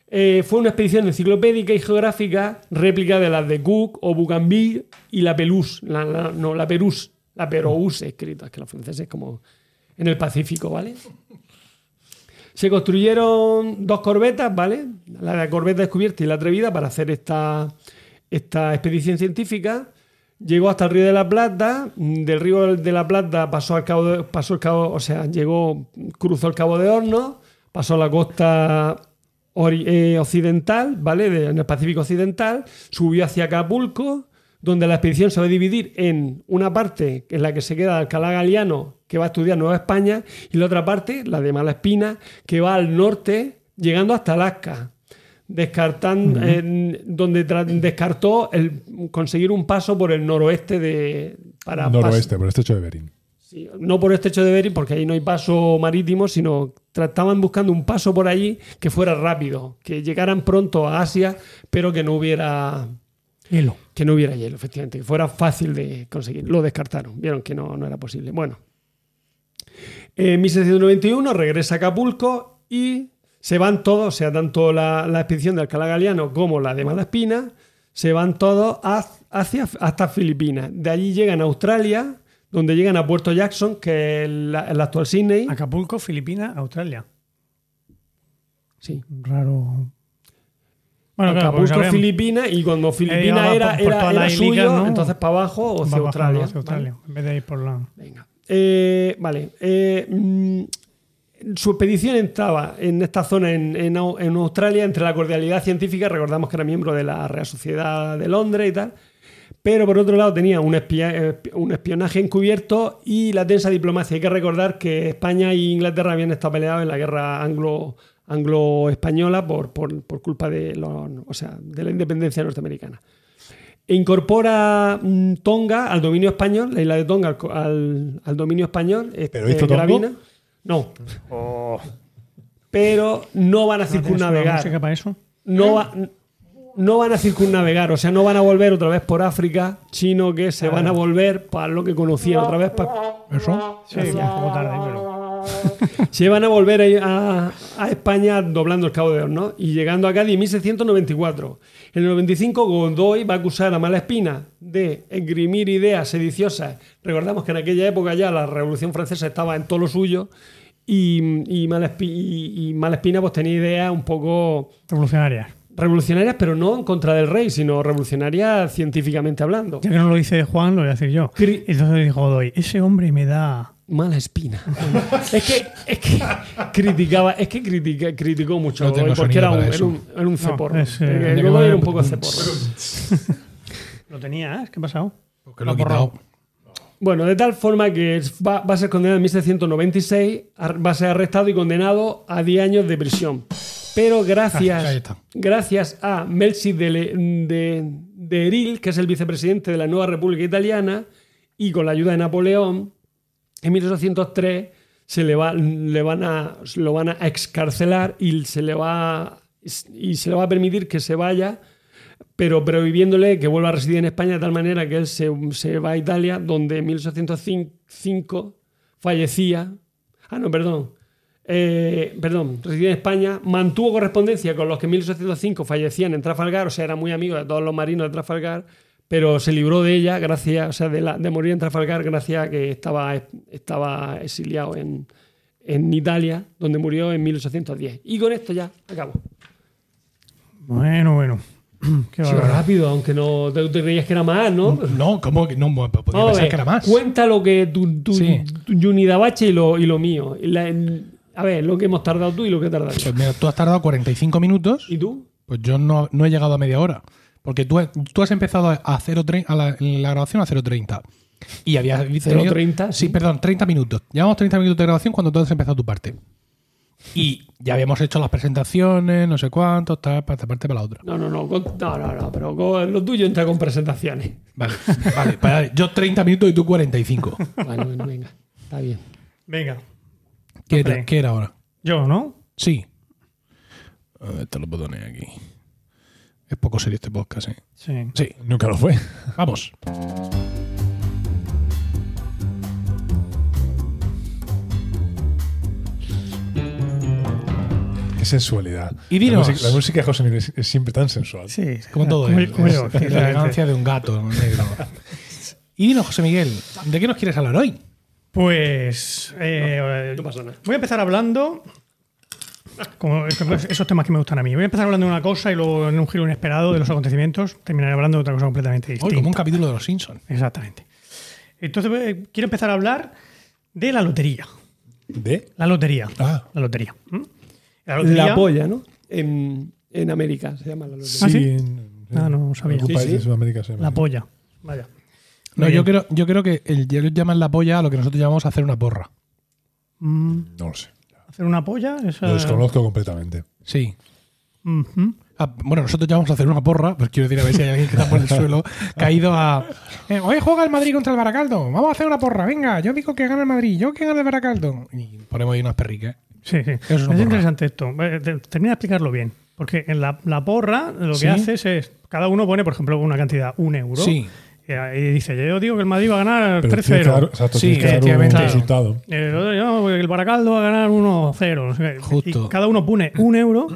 Eh, fue una expedición enciclopédica y geográfica, réplica de las de Cook o Bougainville y la Pelús. La, la- no, la Perús. La Peroús escrita, que la francesa es como en el Pacífico, ¿vale? Se construyeron dos corbetas, ¿vale? La, la corbeta descubierta y la atrevida para hacer esta, esta expedición científica. Llegó hasta el río de la Plata, mm, del río de la Plata pasó al cabo, de- pasó el cabo, o sea, llegó, cruzó el cabo de Hornos, pasó la costa ori- eh, occidental, ¿vale? De- en el Pacífico occidental, subió hacia Acapulco, donde la expedición se va a dividir en una parte en la que se queda Alcalá Galiano, que va a estudiar Nueva España, y la otra parte, la de Malaspina, que va al norte, llegando hasta Alaska, descartan, en- donde tra- descartó el, conseguir un paso por el noroeste de... Para pas-
Noroeste, por este hecho de Berín.
Sí, no por este hecho de Bering, porque ahí no hay paso marítimo, sino trataban buscando un paso por allí que fuera rápido, que llegaran pronto a Asia, pero que no hubiera
Hielo.
que no hubiera hielo, efectivamente, que fuera fácil de conseguir. Lo descartaron, vieron que no, no era posible. Bueno, en 1791 regresa a Acapulco y se van todos, o sea, tanto la, la expedición de Alcalá Galiano como la de Malaspina, se van todos haz- hacia, hasta Filipinas. De allí llegan a Australia, donde llegan a Puerto Jackson, que es la- el actual Sydney.
Acapulco, Filipinas, Australia.
Sí.
Raro. Bueno, claro, porque
Acapulco,
sabrían-
Filipinas, y cuando Filipinas
va
era,
por- por
era-
toda la
era
islica,
suyo,
¿no?
entonces para abajo o
va
hacia
bajando
Australia.
hacia
¿vale?
Australia, En vez de ir por la.
Venga. Eh, vale. eh, mm, su expedición entraba en esta zona en, en Au- en Australia entre la cordialidad científica, recordamos que era miembro de la Real Sociedad de Londres y tal, pero por otro lado tenía un, espia- eh, un espionaje encubierto y la tensa diplomacia. Hay que recordar que España e Inglaterra habían estado peleados en la guerra anglo anglo-española por, por- por culpa de, los- o sea, de la independencia norteamericana. E incorpora mm, Tonga al dominio español, la isla de Tonga al, co- al- al dominio español.
¿Pero
este,
hizo Tongo?
Gravina. No. Pero no van a
¿No tienes una
circunnavegar.
música para eso?
No va- no van a circunnavegar, o sea, no van a volver otra vez por África, chino que se van a volver para lo que conocían otra vez. pa-
Eso. Sí,
Gracias.
un poco tarde, pero.
se van a volver a, a- a España doblando el Cabo de Hornos y llegando a Cádiz en 1694. En el 95 Godoy va a acusar a Malaspina de esgrimir ideas sediciosas. Recordamos que en aquella época ya la Revolución Francesa estaba en todo lo suyo y, y, Malespi- y- y Malaspina pues tenía ideas un poco
Revolucionaria.
revolucionarias, pero no en contra del rey, sino revolucionarias científicamente hablando.
Ya que no lo dice Juan, lo voy a decir yo.
Cri-
Entonces dijo Godoy, ese hombre me da.
Mala espina. es que, es que criticaba, es que critica- criticó mucho
No
a Godoy
tengo
porque
sonido
era un,
para
era
eso.
un, era un ceporro.
es, eh,
Eh,
tenía
Godoy
que poner
era un
un-
poco ceporro.
¿Lo tenías? ¿Qué ha pasado?
Porque lo he
Lo borró.
quitado.
Bueno, de tal forma que es- va, va a ser condenado en 1796, ar- va a ser arrestado y condenado a 10 años de prisión. Pero
Ah, ahí
gracias,
está.
gracias a Melzi de, Le- de- de Eril, que es el vicepresidente de la nueva República Italiana, y con la ayuda de Napoleón, en 1803 se le va, le van a, lo van a excarcelar y se le va y se le va a permitir que se vaya, pero prohibiéndole que vuelva a residir en España de tal manera que él se, se va a Italia, donde en 1805 fallecía. Ah, no, perdón. Eh, perdón, residía en España, mantuvo correspondencia con los que en 1805 fallecían en Trafalgar, o sea, era muy amigo de todos los marinos de Trafalgar, pero se libró de ella, gracias, o sea, de, la- de morir en Trafalgar, gracias a que estaba, estaba exiliado en, en Italia, donde murió en 1810. Y con esto ya acabo.
Bueno, bueno. [CLEARS THROAT] Qué
Sí,
bárbaro.
rápido, aunque no te, te creías que era más, ¿no?
No, ¿cómo que no? Bueno, Podía
Vamos
pensar
a ver,
que era más.
Cuenta lo que tu, tu,
Sí.
tu Yunidabache y lo, y lo mío. Y la- el- a ver, lo que hemos tardado tú y lo que he tardado yo.
[LAUGHS] Pues mira, tú has tardado 45 minutos.
¿Y tú?
Pues yo no, no he llegado a media hora. Porque tú, tú has empezado a 0, a la, la grabación a 0.30. Y habías tenido-
0.30,
Sí,
sí.
perdón, 30 minutos. Llevamos 30 minutos de grabación cuando tú has empezado tu parte. Y ya habíamos hecho las presentaciones, no sé cuántos, tal, para esta parte, para la otra.
No, no, no, con- no, no, no, pero con- lo tuyo entra con presentaciones.
Vale, [LAUGHS] vale, pues vale, Yo 30 minutos y tú 45.
Bueno, bueno, venga, está bien.
Venga.
¿Qué
Hombre.
era, qué era ahora?
Yo, ¿no?
Sí. A ver, te lo botones aquí. Es poco serio este podcast, ¿eh?
Sí.
Sí,
Nunca lo fue.
vamos.
Qué sensualidad.
Y
la,
dinos.
música, la música de José Miguel es, es siempre tan sensual.
Sí.
Como todo él.
como yo,
Es la elegancia de un gato negro. [LAUGHS] Y dinos, José Miguel, ¿de qué nos quieres hablar hoy?
Pues. eh,
No pasa nada.
Voy a empezar hablando. Como esos temas que me gustan a mí. Voy a empezar hablando de una cosa y luego en un giro inesperado de los acontecimientos terminaré hablando de otra cosa completamente
Hoy, como
distinta.
un capítulo de Los Simpsons.
Exactamente. Entonces eh, quiero empezar a hablar de la lotería.
¿De?
La lotería.
Ah.
La lotería. ¿Mm? La lotería.
La polla, ¿no? En, en América se llama la lotería.
¿Ah, sí?
en-
Ah, no sabía.
algún
Sí,
país
sí.
de Sudamérica se llama
La
así.
polla. Vaya.
No,
Muy
yo
bien.
creo, yo creo que el ellos llaman la polla a lo que nosotros llamamos hacer una porra.
Mm,
No lo sé.
hacer una polla. Esa...
Lo desconozco completamente.
Sí.
Ujú.
Ah, bueno, nosotros llamamos a hacer una porra, pero quiero decir a ver si hay alguien que está por [LAUGHS] el suelo caído a. eh, hoy juega el Madrid contra el Baracaldo. Vamos a hacer una porra, venga. Yo digo que gana el Madrid, yo que gana el Baracaldo. Y ponemos ahí unas perricas.
Sí, sí.
es una
es
porra.
interesante esto. Eh, te- Termina de explicarlo bien. Porque en la, la porra lo que
Sí.
haces es, cada uno pone, por ejemplo, una cantidad, un euro.
Sí.
Y ahí dice, yo digo que el Madrid va a ganar
Pero tienes que dar,
3-0.
exacto,
Sí,
tienes que dar un
efectivamente.
resultado.
El, otro, "No, el Baracaldo va a ganar 1-0. no sé qué.
Justo.
Y cada uno pone un euro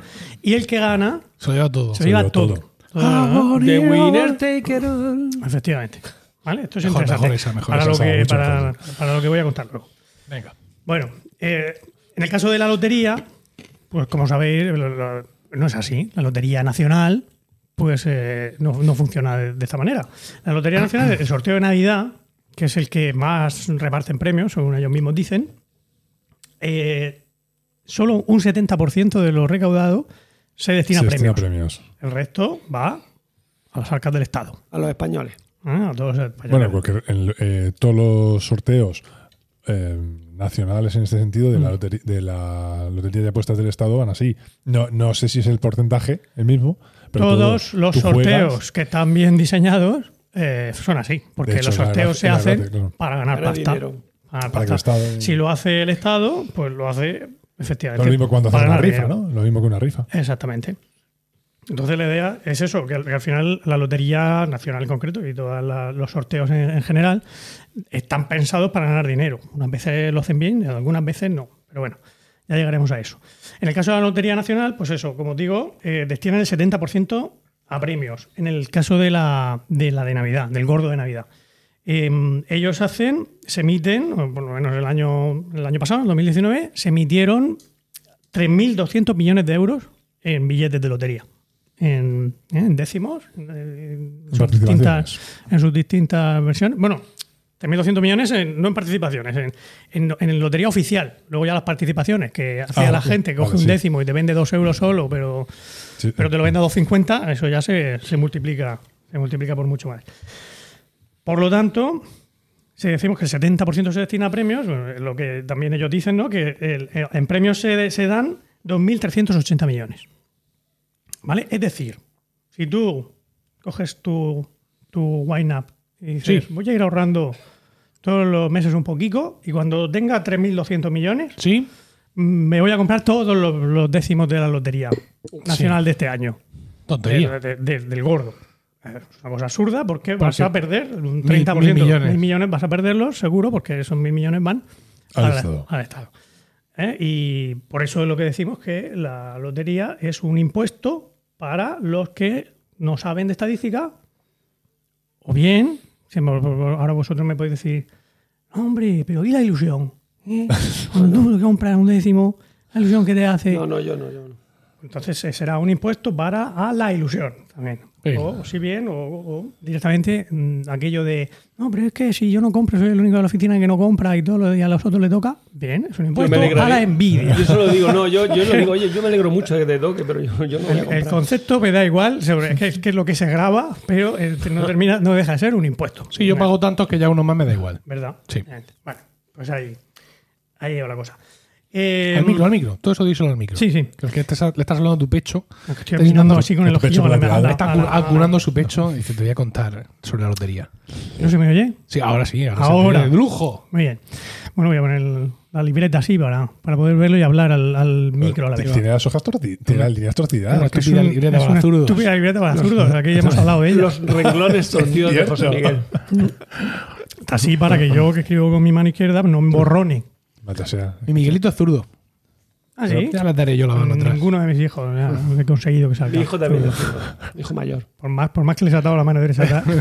y el que gana
Se lo lleva todo.
se lleva
lleva
todo.
todo.
Ah,
The
bonito.
winner take it all.
Efectivamente. ¿Vale? Esto es
Mejor,
interesante.
mejor esa, mejor
para,
esa,
lo
esa,
que,
mucho
para,
mejor.
para lo que voy a contar luego.
Venga.
Bueno, eh, en el caso de la lotería, pues como sabéis, lo- lo- no es así. La lotería nacional, pues eh, no, no funciona de, de esta manera. La lotería nacional, el sorteo de Navidad, que es el que más reparten premios, según ellos mismos dicen, eh, solo un 70% de lo recaudado se destina
Se
a
destina a
premios.
premios.
El resto va a las arcas del Estado.
A los españoles.
Ah, a todos los españoles.
Bueno, cualquier- el- eh, todos los sorteos eh, nacionales en este sentido de
Mm.
la, lotería, de la Lotería de Apuestas del Estado van así. No, no sé si es el porcentaje el mismo, pero tú-
todos los
tú
sorteos
juegas-
que están bien diseñados eh, son así, porque
De hecho,
los
la
sorteos
gra-
se
la
hacen
gracia, claro.
para ganar
Ganar
Ah, pasta.
dinero.
Ganar
Para que
pasta.
el Estado-
Si lo hace el Estado, pues lo hace
no
efectivamente.
es lo mismo cuando haces
para
una
ganar
rifa,
dinero.
¿no? Lo mismo que una rifa.
Exactamente. Entonces la idea es eso, que al, que al final la Lotería Nacional en concreto y todos los sorteos en, en general están pensados para ganar dinero. Unas veces lo hacen bien, y algunas veces no. Pero bueno, ya llegaremos a eso. En el caso de la Lotería Nacional, pues eso, como os digo, eh, destinan el 70% a premios. En el caso de la, de la de Navidad, del gordo de Navidad. Eh, ellos hacen, se emiten, o por lo menos el año, el año pasado, en 2019, se emitieron 3.200 millones de euros en billetes de lotería. En, ¿eh? en décimos, en, en sus
participaciones.
distintas, en sus distintas versiones. Bueno, 3.200 millones en- no en participaciones, en, en, en lotería oficial. Luego ya las participaciones que hacía
Ah,
la
ok.
gente, coge
Vale,
un
sí.
décimo y te vende dos euros solo, pero
Sí.
pero te lo vende a 2.50, eso ya se, se multiplica, se multiplica por mucho más. Por lo tanto, si decimos que el 70% se destina a premios, bueno, lo que también ellos dicen, ¿no? Que el- el- en premios se, se dan 2.380 millones. ¿Vale? Es decir, si tú coges tu, tu wind-up y dices, voy a ir ahorrando todos los meses un poquito y cuando tenga 3.200 millones, mm,
Sí.
me voy a comprar todos los, los décimos de la lotería nacional de este año.
Tontería.
De- de- de- del gordo. Es una cosa absurda porque, vas
Porque
a perder un 30%. Mil,
mil millones.
millones. vas a perderlos, seguro, porque esos mil millones van
Al
a la-
Estado.
al Estado. ¿Eh? Y por eso es lo que decimos que la lotería es un impuesto para los que no saben de estadística. O bien, si me- ahora vosotros me podéis decir, "No, hombre, pero ¿y la ilusión? ¿Eh? [LAUGHS] Cuando tú compras un décimo, la ilusión que te hace.
No, no, yo no, yo no.
Entonces eh, será un impuesto para a la ilusión también.
Sí.
O, si bien, o, o directamente mm, aquello de, no, pero es que si yo no compro, soy el único de la oficina que no compra y todos los días a los otros le toca. Bien, es un impuesto
alegraré.
a la pues envidia.
Yo solo digo, no, yo, yo no digo, oye, yo me alegro mucho de que te toque, pero yo, yo no voy a
El
comprar.
concepto me da igual, sobre- es que es, que es lo que se graba, pero eh, no termina, no deja de ser un impuesto.
Sí, yo
Bueno,
pago tantos que ya uno más me da igual.
¿Verdad?
Sí.
Bueno, pues ahí, ahí lleva la cosa. Eh,
Al micro, al micro. Todo eso díselo al micro.
Sí, sí.
Que el que estás- le estás hablando a tu pecho.
Aunque
Estás
Estoy mirando
diciendo-
así con el
tu pecho
ojillo. a la- a la-
plateado.
Está
a
cur-
la-
ah, curando su pecho y dice, te voy a contar sobre la lotería.
¿No se me oye?
Sí, ahora sí. Ahora. se
Ahora.
te oye de lujo.
Muy bien. Bueno, voy a poner el- la libreta así para, para poder verlo y hablar al, al micro a la vez.
Tiene las hojas torcidas. Tiene las líneas torcidas.
Una
Es
estúpida
un-
libreta
es
para
una
zurdos.
estúpida libreta para zurdos. Aquí ya hemos hablado de ella.
Los renglones torcidos de José
Cierto.
Miguel.
Así para que yo, que escribo con mi mano izquierda, no me borrone.
Mata sea.
Y Miguelito es zurdo.
¿Ah, sí? Mm,
Ya las daré yo la mano atrás.
Ninguno de mis hijos ya, he conseguido que salga.
Mi hijo
[LAUGHS]
también, lo tengo, mi hijo mayor.
Por más, por más que les atado la mano derecha. atrás, no hay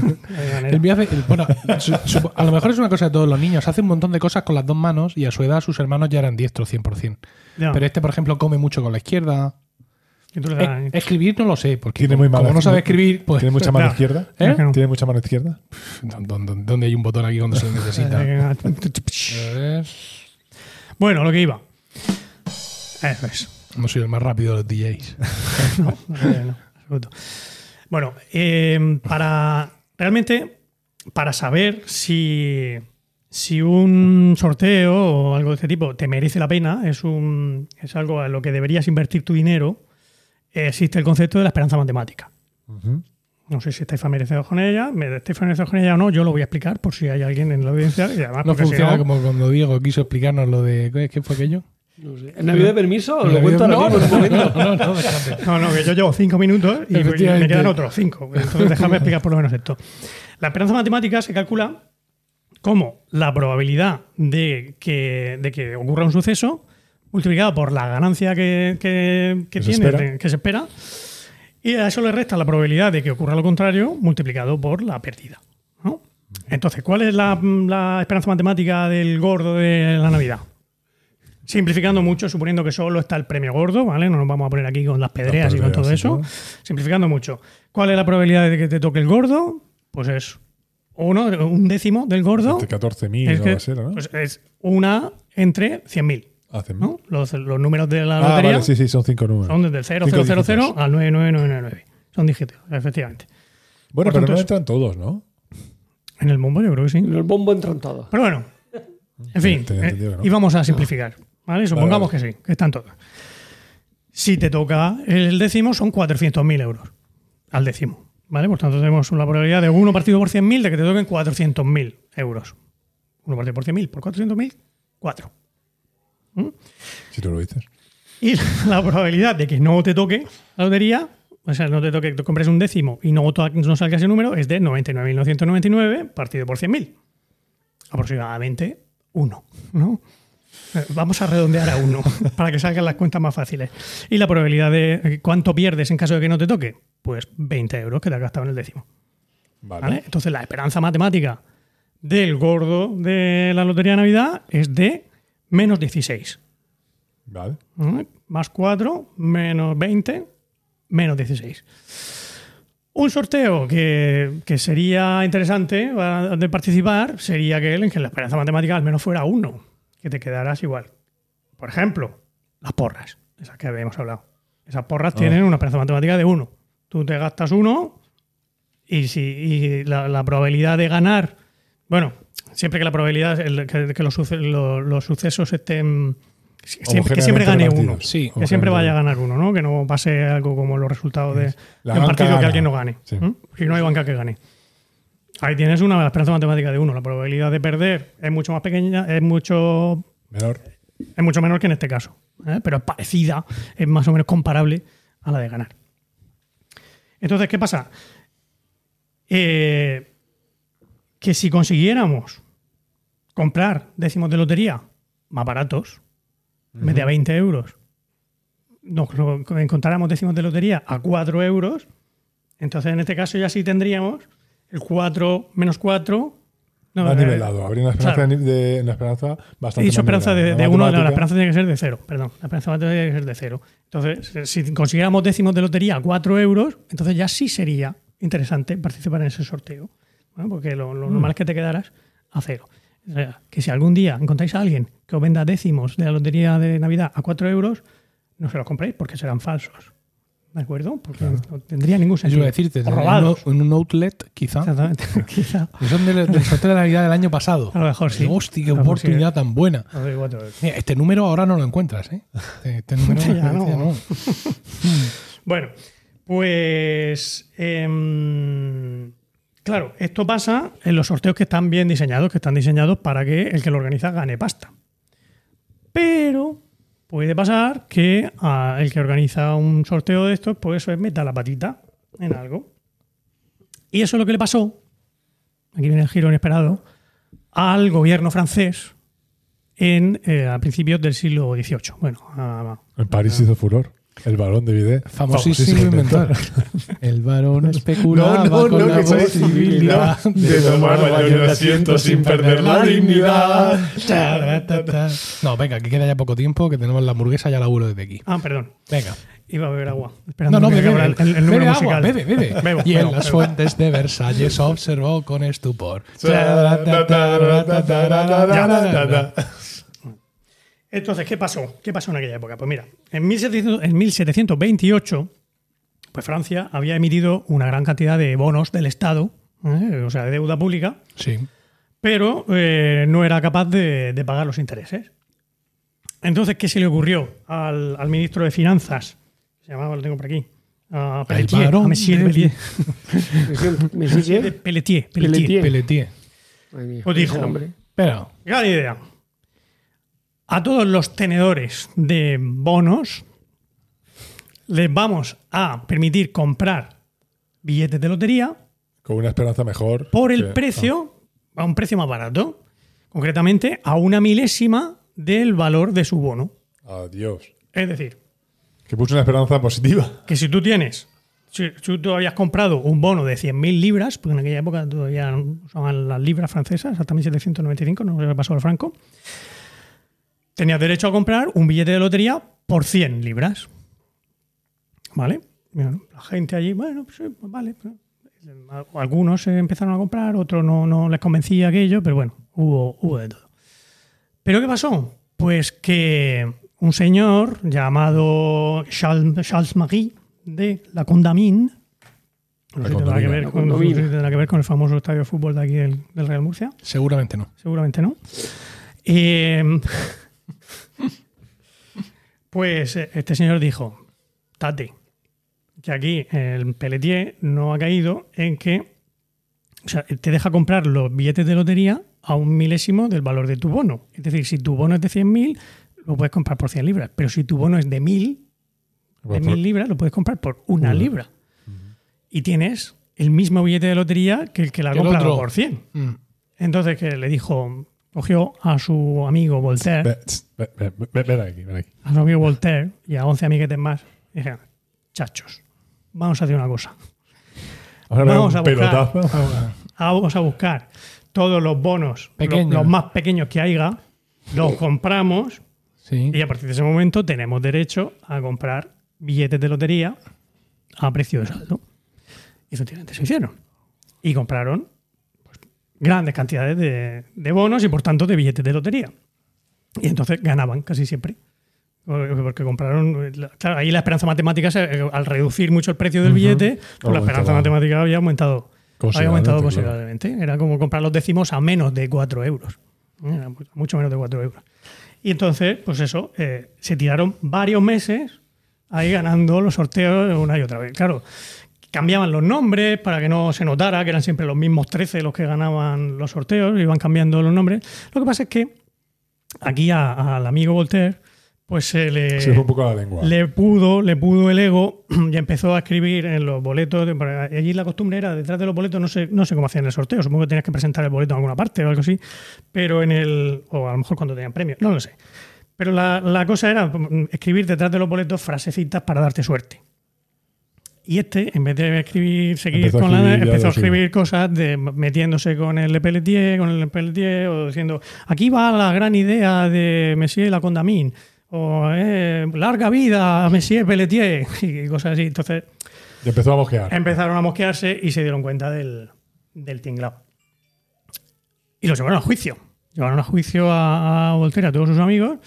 manera.
El mío hace- el- bueno, su- su- a lo mejor es una cosa de todos los niños. Hace un montón de cosas con las dos manos y a su edad sus hermanos ya eran diestros 100%.
Ya.
Pero este, por ejemplo, come mucho con la izquierda.
Y tú le das-
Eh, escribir no lo sé, porque
Tiene
como,
muy mala-
como no sabe escribir, pues... [LAUGHS]
Tiene mucha mano
Claro.
izquierda.
¿Eh?
No.
Tiene mucha mano izquierda.
¿Dónde, dónde hay un botón aquí cuando se
[LAUGHS]
lo necesita?
Eh,
A ver,
bueno, lo que iba. Eso es.
No soy el más rápido de los DJs.
No, no, no, no, absoluto. Bueno, eh, para realmente para saber si, si un sorteo o algo de este tipo te merece la pena, es un es algo a lo que deberías invertir tu dinero, existe el concepto de la esperanza matemática. No sé si estáis familiarizados con ella, me estáis familiarizados con ella o no, yo lo voy a explicar por si hay alguien en la audiencia. y además
No
Ah, porque si
funciona como cuando Diego quiso explicarnos lo de... ¿qué- ¿Qué fue aquello?
No sé. ¿En Navidad de permiso? ¿Lo
La
cuento
vida-
ahora mismo en un [LAUGHS] momento?
No, no, no, déjate.
No, no, que yo llevo cinco minutos y me
Efectivamente.
quedan otros cinco. Entonces déjame explicar por lo menos esto. La esperanza matemática se calcula como la probabilidad de que, de que ocurra un suceso multiplicada por la ganancia que, que- que
Que se
tiene,
espera.
de- que se espera, y a eso le resta la probabilidad de que ocurra lo contrario multiplicado por la pérdida. ¿no? Entonces, ¿cuál es la, la esperanza matemática del gordo de la Navidad? Simplificando mucho, suponiendo que solo está el premio gordo, ¿vale? No nos vamos a poner aquí con las pedreas y con
pedreas,
todo
sí,
eso.
¿no?
Simplificando mucho. ¿Cuál es la probabilidad de que te toque el gordo? Pues es uno, un décimo del gordo.
Este 14.000
Es,
o
que-
así, ¿no?
pues es una entre 100.000,
Hace mil.
¿no? Los, los números de la
Ah,
lotería
vale, sí, sí, son cinco números.
son desde el 0000
Cinco dígitos.
al 99999. Son dígitos, efectivamente.
Bueno, pero
Por tanto,
no
es-
entran todos, ¿no?
En el bombo yo creo que sí.
En el bombo entran todos.
Pero bueno, en fin,
Tenía entendido
eh,
que no.
y vamos a simplificar, ¿vale? Supongamos que sí, que están todos. Si te toca el décimo, son 400.000 euros al décimo, ¿vale? Por tanto, tenemos una probabilidad de 1 partido por 100.000 de que te toquen 400.000 euros. 1 partido por 100.000 por 400.000, 4.
Si tú lo dices.
[LAUGHS] Y la probabilidad de que no te toque la lotería O sea, no te toque, tú compres un décimo y no, to- no salga ese número, es de 99.999 partido por 100.000. Aproximadamente uno, ¿no? Eh, Vamos a redondear a uno [LAUGHS] para que salgan las cuentas más fáciles. Y la probabilidad de eh, cuánto pierdes en caso de que no te toque, pues 20 euros que te has gastado en el décimo.
Vale.
¿vale? Entonces, la esperanza matemática del gordo de la lotería de Navidad es de menos 16.
Vale.
¿Mm? Más 4, menos 20, menos 16. Un sorteo que, que sería interesante ah, de participar sería que el- que la esperanza matemática al menos fuera uno, que te quedaras igual. Por ejemplo, las porras, esas que habíamos hablado. Esas porras
Ah.
tienen una esperanza matemática de uno. Tú te gastas uno y, si, y la, la probabilidad de ganar, bueno, siempre que la probabilidad, el- que, que los, suce- lo- los sucesos estén... si- Siempre, que siempre gane
Homogéneamente
uno.
repartidos.
Sí,
Que
Homogéneamente.
siempre vaya a ganar uno, ¿no? Que no pase algo como los resultados de,
La
de
banca
un partido que
gana.
alguien no gane.
Sí.
¿Mm? Y no hay banca que gane. Ahí tienes una esperanza matemática de uno. La probabilidad de perder es mucho más pequeña, es mucho,
Menor.
es mucho menor que en este caso. ¿eh? Pero es parecida, es más o menos comparable a la de ganar. Entonces, ¿qué pasa? Eh, que si consiguiéramos comprar décimos de lotería más baratos, en vez de a 20 euros, nos lo- encontráramos décimos de lotería a 4 euros, entonces en este caso ya sí tendríamos el 4 menos 4. no,
más
eh,
nivelado. Habría una esperanza,
claro.
de, una esperanza
y
bastante.
dicho
más
esperanza de,
nivelada.
de uno, no, la
matemática-
esperanza tiene que ser de cero, perdón. La esperanza matemática tiene que ser de cero. Entonces, si consiguiéramos décimos de lotería a cuatro euros, entonces ya sí sería interesante participar en ese sorteo. Bueno, porque lo, lo normal es que te quedaras a cero. O sea, que si algún día encontráis a alguien que os venda décimos de la lotería de Navidad a cuatro euros, no se los compréis porque serán falsos. ¿De acuerdo? Porque no tendría ningún
Yo
sentido.
iba a decirte,
O
en un,
robados.
en un outlet, quizá.
Exactamente. [LAUGHS] Quizá.
Que Son del, del sorteo de Navidad del año pasado.
A lo mejor Ah, sí.
Hostia, qué
A lo mejor sí.
oportunidad tan buena.
Os doy cuatro euros.
Mira, este número ahora no lo encuentras, ¿eh? Este, este número
Ya no.
ya no.
Bueno, pues em, claro, esto pasa en los sorteos que están bien diseñados, que están diseñados para que el que lo organiza gane pasta. Pero puede pasar que ah, el que organiza un sorteo de estos, pues eso es meta la patita en algo. Y eso es lo que le pasó, aquí viene el giro inesperado, al gobierno francés en, eh, a principios del siglo XVIII. Bueno, ah, a-
En París hizo furor. El balón de Vide.
Famosísimo inventor. El varón especulaba
No, no,
con
no,
la
que soy
posibilidad
de tomar mayor asiento sin perder la dignidad.
Ta, ta, ta. No, venga, que queda ya poco tiempo, que tenemos la hamburguesa y al abuelo desde aquí.
ah, perdón.
Venga.
Iba a beber agua.
No,
Esperando
no,
que
bebe,
acabara
bebe,
el, el número
Bebe
musical.
agua, bebe, bebe.
Bebo,
y en
bebo,
las
bebo.
fuentes de Versalles observó con estupor.
Entonces, ¿qué pasó? ¿Qué pasó en aquella época? Pues mira, en, 1700 en 1728, pues Francia había emitido una gran cantidad de bonos del Estado, ¿eh? o sea, de deuda pública,
Sí.
pero eh, no era capaz de, de pagar los intereses. Entonces, ¿qué se le ocurrió al, al ministro de Finanzas? Se llamaba, lo tengo por aquí. A Pelletier, a
varón
Monsieur
de-
Pelletier.
¿Me sigue?
Pelletier, Pelletier.
Pelletier.
Pelletier.
Madre mía,
Os dijo,
ese hombre.
Pero,
Gran idea. A todos los tenedores de bonos les vamos a permitir comprar billetes de lotería
Con una esperanza mejor.
por el
que-
precio, a un precio más barato, concretamente a una milésima del valor de su bono.
Ah, Adiós.
Es decir,
Que puso una esperanza positiva.
que si tú tienes, si si tú habías comprado un bono de 100.000 libras, porque en aquella época todavía usaban las libras francesas, hasta 1795, no se pasó al franco, tenías derecho a comprar un billete de lotería por 100 libras. ¿Vale? Bueno, la gente allí, bueno, pues, sí, pues vale. pues, Algunos eh, empezaron a comprar, otros no, no les convencía aquello, pero bueno, hubo, hubo de todo. ¿Pero qué pasó? Pues que un señor llamado Charles, Charles Marie de la Condamine, no sé si tendrá que
Condamine.
ver
La
con- no sé si
Condamine.
tendrá que ver con el famoso estadio de fútbol de aquí del, del Real Murcia,
seguramente no.
seguramente no. Eh, [LAUGHS] pues eh, este señor dijo, Tate, que aquí el Pelletier no ha caído en que o sea, te deja comprar los billetes de lotería a un milésimo del valor de tu bono. Es decir, si tu bono es de 100.000, lo puedes comprar por 100 libras. Pero si tu bono es de 1.000, de
Pues por-
1.000 libras, lo puedes comprar por una libra. y tienes el mismo billete de lotería que el que la ha
Que el
comprado
otro.
por 100.
Mm.
Entonces que le dijo, cogió a su amigo Voltaire,
Ve- tss, ve- ve- ve- Ven aquí, ven aquí.
a su amigo Voltaire y a 11 amiguetes más, y dijeron, chachos, vamos a hacer una cosa.
Ahora
Vamos a
un
buscar.
pelotazo. [LAUGHS]
Ahora vamos a buscar todos los bonos, lo-
Pequeños.
los más pequeños que haya, los compramos
Sí.
y a partir de ese momento tenemos derecho a comprar billetes de lotería a precio de saldo. Y efectivamente se hicieron. Y compraron pues, grandes cantidades de, de bonos y por tanto de billetes de lotería. Y entonces ganaban casi siempre. O- Porque compraron. la- Claro, ahí la esperanza matemática, se- eh, al reducir mucho el precio del billete, pues la
Aumentaba.
esperanza matemática había aumentado. Había
Considerablemente,
aumentado considerablemente. Era como comprar los décimos a menos de 4 euros. Era mu- mucho menos de 4 euros. Y entonces, pues eso, eh, se tiraron varios meses ahí ganando los sorteos una y otra vez. Claro, cambiaban los nombres para que no se notara que eran siempre los mismos 13 los que ganaban los sorteos, iban cambiando los nombres. Lo que pasa es que aquí a- al amigo Voltaire, pues se le
Se fue un poco la lengua.
le pudo, le pudo el ego [CLEARS THROAT] y empezó a escribir en los boletos. de- para- Allí la costumbre era, detrás de los boletos, no sé, no sé cómo hacían el sorteo. Supongo que tenías que presentar el boleto en alguna parte o algo así. Pero en el. O a lo mejor cuando tenían premio, no lo sé. Pero la, la cosa era mm, escribir detrás de los boletos frasecitas para darte suerte. Y este, en vez de escribir, seguir
Empezó a
con la.
escribir ya
Empezó a
lo suyo.
escribir cosas de metiéndose con el Pelletier, con el Pelletier, o diciendo: aquí va la gran idea de Messier la Condamine, o eh, larga vida a Messier Pelletier, [LAUGHS] y cosas así. Entonces
Y empezó a mosquear.
empezaron a mosquearse y se dieron cuenta del, del tinglao. Y los llevaron a juicio. Llevaron a juicio a, a Voltaire, a todos sus amigos,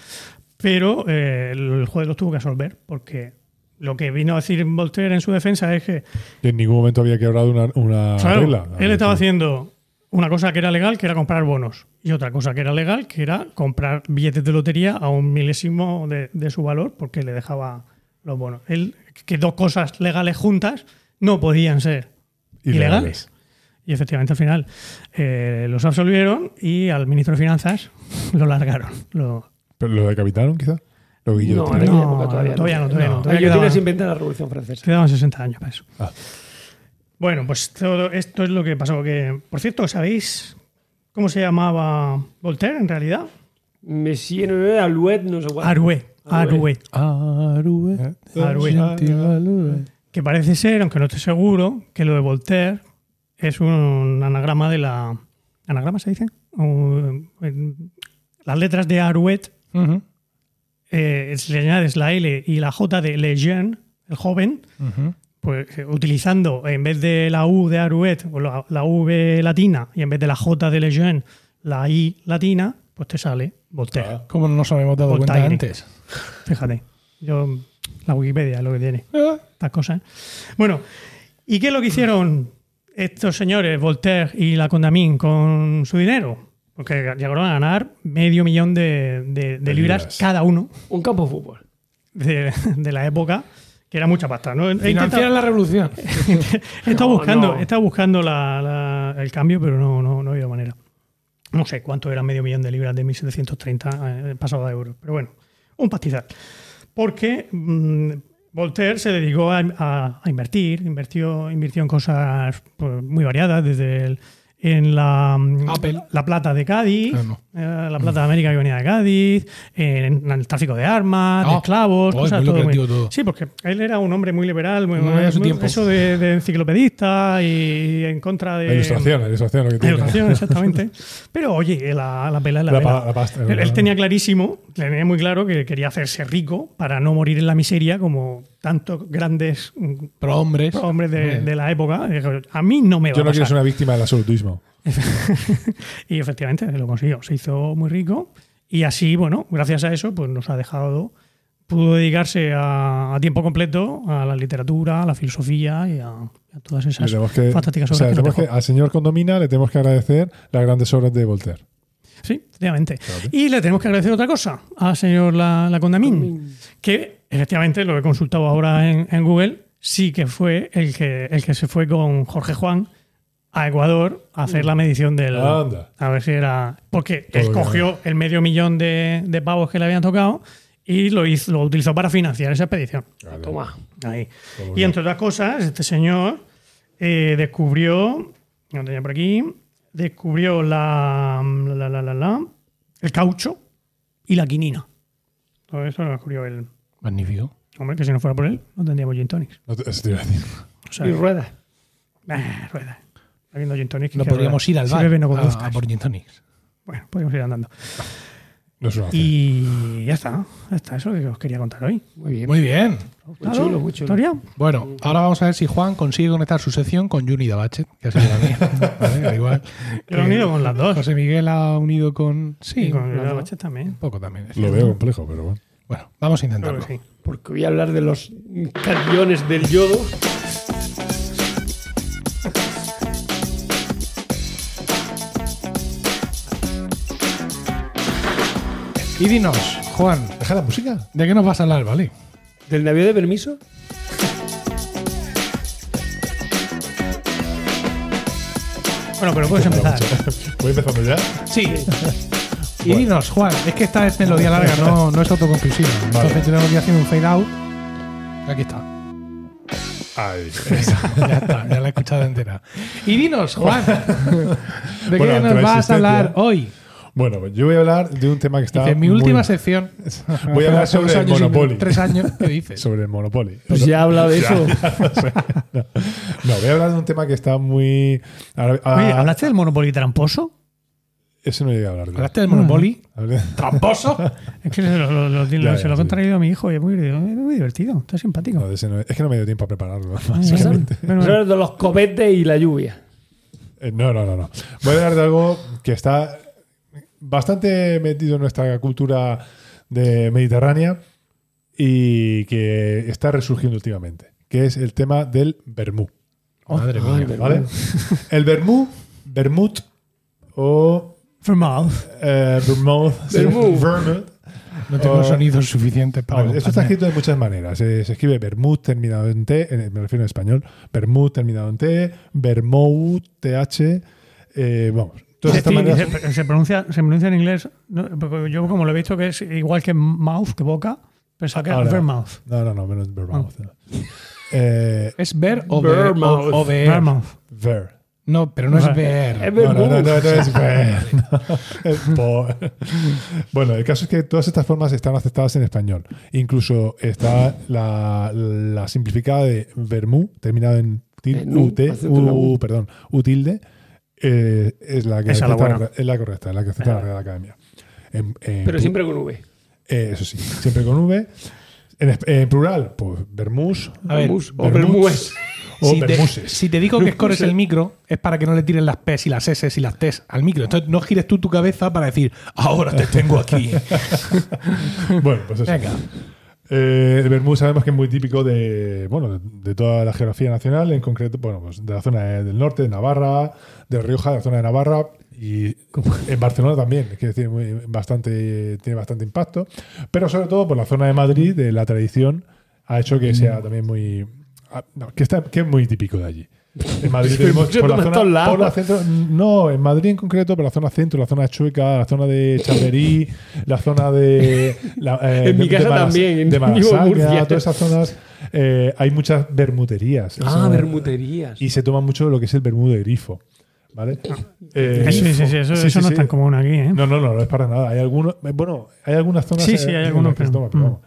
pero eh, el juez los tuvo que absolver porque lo que vino a decir Voltaire en su defensa es que
Que en ningún momento había quebrado una, una
Claro,
regla.
él estaba haciendo una cosa que era legal, que era comprar bonos, y otra cosa que era legal, que era comprar billetes de lotería a un milésimo de, de su valor porque le dejaba los bonos. Él, que dos cosas legales juntas no podían ser ilegales.
Ilegales.
Y efectivamente al final eh, los absolvieron y al ministro de Finanzas lo largaron. Lo-
¿Pero lo decapitaron, quizá? Lo
No, en
guillotinaron.
aquella
No,
época todavía no.
todavía no, todavía no,
La
todavía
guillotina
quedaba-
se inventa en la Revolución Francesa.
Quedaban 60 años para eso.
Ah.
Bueno, pues todo esto es lo que pasó. Que, por cierto, ¿sabéis cómo se llamaba Voltaire en realidad?
Messier no era Luet, no sé cuál.
Arouet.
Arouet.
Arouet.
¿Eh?
Arouet. Que parece ser, aunque no estoy seguro, que lo de Voltaire es un anagrama de la. ¿Anagrama se dice? O, eh, Las letras de Arouet
Ujú,
eh, si le añades la L y la J de Le Jeune, el joven,
ujú.
Pues eh, utilizando en vez de la U de Arouet o la, la V latina y en vez de la J de Lejeune la I latina, pues te sale Voltaire.
Ah.
¿Cómo no nos habíamos dado cuenta
Voltaire.
antes?
Fíjate, yo la Wikipedia es lo que tiene, estas cosas. Bueno, ¿y qué es lo que hicieron estos señores, Voltaire y la Condamine, con su dinero? Porque llegaron a ganar medio millón de, de- de
De
libras,
libras.
cada uno
Un campo de fútbol.
de, de la época, que era mucha pasta. ¿no? He intentado-
Financiar la revolución.
He estado
No,
buscando,
no.
he estado buscando la- la- el cambio, pero no, no, no había manera. No sé cuánto era medio millón de libras de 1730 eh, pasado a euros, pero bueno, un pastizal. Porque mm, Voltaire se dedicó a, a- a invertir, invirtió, invirtió en cosas pues, muy variadas, desde el- en la, mm,
Apple.
la plata de Cádiz,
Ah, no.
eh, la plata de América que venía de Cádiz, en, en el tráfico de armas, de
Ah,
esclavos,
oh,
cosas
muy
todo muy-
lucrativo todo.
Sí, porque él era un hombre muy liberal, muy,
No era su
muy-
tiempo.
eso de, de enciclopedista y en contra de.
La ilustración, la ilustración, lo que
La
tiene.
eh, ilustración, exactamente. Pero oye, la, la pela es la,
La
pela.
pa- la pasta,
él,
la-
él tenía clarísimo, tenía muy claro que quería hacerse rico para no morir en la miseria como tantos grandes mm,
Pero hombres.
hombres de, de la época. Dijo, A mí no me va
Yo
a
no
pasar.
quiero ser una víctima del absolutismo.
Y efectivamente lo consiguió. Se hizo muy rico. Y así, bueno, gracias a eso, pues nos ha dejado. Pudo dedicarse a, a tiempo completo a la literatura, a la filosofía y a, a todas
Le
esas
tenemos que-
fantásticas
o
obras
sea,
que nos
tenemos que-
dejó.
al señor Condomina le tenemos que agradecer las grandes obras de Voltaire.
Sí, efectivamente.
Claro.
Y le tenemos que agradecer otra cosa al señor La, la Condamine, que efectivamente lo he consultado ahora en, en Google, sí que fue el que, el que se fue con Jorge Juan a Ecuador a hacer la medición del,
Anda.
A ver si era. Porque
Ah. Todo
escogió el medio millón de, de pavos que le habían tocado y lo, hizo, lo utilizó para financiar esa expedición.
Vale.
Toma.
Ahí.
Todo
Y
bien.
entre otras cosas, este señor eh, descubrió, lo tenía por aquí, descubrió la, la, la, la, la- el caucho y la quinina. Todo eso lo descubrió él.
Magnífico.
Hombre, que si no fuera por él, no tendríamos gin tonics.
No te- eso te iba a decir.
O sea,
Y ruedas.
Ah, rueda. Habiendo gin tonics.
No
que
podríamos
rueda.
ir al
Si
bar
bebes, no
a-
conduzcas.
a, por gin tonics.
Bueno, podríamos ir andando.
No es una opción.
Y ya está. Ya está eso que os quería contar hoy.
Muy bien.
Muy bien.
Claro,
chulo, muy chulo.
Gloria.
Bueno, ahora vamos a ver si Juan consigue conectar su sección con Juni Dabachet, que ha sido la mía. [LAUGHS] Vale, da igual.
Yo lo he
Que
unido con las dos.
José Miguel ha unido con. Sí,
y con
las
la
dos.
noche también.
Un poco también. es
Lo
cierto.
veo complejo, pero bueno.
Bueno, vamos a
Creo
intentarlo.
que sí.
Porque voy a hablar de los cationes del yodo.
Y dinos, Juan,
Deja la música.
¿de qué nos vas a hablar, vale?
¿Del navío de permiso?
Bueno, pero puedes empezar.
Voy empezando ya.
Sí. Y dinos, Juan, es que esta es melodía larga, no, no es autoconclusiva. Entonces tenemos que hacer un fade out. Aquí está.
[LAUGHS] Ahí.
Ya está, ya la he escuchado entera. Y dinos, Juan, ¿de
Bueno,
qué
ante
nos
la
vas a hablar
existencia.
hoy?
Bueno, pues yo voy a hablar de un tema que está.
Dice, mi
muy-
última sección.
Voy a hablar
Hace dos
sobre el
años y
Monopoly.
Tres años, ¿qué dices?
Sobre el Monopoly.
Pues ya he hablado de eso.
No, voy a hablar de un tema que está muy. ahora- ah,
Oye, ¿hablaste del Monopoly tramposo?
Eso no llegué a hablar de.
¿Hablaste del Monopoly?
Hablé-
¿Tramposo?
Es que se lo, lo- lo- lo- se lo he
ya, sí.
contraído a mi hijo y es muy, es muy divertido. Está simpático.
no, de ese no- es que no me dio tiempo a prepararlo.
Ah, Bueno, bueno.
Son de los copetes y la lluvia.
Eh, No, no, no, no. Voy a hablar de algo que está bastante metido en nuestra cultura de mediterránea y que está resurgiendo últimamente, que es el tema del vermú. Mm.
Madre mía.
¿Vale? El vermú, vermut o
Vermouth.
eh, vermouth, sí,
Vermú.
vermouth.
No tengo
Oh.
sonidos suficientes para.
Vamos, esto está
acompañar.
escrito de muchas maneras. Eh, se escribe vermut terminado en T, en- me refiero en español, vermut terminado en T, vermouth, TH, eh, vamos. Todas estas
Sí,
maneras
y se, se pronuncia, se pronuncia en inglés. no, porque yo, como lo he visto, que es igual que mouth, que boca, pensaba que era
Ahora.
vermouth.
No, no, no, menos Vermouth. no. Eh,
¿Es ver o ver?
Vermouth.
o- o ver?
Vermouth.
ver.
No, pero no es
Ver.
ver.
Es
No, no, no, no,
vermú.
no es ver. no. [LAUGHS] Es por. Bueno, el caso es que todas estas formas están aceptadas en español. Incluso está la, la simplificada de vermú, terminado en til-
En U,
ut,
acento en la U.
u, perdón, u tilde, eh, es la que
Esa la
acepta
buena.
es la correcta, es la que acepta la Real Academia. En- en
Pero
pu-
siempre con V.
eh, eso sí, siempre con V. En, es- en plural, pues vermús.
A ver,
Vermús O
vermuts.
Bermúes.
O
si te,
vermuses.
si te digo que escores el micro, es para que no le tiren las P's y las S's y las T's al micro. Entonces no gires tú tu cabeza para decir, ahora te tengo aquí.
[LAUGHS] Bueno, pues eso.
Venga.
Eh, el vermú sabemos que es muy típico de, bueno, de, de toda la geografía nacional, en concreto, bueno, pues de la zona de- del norte, de Navarra, de Rioja, de la zona de Navarra y en Barcelona también, es decir, muy- bastante, tiene bastante impacto, pero sobre todo por la zona de Madrid, de la tradición, ha hecho que sea también muy... ah, no, que, está, que es muy típico de allí. En
[LAUGHS]
Madrid tenemos
mucho
por la
por
zona,
todos lados.
por la centro, no, en Madrid en concreto, por la zona centro, la zona chueca, la zona de
[LAUGHS]
Chamberí, la zona de... la, eh,
En mi
de- de
casa
Maras-
también, en-
[LAUGHS]
de
vivo en
Malasaña,
Murcia.
todas esas zonas, eh, hay muchas bermuterías.
Ah,
Eso-
bermuterías. Ah,
Y se toma mucho lo que es el bermudo de grifo. ¿Vale? Eh,
sí, sí, sí, eso,
sí,
eso
sí,
no
sí.
es tan común aquí. ¿eh?
No, no, no, no es para nada. Hay algunos, bueno, hay algunas zonas.
Sí,
eh,
sí, hay
en las
algunos,
que se toma,
pero-
pero
mm.
vamos.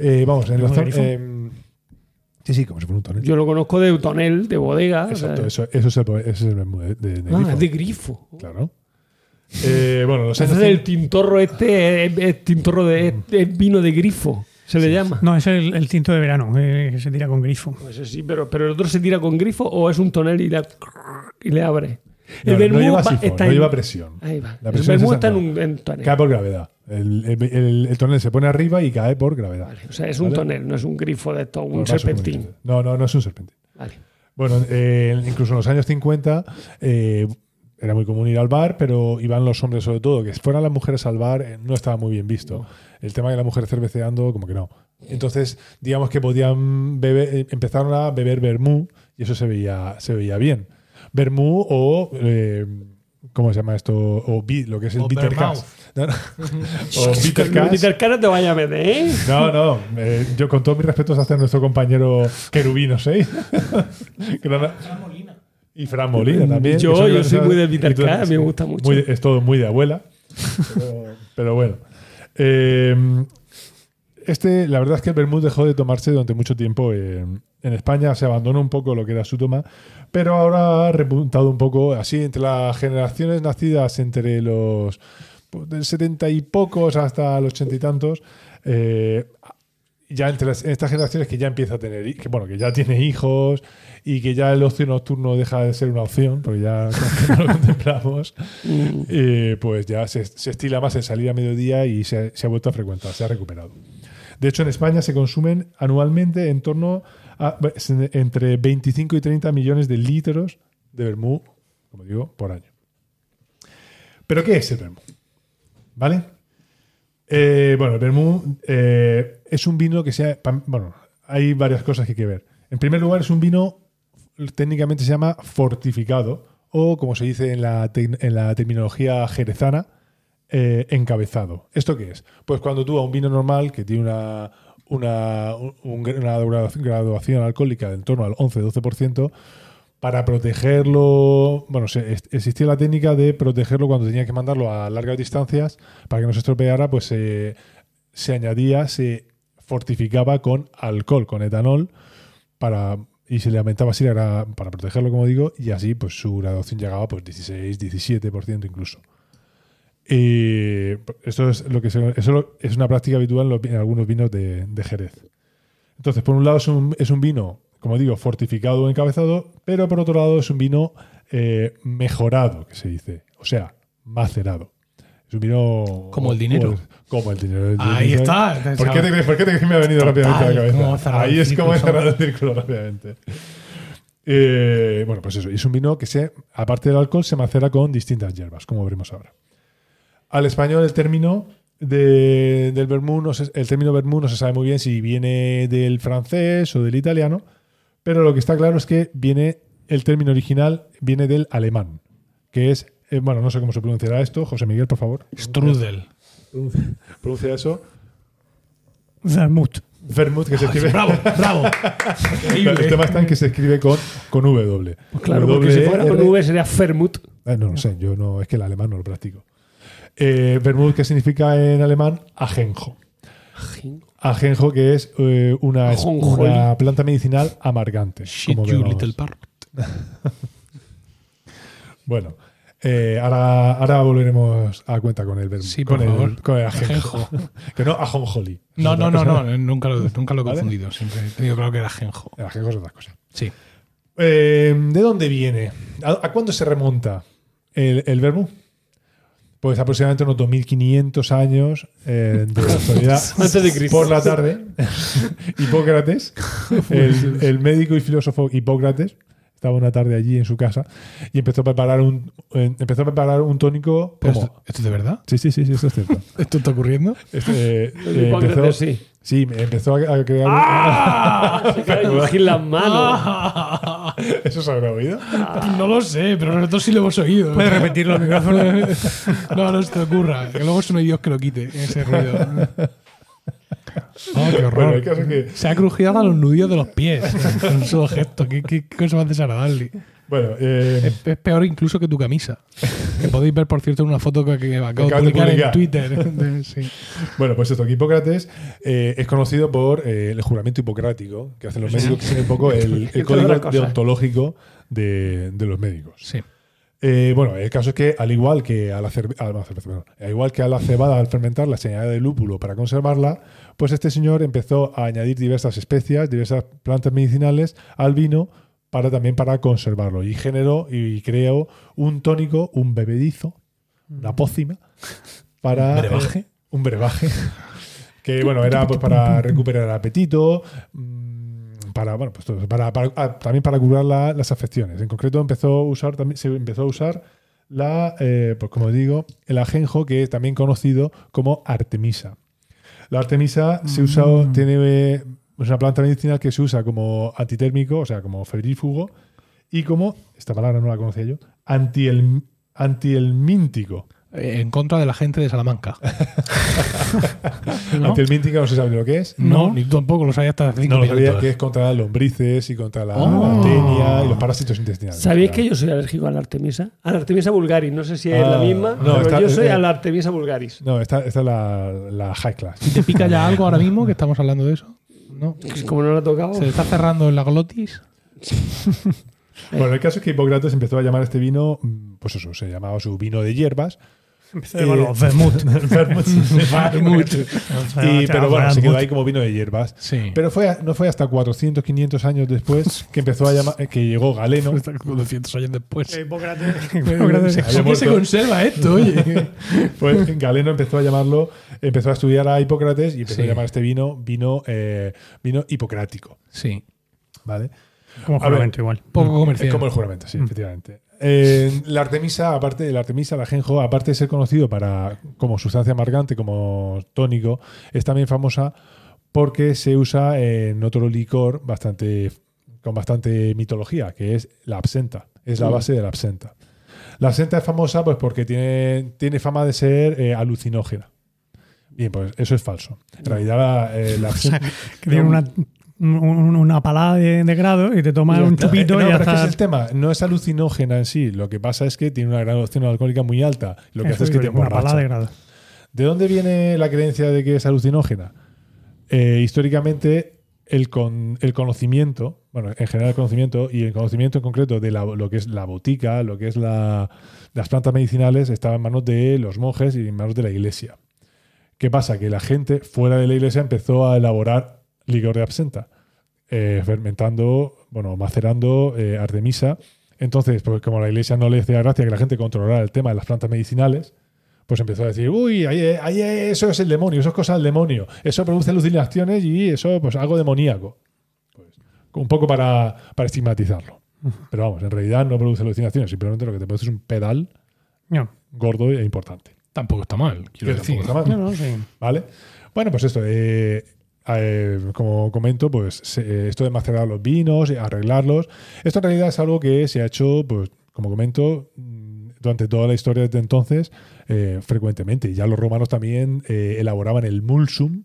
Eh, vamos, en la
¿Bermudo de
zona.
grifo?
eh, sí, sí, como si fuera un tonel.
Yo lo conozco de tonel, de bodega. o
Exacto,
sea.
eso, eso es el, ese es el bermudo de, de- de
Ah,
grifo.
es de grifo.
Claro. Eh, bueno, los años
Entonces el tintorro este es, es tintorro de es, es vino de grifo, se le llama.
No, es el, el tinto de verano, eh, que se tira con grifo.
Pues sí, pero, pero el otro se tira con grifo o es un tonel y, la- y le abre.
No,
El
no
vermú
lleva
va-
sifón,
está
no
en- Ah,
lleva presión.
Ahí va.
La
El
presión
vermú
es
está en
esa,
un en tonel.
Cae por gravedad. El, el, el- el tonel se pone arriba y cae por gravedad.
Vale, O sea, es un
¿Vale? Pues
tonel, no es un grifo de esto,
Por
un
vaso
serpentín.
comunicante. No, no, no es un serpentín.
Vale.
Bueno, eh, incluso en los años 50 eh, era muy común ir al bar, pero iban los hombres sobre todo. Que fueran las mujeres al bar eh, no estaba muy bien visto. El tema de las mujeres cerveceando, como que no. Entonces, digamos que podían beber, eh, empezaron a beber vermú y eso se veía, se veía bien. Vermú o... eh, ¿Cómo se llama esto? O bi- lo que es el
O
bitter cash.
vermouth.
No, no. [LAUGHS] o bitter
Pero
cash.
Peter Cara te vaya a meter, ¿eh?
No, no. eh, [LAUGHS] yo con todos mis respetos hacia nuestro compañero querubino 6. Y Fran Molina también.
Yo-
que son
yo
cosas-
soy muy del Vital
y tú-
K, me gusta mucho.
muy de- es todo muy de abuela. [LAUGHS] pero, pero bueno. Eh, este, la verdad es que el vermut dejó de tomarse durante mucho tiempo eh, en España. Se abandonó un poco lo que era su toma, pero ahora ha repuntado un poco. Así, entre las generaciones nacidas entre los pues, del 70 y pocos hasta los 80 y tantos, eh, ya entre las- estas generaciones que ya empieza a tener, hi- que bueno, que ya tiene hijos y que ya el ocio nocturno deja de ser una opción, porque ya [LAUGHS] no lo contemplamos, eh, pues ya se, se estila más el salir a mediodía y se, se ha vuelto a frecuentar, se ha recuperado. De hecho, en España se consumen anualmente en torno a entre 25 y 30 millones de litros de vermú, como digo, por año. ¿Pero qué es el vermú? ¿Vale? Eh, bueno, el vermú eh, es un vino que sea. pa- Bueno, hay varias cosas que hay que ver. En primer lugar, es un vino técnicamente se llama fortificado o, como se dice en la, tec- en la terminología jerezana, eh, encabezado. ¿Esto qué es? Pues cuando tú a un vino normal que tiene una, una, un- una gradu- graduación alcohólica de en torno al 11-12%, para protegerlo, bueno, se- es- existía la técnica de protegerlo cuando tenía que mandarlo a largas distancias para que no se estropeara, pues se- se añadía, se fortificaba con alcohol, con etanol, para y se le aumentaba así la gra- para protegerlo, como digo, y así pues su graduación llegaba pues 16, 17% incluso. Y esto es lo que se- eso lo- es una práctica habitual en, los vi- en algunos vinos de, de Jerez. Entonces, por un lado es un, es un vino, como digo, fortificado o encabezado, pero por otro lado es un vino eh, mejorado, que se dice, o sea, macerado. Es un vino...
Como el dinero.
Como el dinero.
Ahí está.
¿Por qué, te, crees- ¿Por qué te crees que me ha venido rápidamente a la
Total, cómo ha
cabeza?
cerrado
Ahí
el
es
círculo,
como he
¿sabes?
cerrado el círculo rápidamente. Eh, bueno, pues eso. y Es un vino que, se, aparte del alcohol, se macera con distintas hierbas, como veremos ahora. Al español, el término de- del vermú no se- el término vermú no se sabe muy bien si viene del francés o del italiano, pero lo que está claro es que viene el término original viene del alemán, que es, eh, bueno, no sé cómo se pronunciará esto. José Miguel, por favor,
Strudel.
pronuncia eso.
Vermouth.
Vermouth, que se escribe.
Ah,
[LAUGHS]
Bravo, bravo. Este,
Claro, el tema está en que se escribe con, con W.
Pues
Claro, porque si fuera con V sería Fermut.
Eh, no, no sé, yo no, es que el alemán no lo practico. Eh, Vermouth, que significa en alemán ajenjo. Ajenjo, que es eh, una,
Ajonjolí.
una planta medicinal amargante. como vemos.
parrot.
Bueno, eh, ahora, ahora volveremos a cuenta con el vermouth.
Sí,
con
por
el,
favor.
Con el ajenjo.
[LAUGHS]
que no, ajonjolí.
No, no,
Es
no,
otra
no,
cosa.
nunca lo, nunca lo he
¿Vale?
confundido. Siempre he tenido claro que era genjo.
El ajenjo es otra cosa.
Sí.
Eh, ¿De dónde viene? ¿A, a cuándo se remonta el, el vermú? Pues aproximadamente unos 2.500 años eh, de la actualidad.
[LAUGHS] Antes de Cristo.
Por la tarde, [LAUGHS]
[LAUGHS]
Hipócrates, el, el médico y filósofo Hipócrates, estaba una tarde allí en su casa y empezó a preparar un, eh, empezó a preparar un tónico
Pero
como-
¿Esto, ¿Esto es de verdad?
Sí, sí, sí, sí, esto es cierto.
¿Esto está ocurriendo?
[LAUGHS]
Este, eh,
El Hipócrates, sí.
Sí, me empezó a a crear...
¡Ah! Se cae de las manos.
[LAUGHS] Ah. ¿Eso se habrá oído?
Ah,
[LAUGHS]
no lo sé, pero nosotros sí lo hemos oído.
Puedes repetir los micrófonos.
[LAUGHS] No, no se te ocurra. Que luego son Dios que lo quite, ese ruido. Oh, qué
Bueno, el
horror.
caso es que...
Se ha crujido hasta los nudillos de los pies con un solo gesto. Qué, qué cosa más desagradable.
Bueno, eh,
Es, es peor incluso que tu camisa. Que podéis ver, por cierto, en una foto que, que acabo de
Acabas de
publicar en
publicar.
Twitter.
[LAUGHS]
De- sí.
Bueno, pues esto, que Hipócrates eh, es conocido por eh, el juramento hipocrático que hacen los médicos, que es un
[LAUGHS]
poco el, el código
otras cosas.
deontológico de, de los médicos.
sí.
Eh, bueno, el caso es que al igual que a la, cerve- a la cerveza, perdón, al igual que a la cebada al fermentar la señal de lúpulo para conservarla, pues este señor empezó a añadir diversas especias, diversas plantas medicinales al vino para también para conservarlo y generó y creó un tónico, un bebedizo, una pócima para
¿Brebaje?
eh, [LAUGHS] un brebaje que bueno era pues para recuperar el apetito. mm, para, bueno, pues todo, para, para- ah, también para curar la- las afecciones. En concreto empezó a usar también se empezó a usar la, eh, pues como digo, el ajenjo que es también conocido como artemisa. La artemisa se usa, tiene eh, es una planta medicinal que se usa como antitérmico, o sea, como febrífugo y como esta palabra no la conocía yo, antiel, antielmíntico.
eh, en contra de la gente de Salamanca. ¿No?
Ante el Mintica no se sabe lo que es.
No, ni tampoco lo sabía hasta hace cinco
No, lo sabía
minutos.
que es contra las lombrices y contra la
Oh.
artemia y los parásitos intestinales.
¿Sabéis
Claro.
que yo soy alérgico a la Artemisa? A la Artemisa vulgaris, no sé si es
Ah,
la misma,
no,
pero
está-
yo soy
eh,
a la Artemisa vulgaris.
No, esta, esta es la, la high class.
¿Te pica ya algo ahora mismo que estamos hablando de eso? ¿No?
Como no la he tocado,
¿Se le está cerrando en la glotis?
Bueno, el caso es que Hipócrates empezó a llamar a este vino, mm, pues eso, se llamaba su vino de
[LAUGHS]
hierbas.
Empecé de
Eh,
malo,
[LAUGHS]
vermut.
y, pero bueno, se quedó ahí como vino de hierbas.
Sí.
Pero fue, no fue hasta 400, 500 años después que empezó a llamar, eh, que
[LAUGHS]
llegó Galeno.
Está como 200 años después.
Hipócrates.
se había
¿Por qué se
muerto.
conserva esto, oye?
Pues Galeno empezó a llamarlo, empezó a estudiar a Hipócrates y empezó
Sí.
a llamar a este vino vino, eh, vino hipocrático.
Sí.
¿Vale?
[LAUGHS] Como
A ver.
juramento igual.
Poco
Es
comercial.
como el juramento, sí, efectivamente. Eh, la Artemisa, aparte la Artemisa, la ajenjo, aparte de ser conocido para, como sustancia amargante, como tónico, es también famosa porque se usa en otro licor bastante, con bastante mitología, que es la absenta. Es la base de la absenta. La absenta es famosa pues, porque tiene, tiene fama de ser eh, alucinógena. Bien, pues eso es falso. En realidad, la, eh, la absenta.
Que tiene una, un- una palada de, de grado y te tomas un chupito
Eh, no,
y ya
pero es que
está.
es el tema. No es alucinógena en sí. Lo que pasa es que tiene una graduación alcohólica muy alta. Lo que
Eso
hace es que te
digo yo, una palada de
emborracha.
grado.
¿De dónde viene la creencia de que es alucinógena? Eh, históricamente, el, con- el conocimiento, bueno, en general el conocimiento, y el conocimiento en concreto de la- lo que es la botica, lo que es la- las plantas medicinales, estaba en manos de los monjes y en manos de la iglesia. ¿Qué pasa? Que la gente fuera de la iglesia empezó a elaborar licor de absenta, eh, fermentando, bueno, macerando eh, artemisa. Entonces, pues como la iglesia no le hacía gracia que la gente controlara el tema de las plantas medicinales, pues empezó a decir, uy, ahí, ahí, eso es el demonio, eso es cosa del demonio, eso produce alucinaciones y eso pues algo demoníaco. Pues, un poco para, para estigmatizarlo. Pero vamos, en realidad no produce alucinaciones, simplemente lo que te produce es un pedal
No,
gordo e importante.
Tampoco está mal, quiero
Que
decir.
tampoco está mal.
no, no, sí.
¿Vale? Bueno, pues esto, eh, eh, como comento, pues se- eh, esto de macerar los vinos, eh, arreglarlos, esto en realidad es algo que se ha hecho, pues como comento, mm, durante toda la historia desde entonces, eh, frecuentemente. Ya los romanos también eh, elaboraban el mulsum.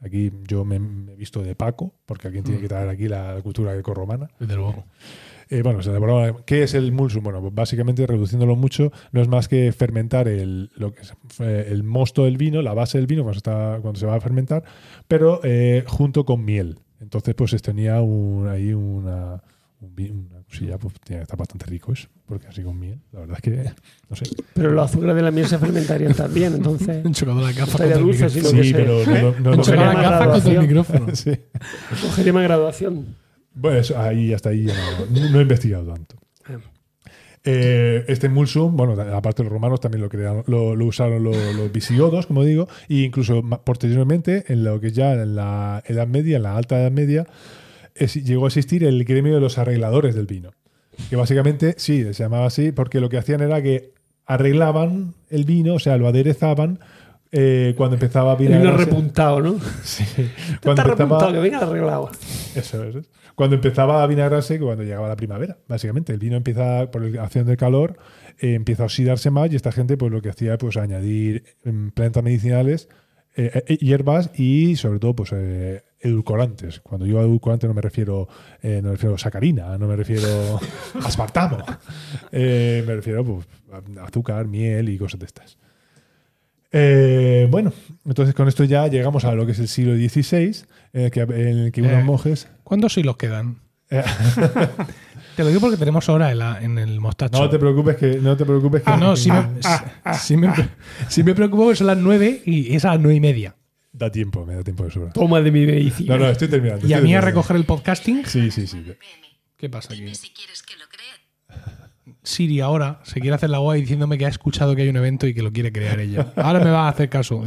Aquí yo me me he visto de Paco, porque alguien tiene que traer aquí la cultura grecorromana.
Desde luego.
Eh, bueno, se elaboraba- ¿Qué es el mulsum? Bueno, pues básicamente, reduciéndolo mucho, no es más que fermentar el, lo que es, eh, el mosto del vino, la base del vino cuando, está, cuando se va a fermentar, pero eh, junto con miel. Entonces, pues tenía un- ahí una, un vi- una cosilla, pues tenía que estar bastante rico eso, porque así con miel, la verdad es que, no sé.
pero los azúcares de la miel se fermentarían también,
[LAUGHS]
entonces
Han chocado la gafa
estaría
contra el
dulce,
micrófono.
sino que
Sí,
se-
pero no, no- no
Han
lo
chocado la
Cogería
quería.
gafa
más
contra el
graduación.
micrófono.
[LAUGHS] Sí.
cogería más graduación.
Bueno, eso, ahí hasta ahí ya no, no he investigado tanto. Eh, este mulsum, bueno, aparte los romanos también lo crearon, lo, lo usaron lo- los, visigodos, como digo, e incluso ma- posteriormente, en lo que ya en la Edad Media, en la Alta Edad Media, es- llegó a existir el gremio de los arregladores del vino. Que básicamente, sí, se llamaba así, porque lo que hacían era que arreglaban el vino, o sea, lo aderezaban eh, cuando empezaba a
El vino
vinagrarse.
repuntado, ¿no?
[LAUGHS] Sí,
Está
cuando empezaba,
repuntado, que venga arreglado.
eso es. Cuando empezaba a vinagrarse, cuando llegaba la primavera, básicamente. El vino empieza, por la acción del calor, eh, empieza a oxidarse más y esta gente pues lo que hacía pues añadir mm, plantas medicinales, eh, eh, hierbas y sobre todo pues eh, edulcorantes. Cuando yo a edulcorante no me refiero, eh, no me refiero a sacarina, no me refiero a aspartamo. Eh, me refiero pues, a azúcar, miel y cosas de estas. Eh, bueno, entonces con esto ya llegamos a lo que es el siglo XVI, en el que, en el que unos
Eh,
monjes
¿Cuántos hilos quedan?
eh,
Te lo digo porque tenemos hora en, la- en el mostacho.
no te preocupes que no te preocupes que
Ah, no, sí, me, sí me- sí me preocupo que son las nueve y es a las nueve y media.
da tiempo, me da tiempo de sobra.
Toma de mi medicina.
No, no, estoy terminando.
Y a
estoy
mí a
terminando.
recoger el podcasting.
Sí, sí, sí.
¿Qué pasa aquí?
Si quieres que lo crea,
Siri ahora se quiere hacer la guay diciéndome que ha escuchado que hay un evento y que lo quiere crear ella. Ahora me va a hacer caso.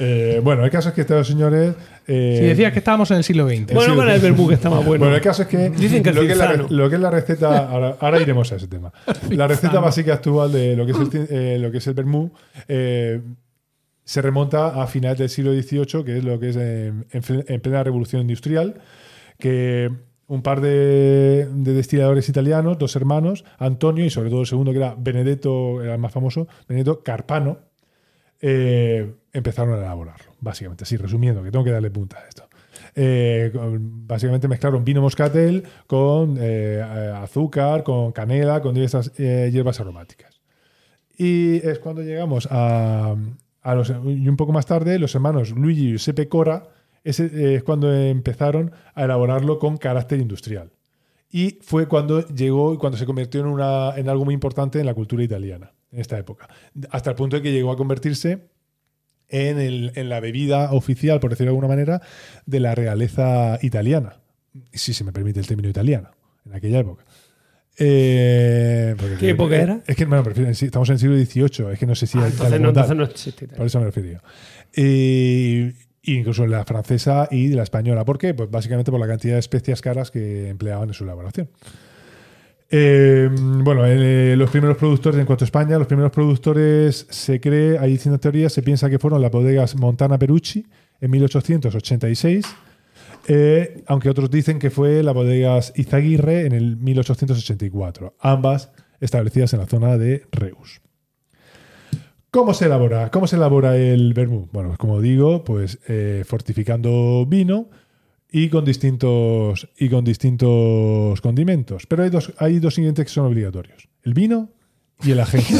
Eh, bueno, el caso es que estos señores eh,
Si decías que estábamos en el siglo XX.
Bueno,
sí,
con
sí.
el vermú que está más bueno.
Bueno, el caso es que,
Dicen que el
lo, que es la,
cinzano.
re- lo que es la receta, ahora, ahora iremos a ese
[LAUGHS]
tema. La receta básica actual de lo que es el, cin- eh, lo que es el vermú eh, se remonta a finales del siglo XVIII, que es lo que es eh, en, fle- en plena revolución industrial, que un par de, de destiladores italianos, dos hermanos, Antonio y sobre todo el segundo que era Benedetto, era el más famoso, Benedetto Carpano, eh, empezaron a elaborarlo, básicamente. Así resumiendo, que tengo que darle punta a esto. Eh, con- básicamente mezclaron vino moscatel con eh, a- azúcar, con canela, con diversas eh, hierbas aromáticas. Y es cuando llegamos a, a los, y un poco más tarde, los hermanos Luigi y Giuseppe Cora, ese, eh, es cuando empezaron a elaborarlo con carácter industrial. Y fue cuando llegó y cuando se convirtió en, una, en algo muy importante en la cultura italiana, en esta época. Hasta el punto de que llegó a convertirse en, el- en la bebida oficial, por decirlo de alguna manera, de la realeza italiana. Si se me permite el término italiano, en aquella época. Eh, porque-
¿Qué época era?
Es que bueno, prefiero- sí, estamos en el siglo XVIII, es que no sé si...
Ah,
hay
entonces,
tal
no,
como tal.
entonces no existe. Italia.
Por eso me refería. Eh, incluso la francesa y la española. ¿Por qué? Pues básicamente por la cantidad de especias caras que empleaban en su elaboración. Eh, bueno, eh, los primeros productores en cuanto a España, los primeros productores se cree, hay distintas teorías, se piensa que fueron las bodegas Montana Perucci en 1886, eh, aunque otros dicen que fue las bodegas Izaguirre en el 1884, ambas establecidas en la zona de Reus. ¿Cómo se elabora? ¿Cómo se elabora el vermú? Bueno, pues como digo, pues eh, fortificando vino y con distintos y con distintos condimentos. Pero hay dos, hay dos ingredientes que son obligatorios: el vino y el ajenjo.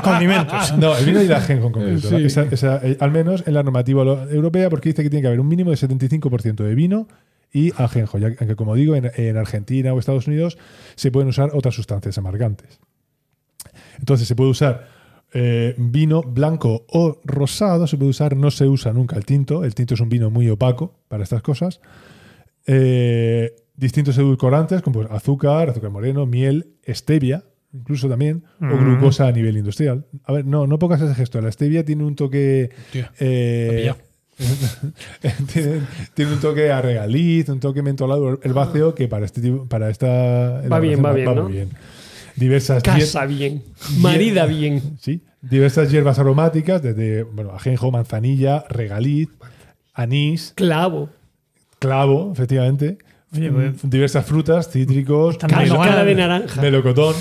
[LAUGHS]
condimentos.
No, el vino y el ajenjo en concreto.
Sí.
Esa- esa- eh, al menos en la normativa lo- europea, porque dice que tiene que haber un mínimo de 75% de vino y ajenjo, ya que, como digo, en, en Argentina o Estados Unidos se pueden usar otras sustancias amargantes. Entonces se puede usar eh, vino blanco o rosado, se puede usar, no se usa nunca el tinto, el tinto es un vino muy opaco para estas cosas. Eh, distintos edulcorantes como pues, azúcar, azúcar moreno, miel, stevia, incluso también, o
Mm.
glucosa a nivel industrial. A ver, no, no pongas ese gesto, la stevia tiene un toque... eh, [LAUGHS] tiene, tiene un toque a regaliz, un toque mentolado herbáceo que para este tipo- para esta
Ah. Va bien,
elaboración
va bien, ¿no?
muy bien. Diversas diet-
Casa bien, marida bien.
Sí, diversas hierbas aromáticas, desde bueno, ajenjo, manzanilla, regaliz, anís,
Clavo.
clavo, efectivamente,
Oye, pues-
mm, diversas frutas, cítricos,
Están
melo-
dando ganas.
Cáscara de naranja.
melocotón,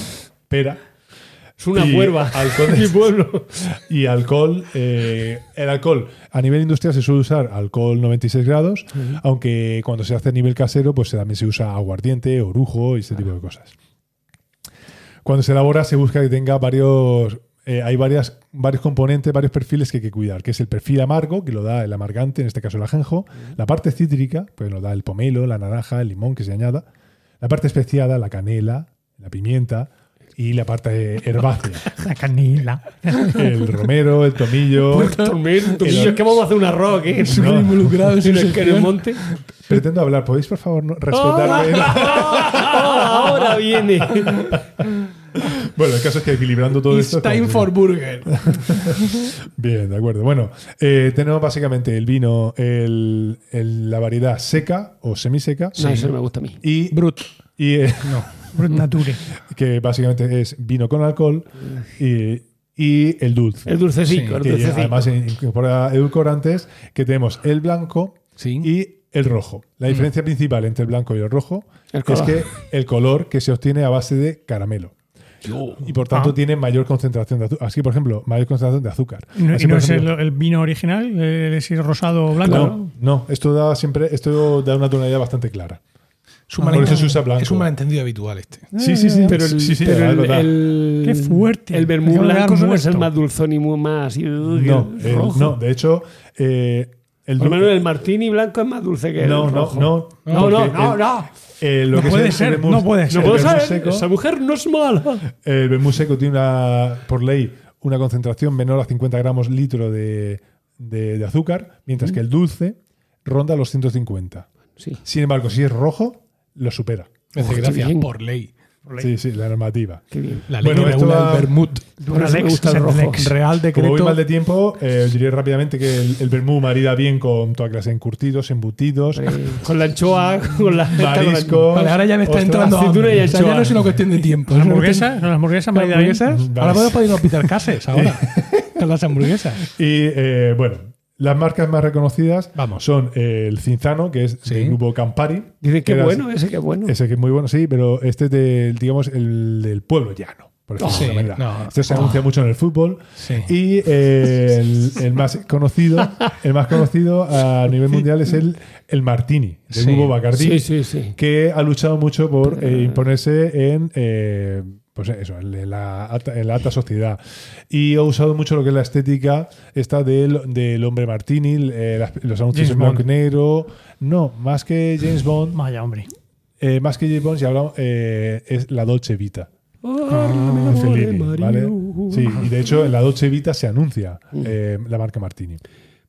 pera.
Es una
y
cuerva.
alcohol- [LAUGHS]
Mi pueblo.
Y alcohol, eh, el alcohol a nivel industrial se suele usar alcohol 96 grados, aunque cuando se hace a nivel casero, pues se- también se usa aguardiente, orujo y este tipo de cosas. Cuando se elabora se busca que tenga varios, eh, hay varias, varios componentes, varios perfiles que hay que cuidar, que es el perfil amargo, que lo da el amargante, en este caso el ajenjo, la parte cítrica, pues lo da el pomelo, la naranja, el limón que se añada, la parte especiada, la canela, la pimienta y la parte herbácea,
La canela.
[LAUGHS] el romero, el tomillo,
Tormento,
El-
es que vamos a hacer un arroz, ¿eh?
Súper involucrado en su
[LAUGHS] En el que en el
sección.
[LAUGHS]
monte.
Pretendo hablar, ¿podéis por favor no- respetarme?
[LAUGHS] Ah, ahora viene.
[LAUGHS] bueno, el caso es que equilibrando todo
It's
esto.
time
como-
for burger.
Bien, de acuerdo. Bueno, eh, tenemos básicamente el vino, el- el- la variedad seca o semiseca.
No, eso no me gusta a mí.
Y,
Brut.
y, eh, [LAUGHS]
Brut nature.
que básicamente es vino con alcohol y, y el dulce.
El dulcecito, el
que
dulcecito.
además incorpora edulcorantes, que tenemos el blanco
Sí.
y el rojo. La diferencia principal entre el blanco y el rojo
El
es
color.
que el color que se obtiene a base de caramelo. Y por tanto
Ah.
tiene mayor concentración de azúcar. Así, por ejemplo, mayor concentración de azúcar.
Y no,
Así,
y no
por
es el,
ejemplo-
el vino original, eh, si es rosado o blanco. ¿no?
no, no, esto da siempre, esto da una tonalidad bastante clara.
Es un
Por
malentendido-
eso se usa blanco.
Es un malentendido habitual este.
Sí, sí, sí.
Pero el,
sí, sí,
pero
es
el-
verdad.
el-
Qué fuerte.
El vermú
Acabo de
blanco
dar
suele
muerto.
ser más dulzón y muy más. y-
no, el-
rojo.
no, de hecho, eh, el
Por lo
dul-
menos el martini blanco es más dulce que el
no, no,
rojo.
no,
No, no,
porque
no,
el-
no.
eh, lo
No
que
puede
se-
ser,
el vermú-
no puede ser.
No
el
puedo
vermú
saber,
seco-
esa mujer no es mala.
Eh, El vermú seco tiene una, por ley una concentración menor a 50 gramos litro de, de- de azúcar, mientras que el dulce ronda los 150.
Sí.
Sin embargo, si es rojo, lo supera.
Me hace
Qué
gracia
bien.
por ley.
Sí, sí, la normativa.
Qué bien.
La ley
Bueno,
que
esto
regula
va-
el vermut.
Por eso me
Lex
gusta el
sed
rojo.
Lex.
Real
Como voy
decreto.
mal de tiempo, eh, os diré rápidamente que el, el vermú marida bien con toda clase de encurtidos, embutidos,
Eh, Con la anchoa, con la
mariscos.
Vale, ahora ya me está
ostras,
entrando
aceituna
hambre.
y
O sea, ya
anchoa.
no es una cuestión de tiempo.
Las
es una cuestión-
hamburguesas, las hamburguesas, ¿eh?
¿Las
María Belén.
hamburguesas?
Vale. Eh.
Ahora podemos pedirnos pizarcases ahora. Con las hamburguesas.
Y eh, bueno, Las marcas más reconocidas
Vamos.
son eh, el Cinzano, que es
Sí.
del grupo Campari.
Dice que
era-
bueno, ese que bueno.
Ese que es muy bueno, sí, pero este es del, digamos, el del pueblo llano. Por decirlo de
Sí,
alguna manera.
no.
Este se anuncia mucho en el fútbol.
Sí.
Y eh, el, el más conocido, el más conocido a nivel mundial es el, el Martini, del
Sí.
grupo Bacardi
Sí, sí, sí.
que ha luchado mucho por eh, imponerse en eh, pues eso, en la, alta, en la alta sociedad. Y ha usado mucho lo que es la estética esta del, del hombre martini, eh, las- los anuncios
James
en blanco y
Bond.
negro. No, más que James Bond,
Vaya, hombre.
eh, más que James Bond, si hablamos, eh, es la Dolce Vita.
Háblame,
de Ah, Fellini,
Mario.
¿vale? Sí, y de hecho en la Dolce Vita se anuncia
Mm.
eh, la marca Martini.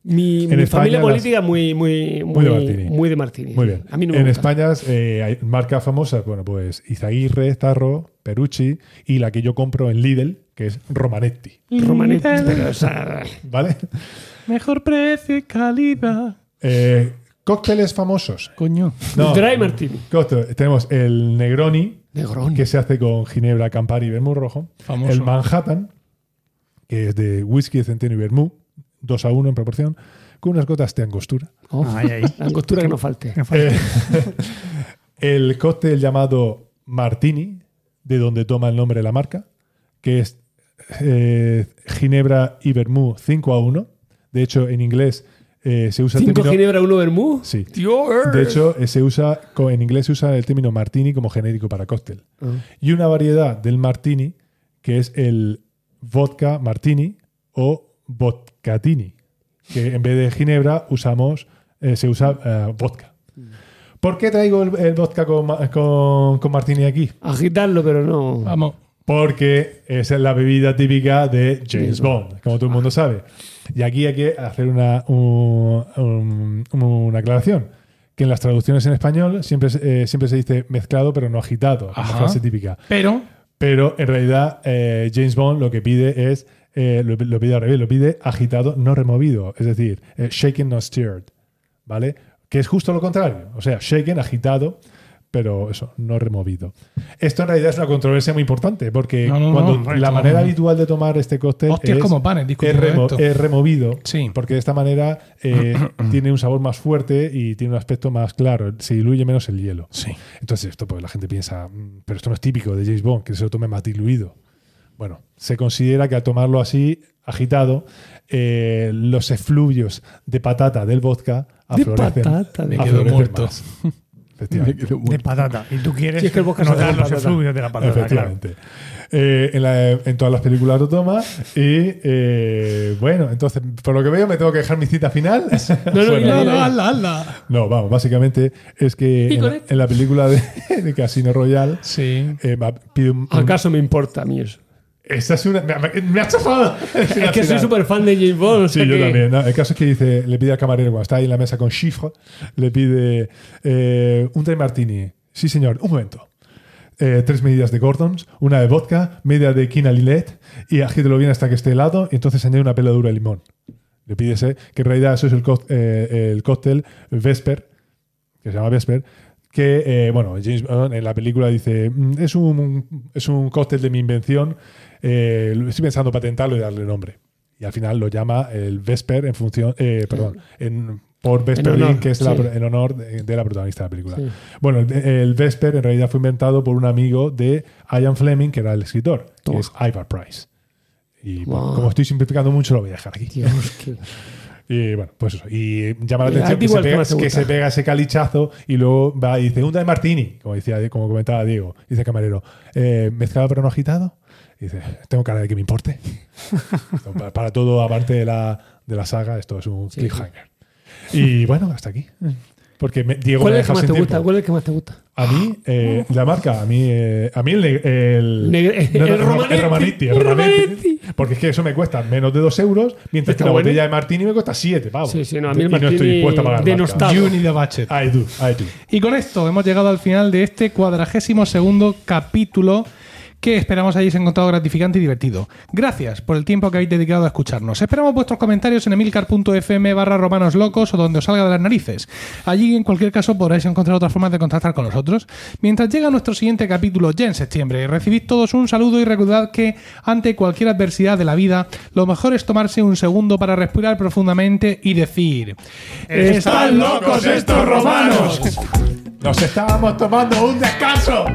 Mi,
En
mi
España
familia
las-
política muy, muy,
Muy
muy,
de Martini.
muy de Martini.
Muy bien.
A mí no me
en
gusta.
España eh, hay marcas famosas, bueno, pues Izaguirre, Tarro, Perucci y la que yo compro en Lidl, que es Romanetti,
Romanetti, pero, o sea,
¿vale? [LAUGHS]
Mejor precio y calidad.
Eh, cócteles famosos.
Coño.
No,
Dry Martini.
cóctel- tenemos el Negroni,
Negroni.
que se hace con Ginebra, Campari y Vermú Rojo.
Famoso.
El Manhattan, que es de whisky, de centeno y Vermú, 2 a 1 en proporción, con unas gotas de angostura. Eh,
Oh,
Ay,
[LAUGHS]
ay.
la angostura que no falte.
Qué fácil.
[LAUGHS] El cóctel llamado Martini, de donde toma el nombre de la marca, que es eh, Ginebra y Vermú 5 a 1. De hecho, en inglés eh, se usa el
Cinco
término.
Ginebra, uno Bermú.
Sí.
Dios.
De hecho, eh, se usa, co- en inglés se usa el término martini como genérico para cóctel. Y una variedad del martini, que es el vodka martini o vodkatini, que en vez de ginebra usamos, eh, se usa eh, vodka. ¿Por qué traigo el, el vodka con, ma- con- con martini aquí?
Agitarlo, pero
Ah,
no.
Vamos.
Porque es la bebida típica de James Bond, como todo el mundo sabe. Y aquí hay que hacer una, un- un- una aclaración. Que en las traducciones en español siempre, se- eh, siempre se dice mezclado pero no agitado, la
Ajá.
frase típica.
Pero,
Pero en realidad eh, James Bond lo que pide es, eh, lo, lo pide al revés, lo pide agitado, no removido. Es decir, eh, shaken, not stirred. ¿Vale? Que es justo lo contrario. O sea, shaken, agitado, pero eso, no removido. Esto en realidad es una controversia muy importante porque
No, no,
cuando
no, hombre,
la
no,
manera
no.
habitual de tomar este cóctel
Hostias
es,
como panes,
es,
discutiendo
remo-
esto.
es removido.
Sí.
Porque de esta manera eh, tiene un sabor más fuerte y tiene un aspecto más claro. Se diluye menos el hielo.
sí.
Entonces, esto pues la gente piensa, "Mm, pero esto no es típico de James Bond, que se lo tome más diluido. Bueno, se considera que al tomarlo así, agitado, eh, los efluvios de patata del vodka aflorecen.
patata, me
quedo
aflorecen
muerto.
más. Efectivamente.
De patata. Y tú quieres
Si es que el bosque se
notar
da
los
patata.
efluvios de la patata, claro.
Efectivamente. Eh, en, la- en todas las películas lo toma. Y eh, bueno, entonces, por lo que veo, me tengo que dejar mi cita final.
No, no,
No,
no,
no,
no.
hazla, hazla.
No, vamos, básicamente es que en la,
Piconet.
en la película de, de [LAUGHS] Casino Royale
Sí.
eh, va- pide un- un-
¿Acaso me importa a mí eso?
Esa es una. Me, me- me ha chafado.
Es que soy súper fan de James Bond. [LAUGHS] o sea
Sí, yo
que-
también. ¿no? El caso es que dice, le pide al camarero cuando está ahí en la mesa con Chifre, le pide eh, un tres martini. Sí, señor, un momento. Eh, tres medidas de Gordons, una de vodka, media de quina Lilet y agítelo bien hasta que esté helado y entonces añade una peladura de limón. Le pide ese, que en realidad eso es el, cóc- eh, el cóctel Vesper, que se llama Vesper, que, eh, bueno, James Bond en la película dice, "Mm, es un, es un cóctel de mi invención, eh, lo- estoy pensando patentarlo y darle nombre. Y al final lo llama el Vesper en función, eh, perdón, en, por Vesper
En
Lynn,
honor,
que es la,
sí.
en honor de, de la protagonista de la película. Bueno, el, el Vesper en realidad fue inventado por un amigo de Ian Fleming, que era el escritor, que
Toma.
es Ivar Price. Y bueno, como estoy simplificando mucho, lo voy a dejar aquí.
Dios, qué-
Y bueno, pues eso. Y llama la
Y a
atención que
ti
se,
igual que
pega,
más te
que
gusta.
se pega ese calichazo y luego va y dice, un de martini, como, decía, como comentaba Diego. Dice el camarero, "Eh, mezclado pero no agitado. Y dice, tengo cara de que me
[LAUGHS]
importe. Esto para, para todo, aparte de la, de la saga, esto es un cliffhanger. Y bueno, hasta aquí. Porque me- Diego
¿Cuál
me
es
deja
el que más
sin
te
tiempo.
gusta? ¿Cuál es el que más te gusta?
A mí, eh, la marca, a mí, eh, a mí el, neg- el,
Negre-
no, no,
el Romanetti,
Romanetti, el
el
Romanetti.
Romanetti.
Porque es que eso me cuesta menos de 2 euros, mientras que
Está
la
bueno.
botella de Martini me cuesta 7 pavos.
Sí, sí, no, a mí el
Y no estoy
Martini
dispuesto a pagar.
denostado.
You need a budget.
marca. I do, I do.
Y con esto hemos llegado al final de este cuadragésimo segundo capítulo que esperamos hayáis encontrado gratificante y divertido. Gracias por el tiempo que habéis dedicado a escucharnos. Esperamos vuestros comentarios en emilcar.fm barra romanoslocos o donde os salga de las narices. Allí, en cualquier caso, podréis encontrar otras formas de contactar con nosotros. Mientras llega nuestro siguiente capítulo ya en septiembre, recibid todos un saludo y recordad que ante cualquier adversidad de la vida, lo mejor es tomarse un segundo para respirar profundamente y decir...
¡Están locos estos romanos! Nos estábamos tomando un descanso.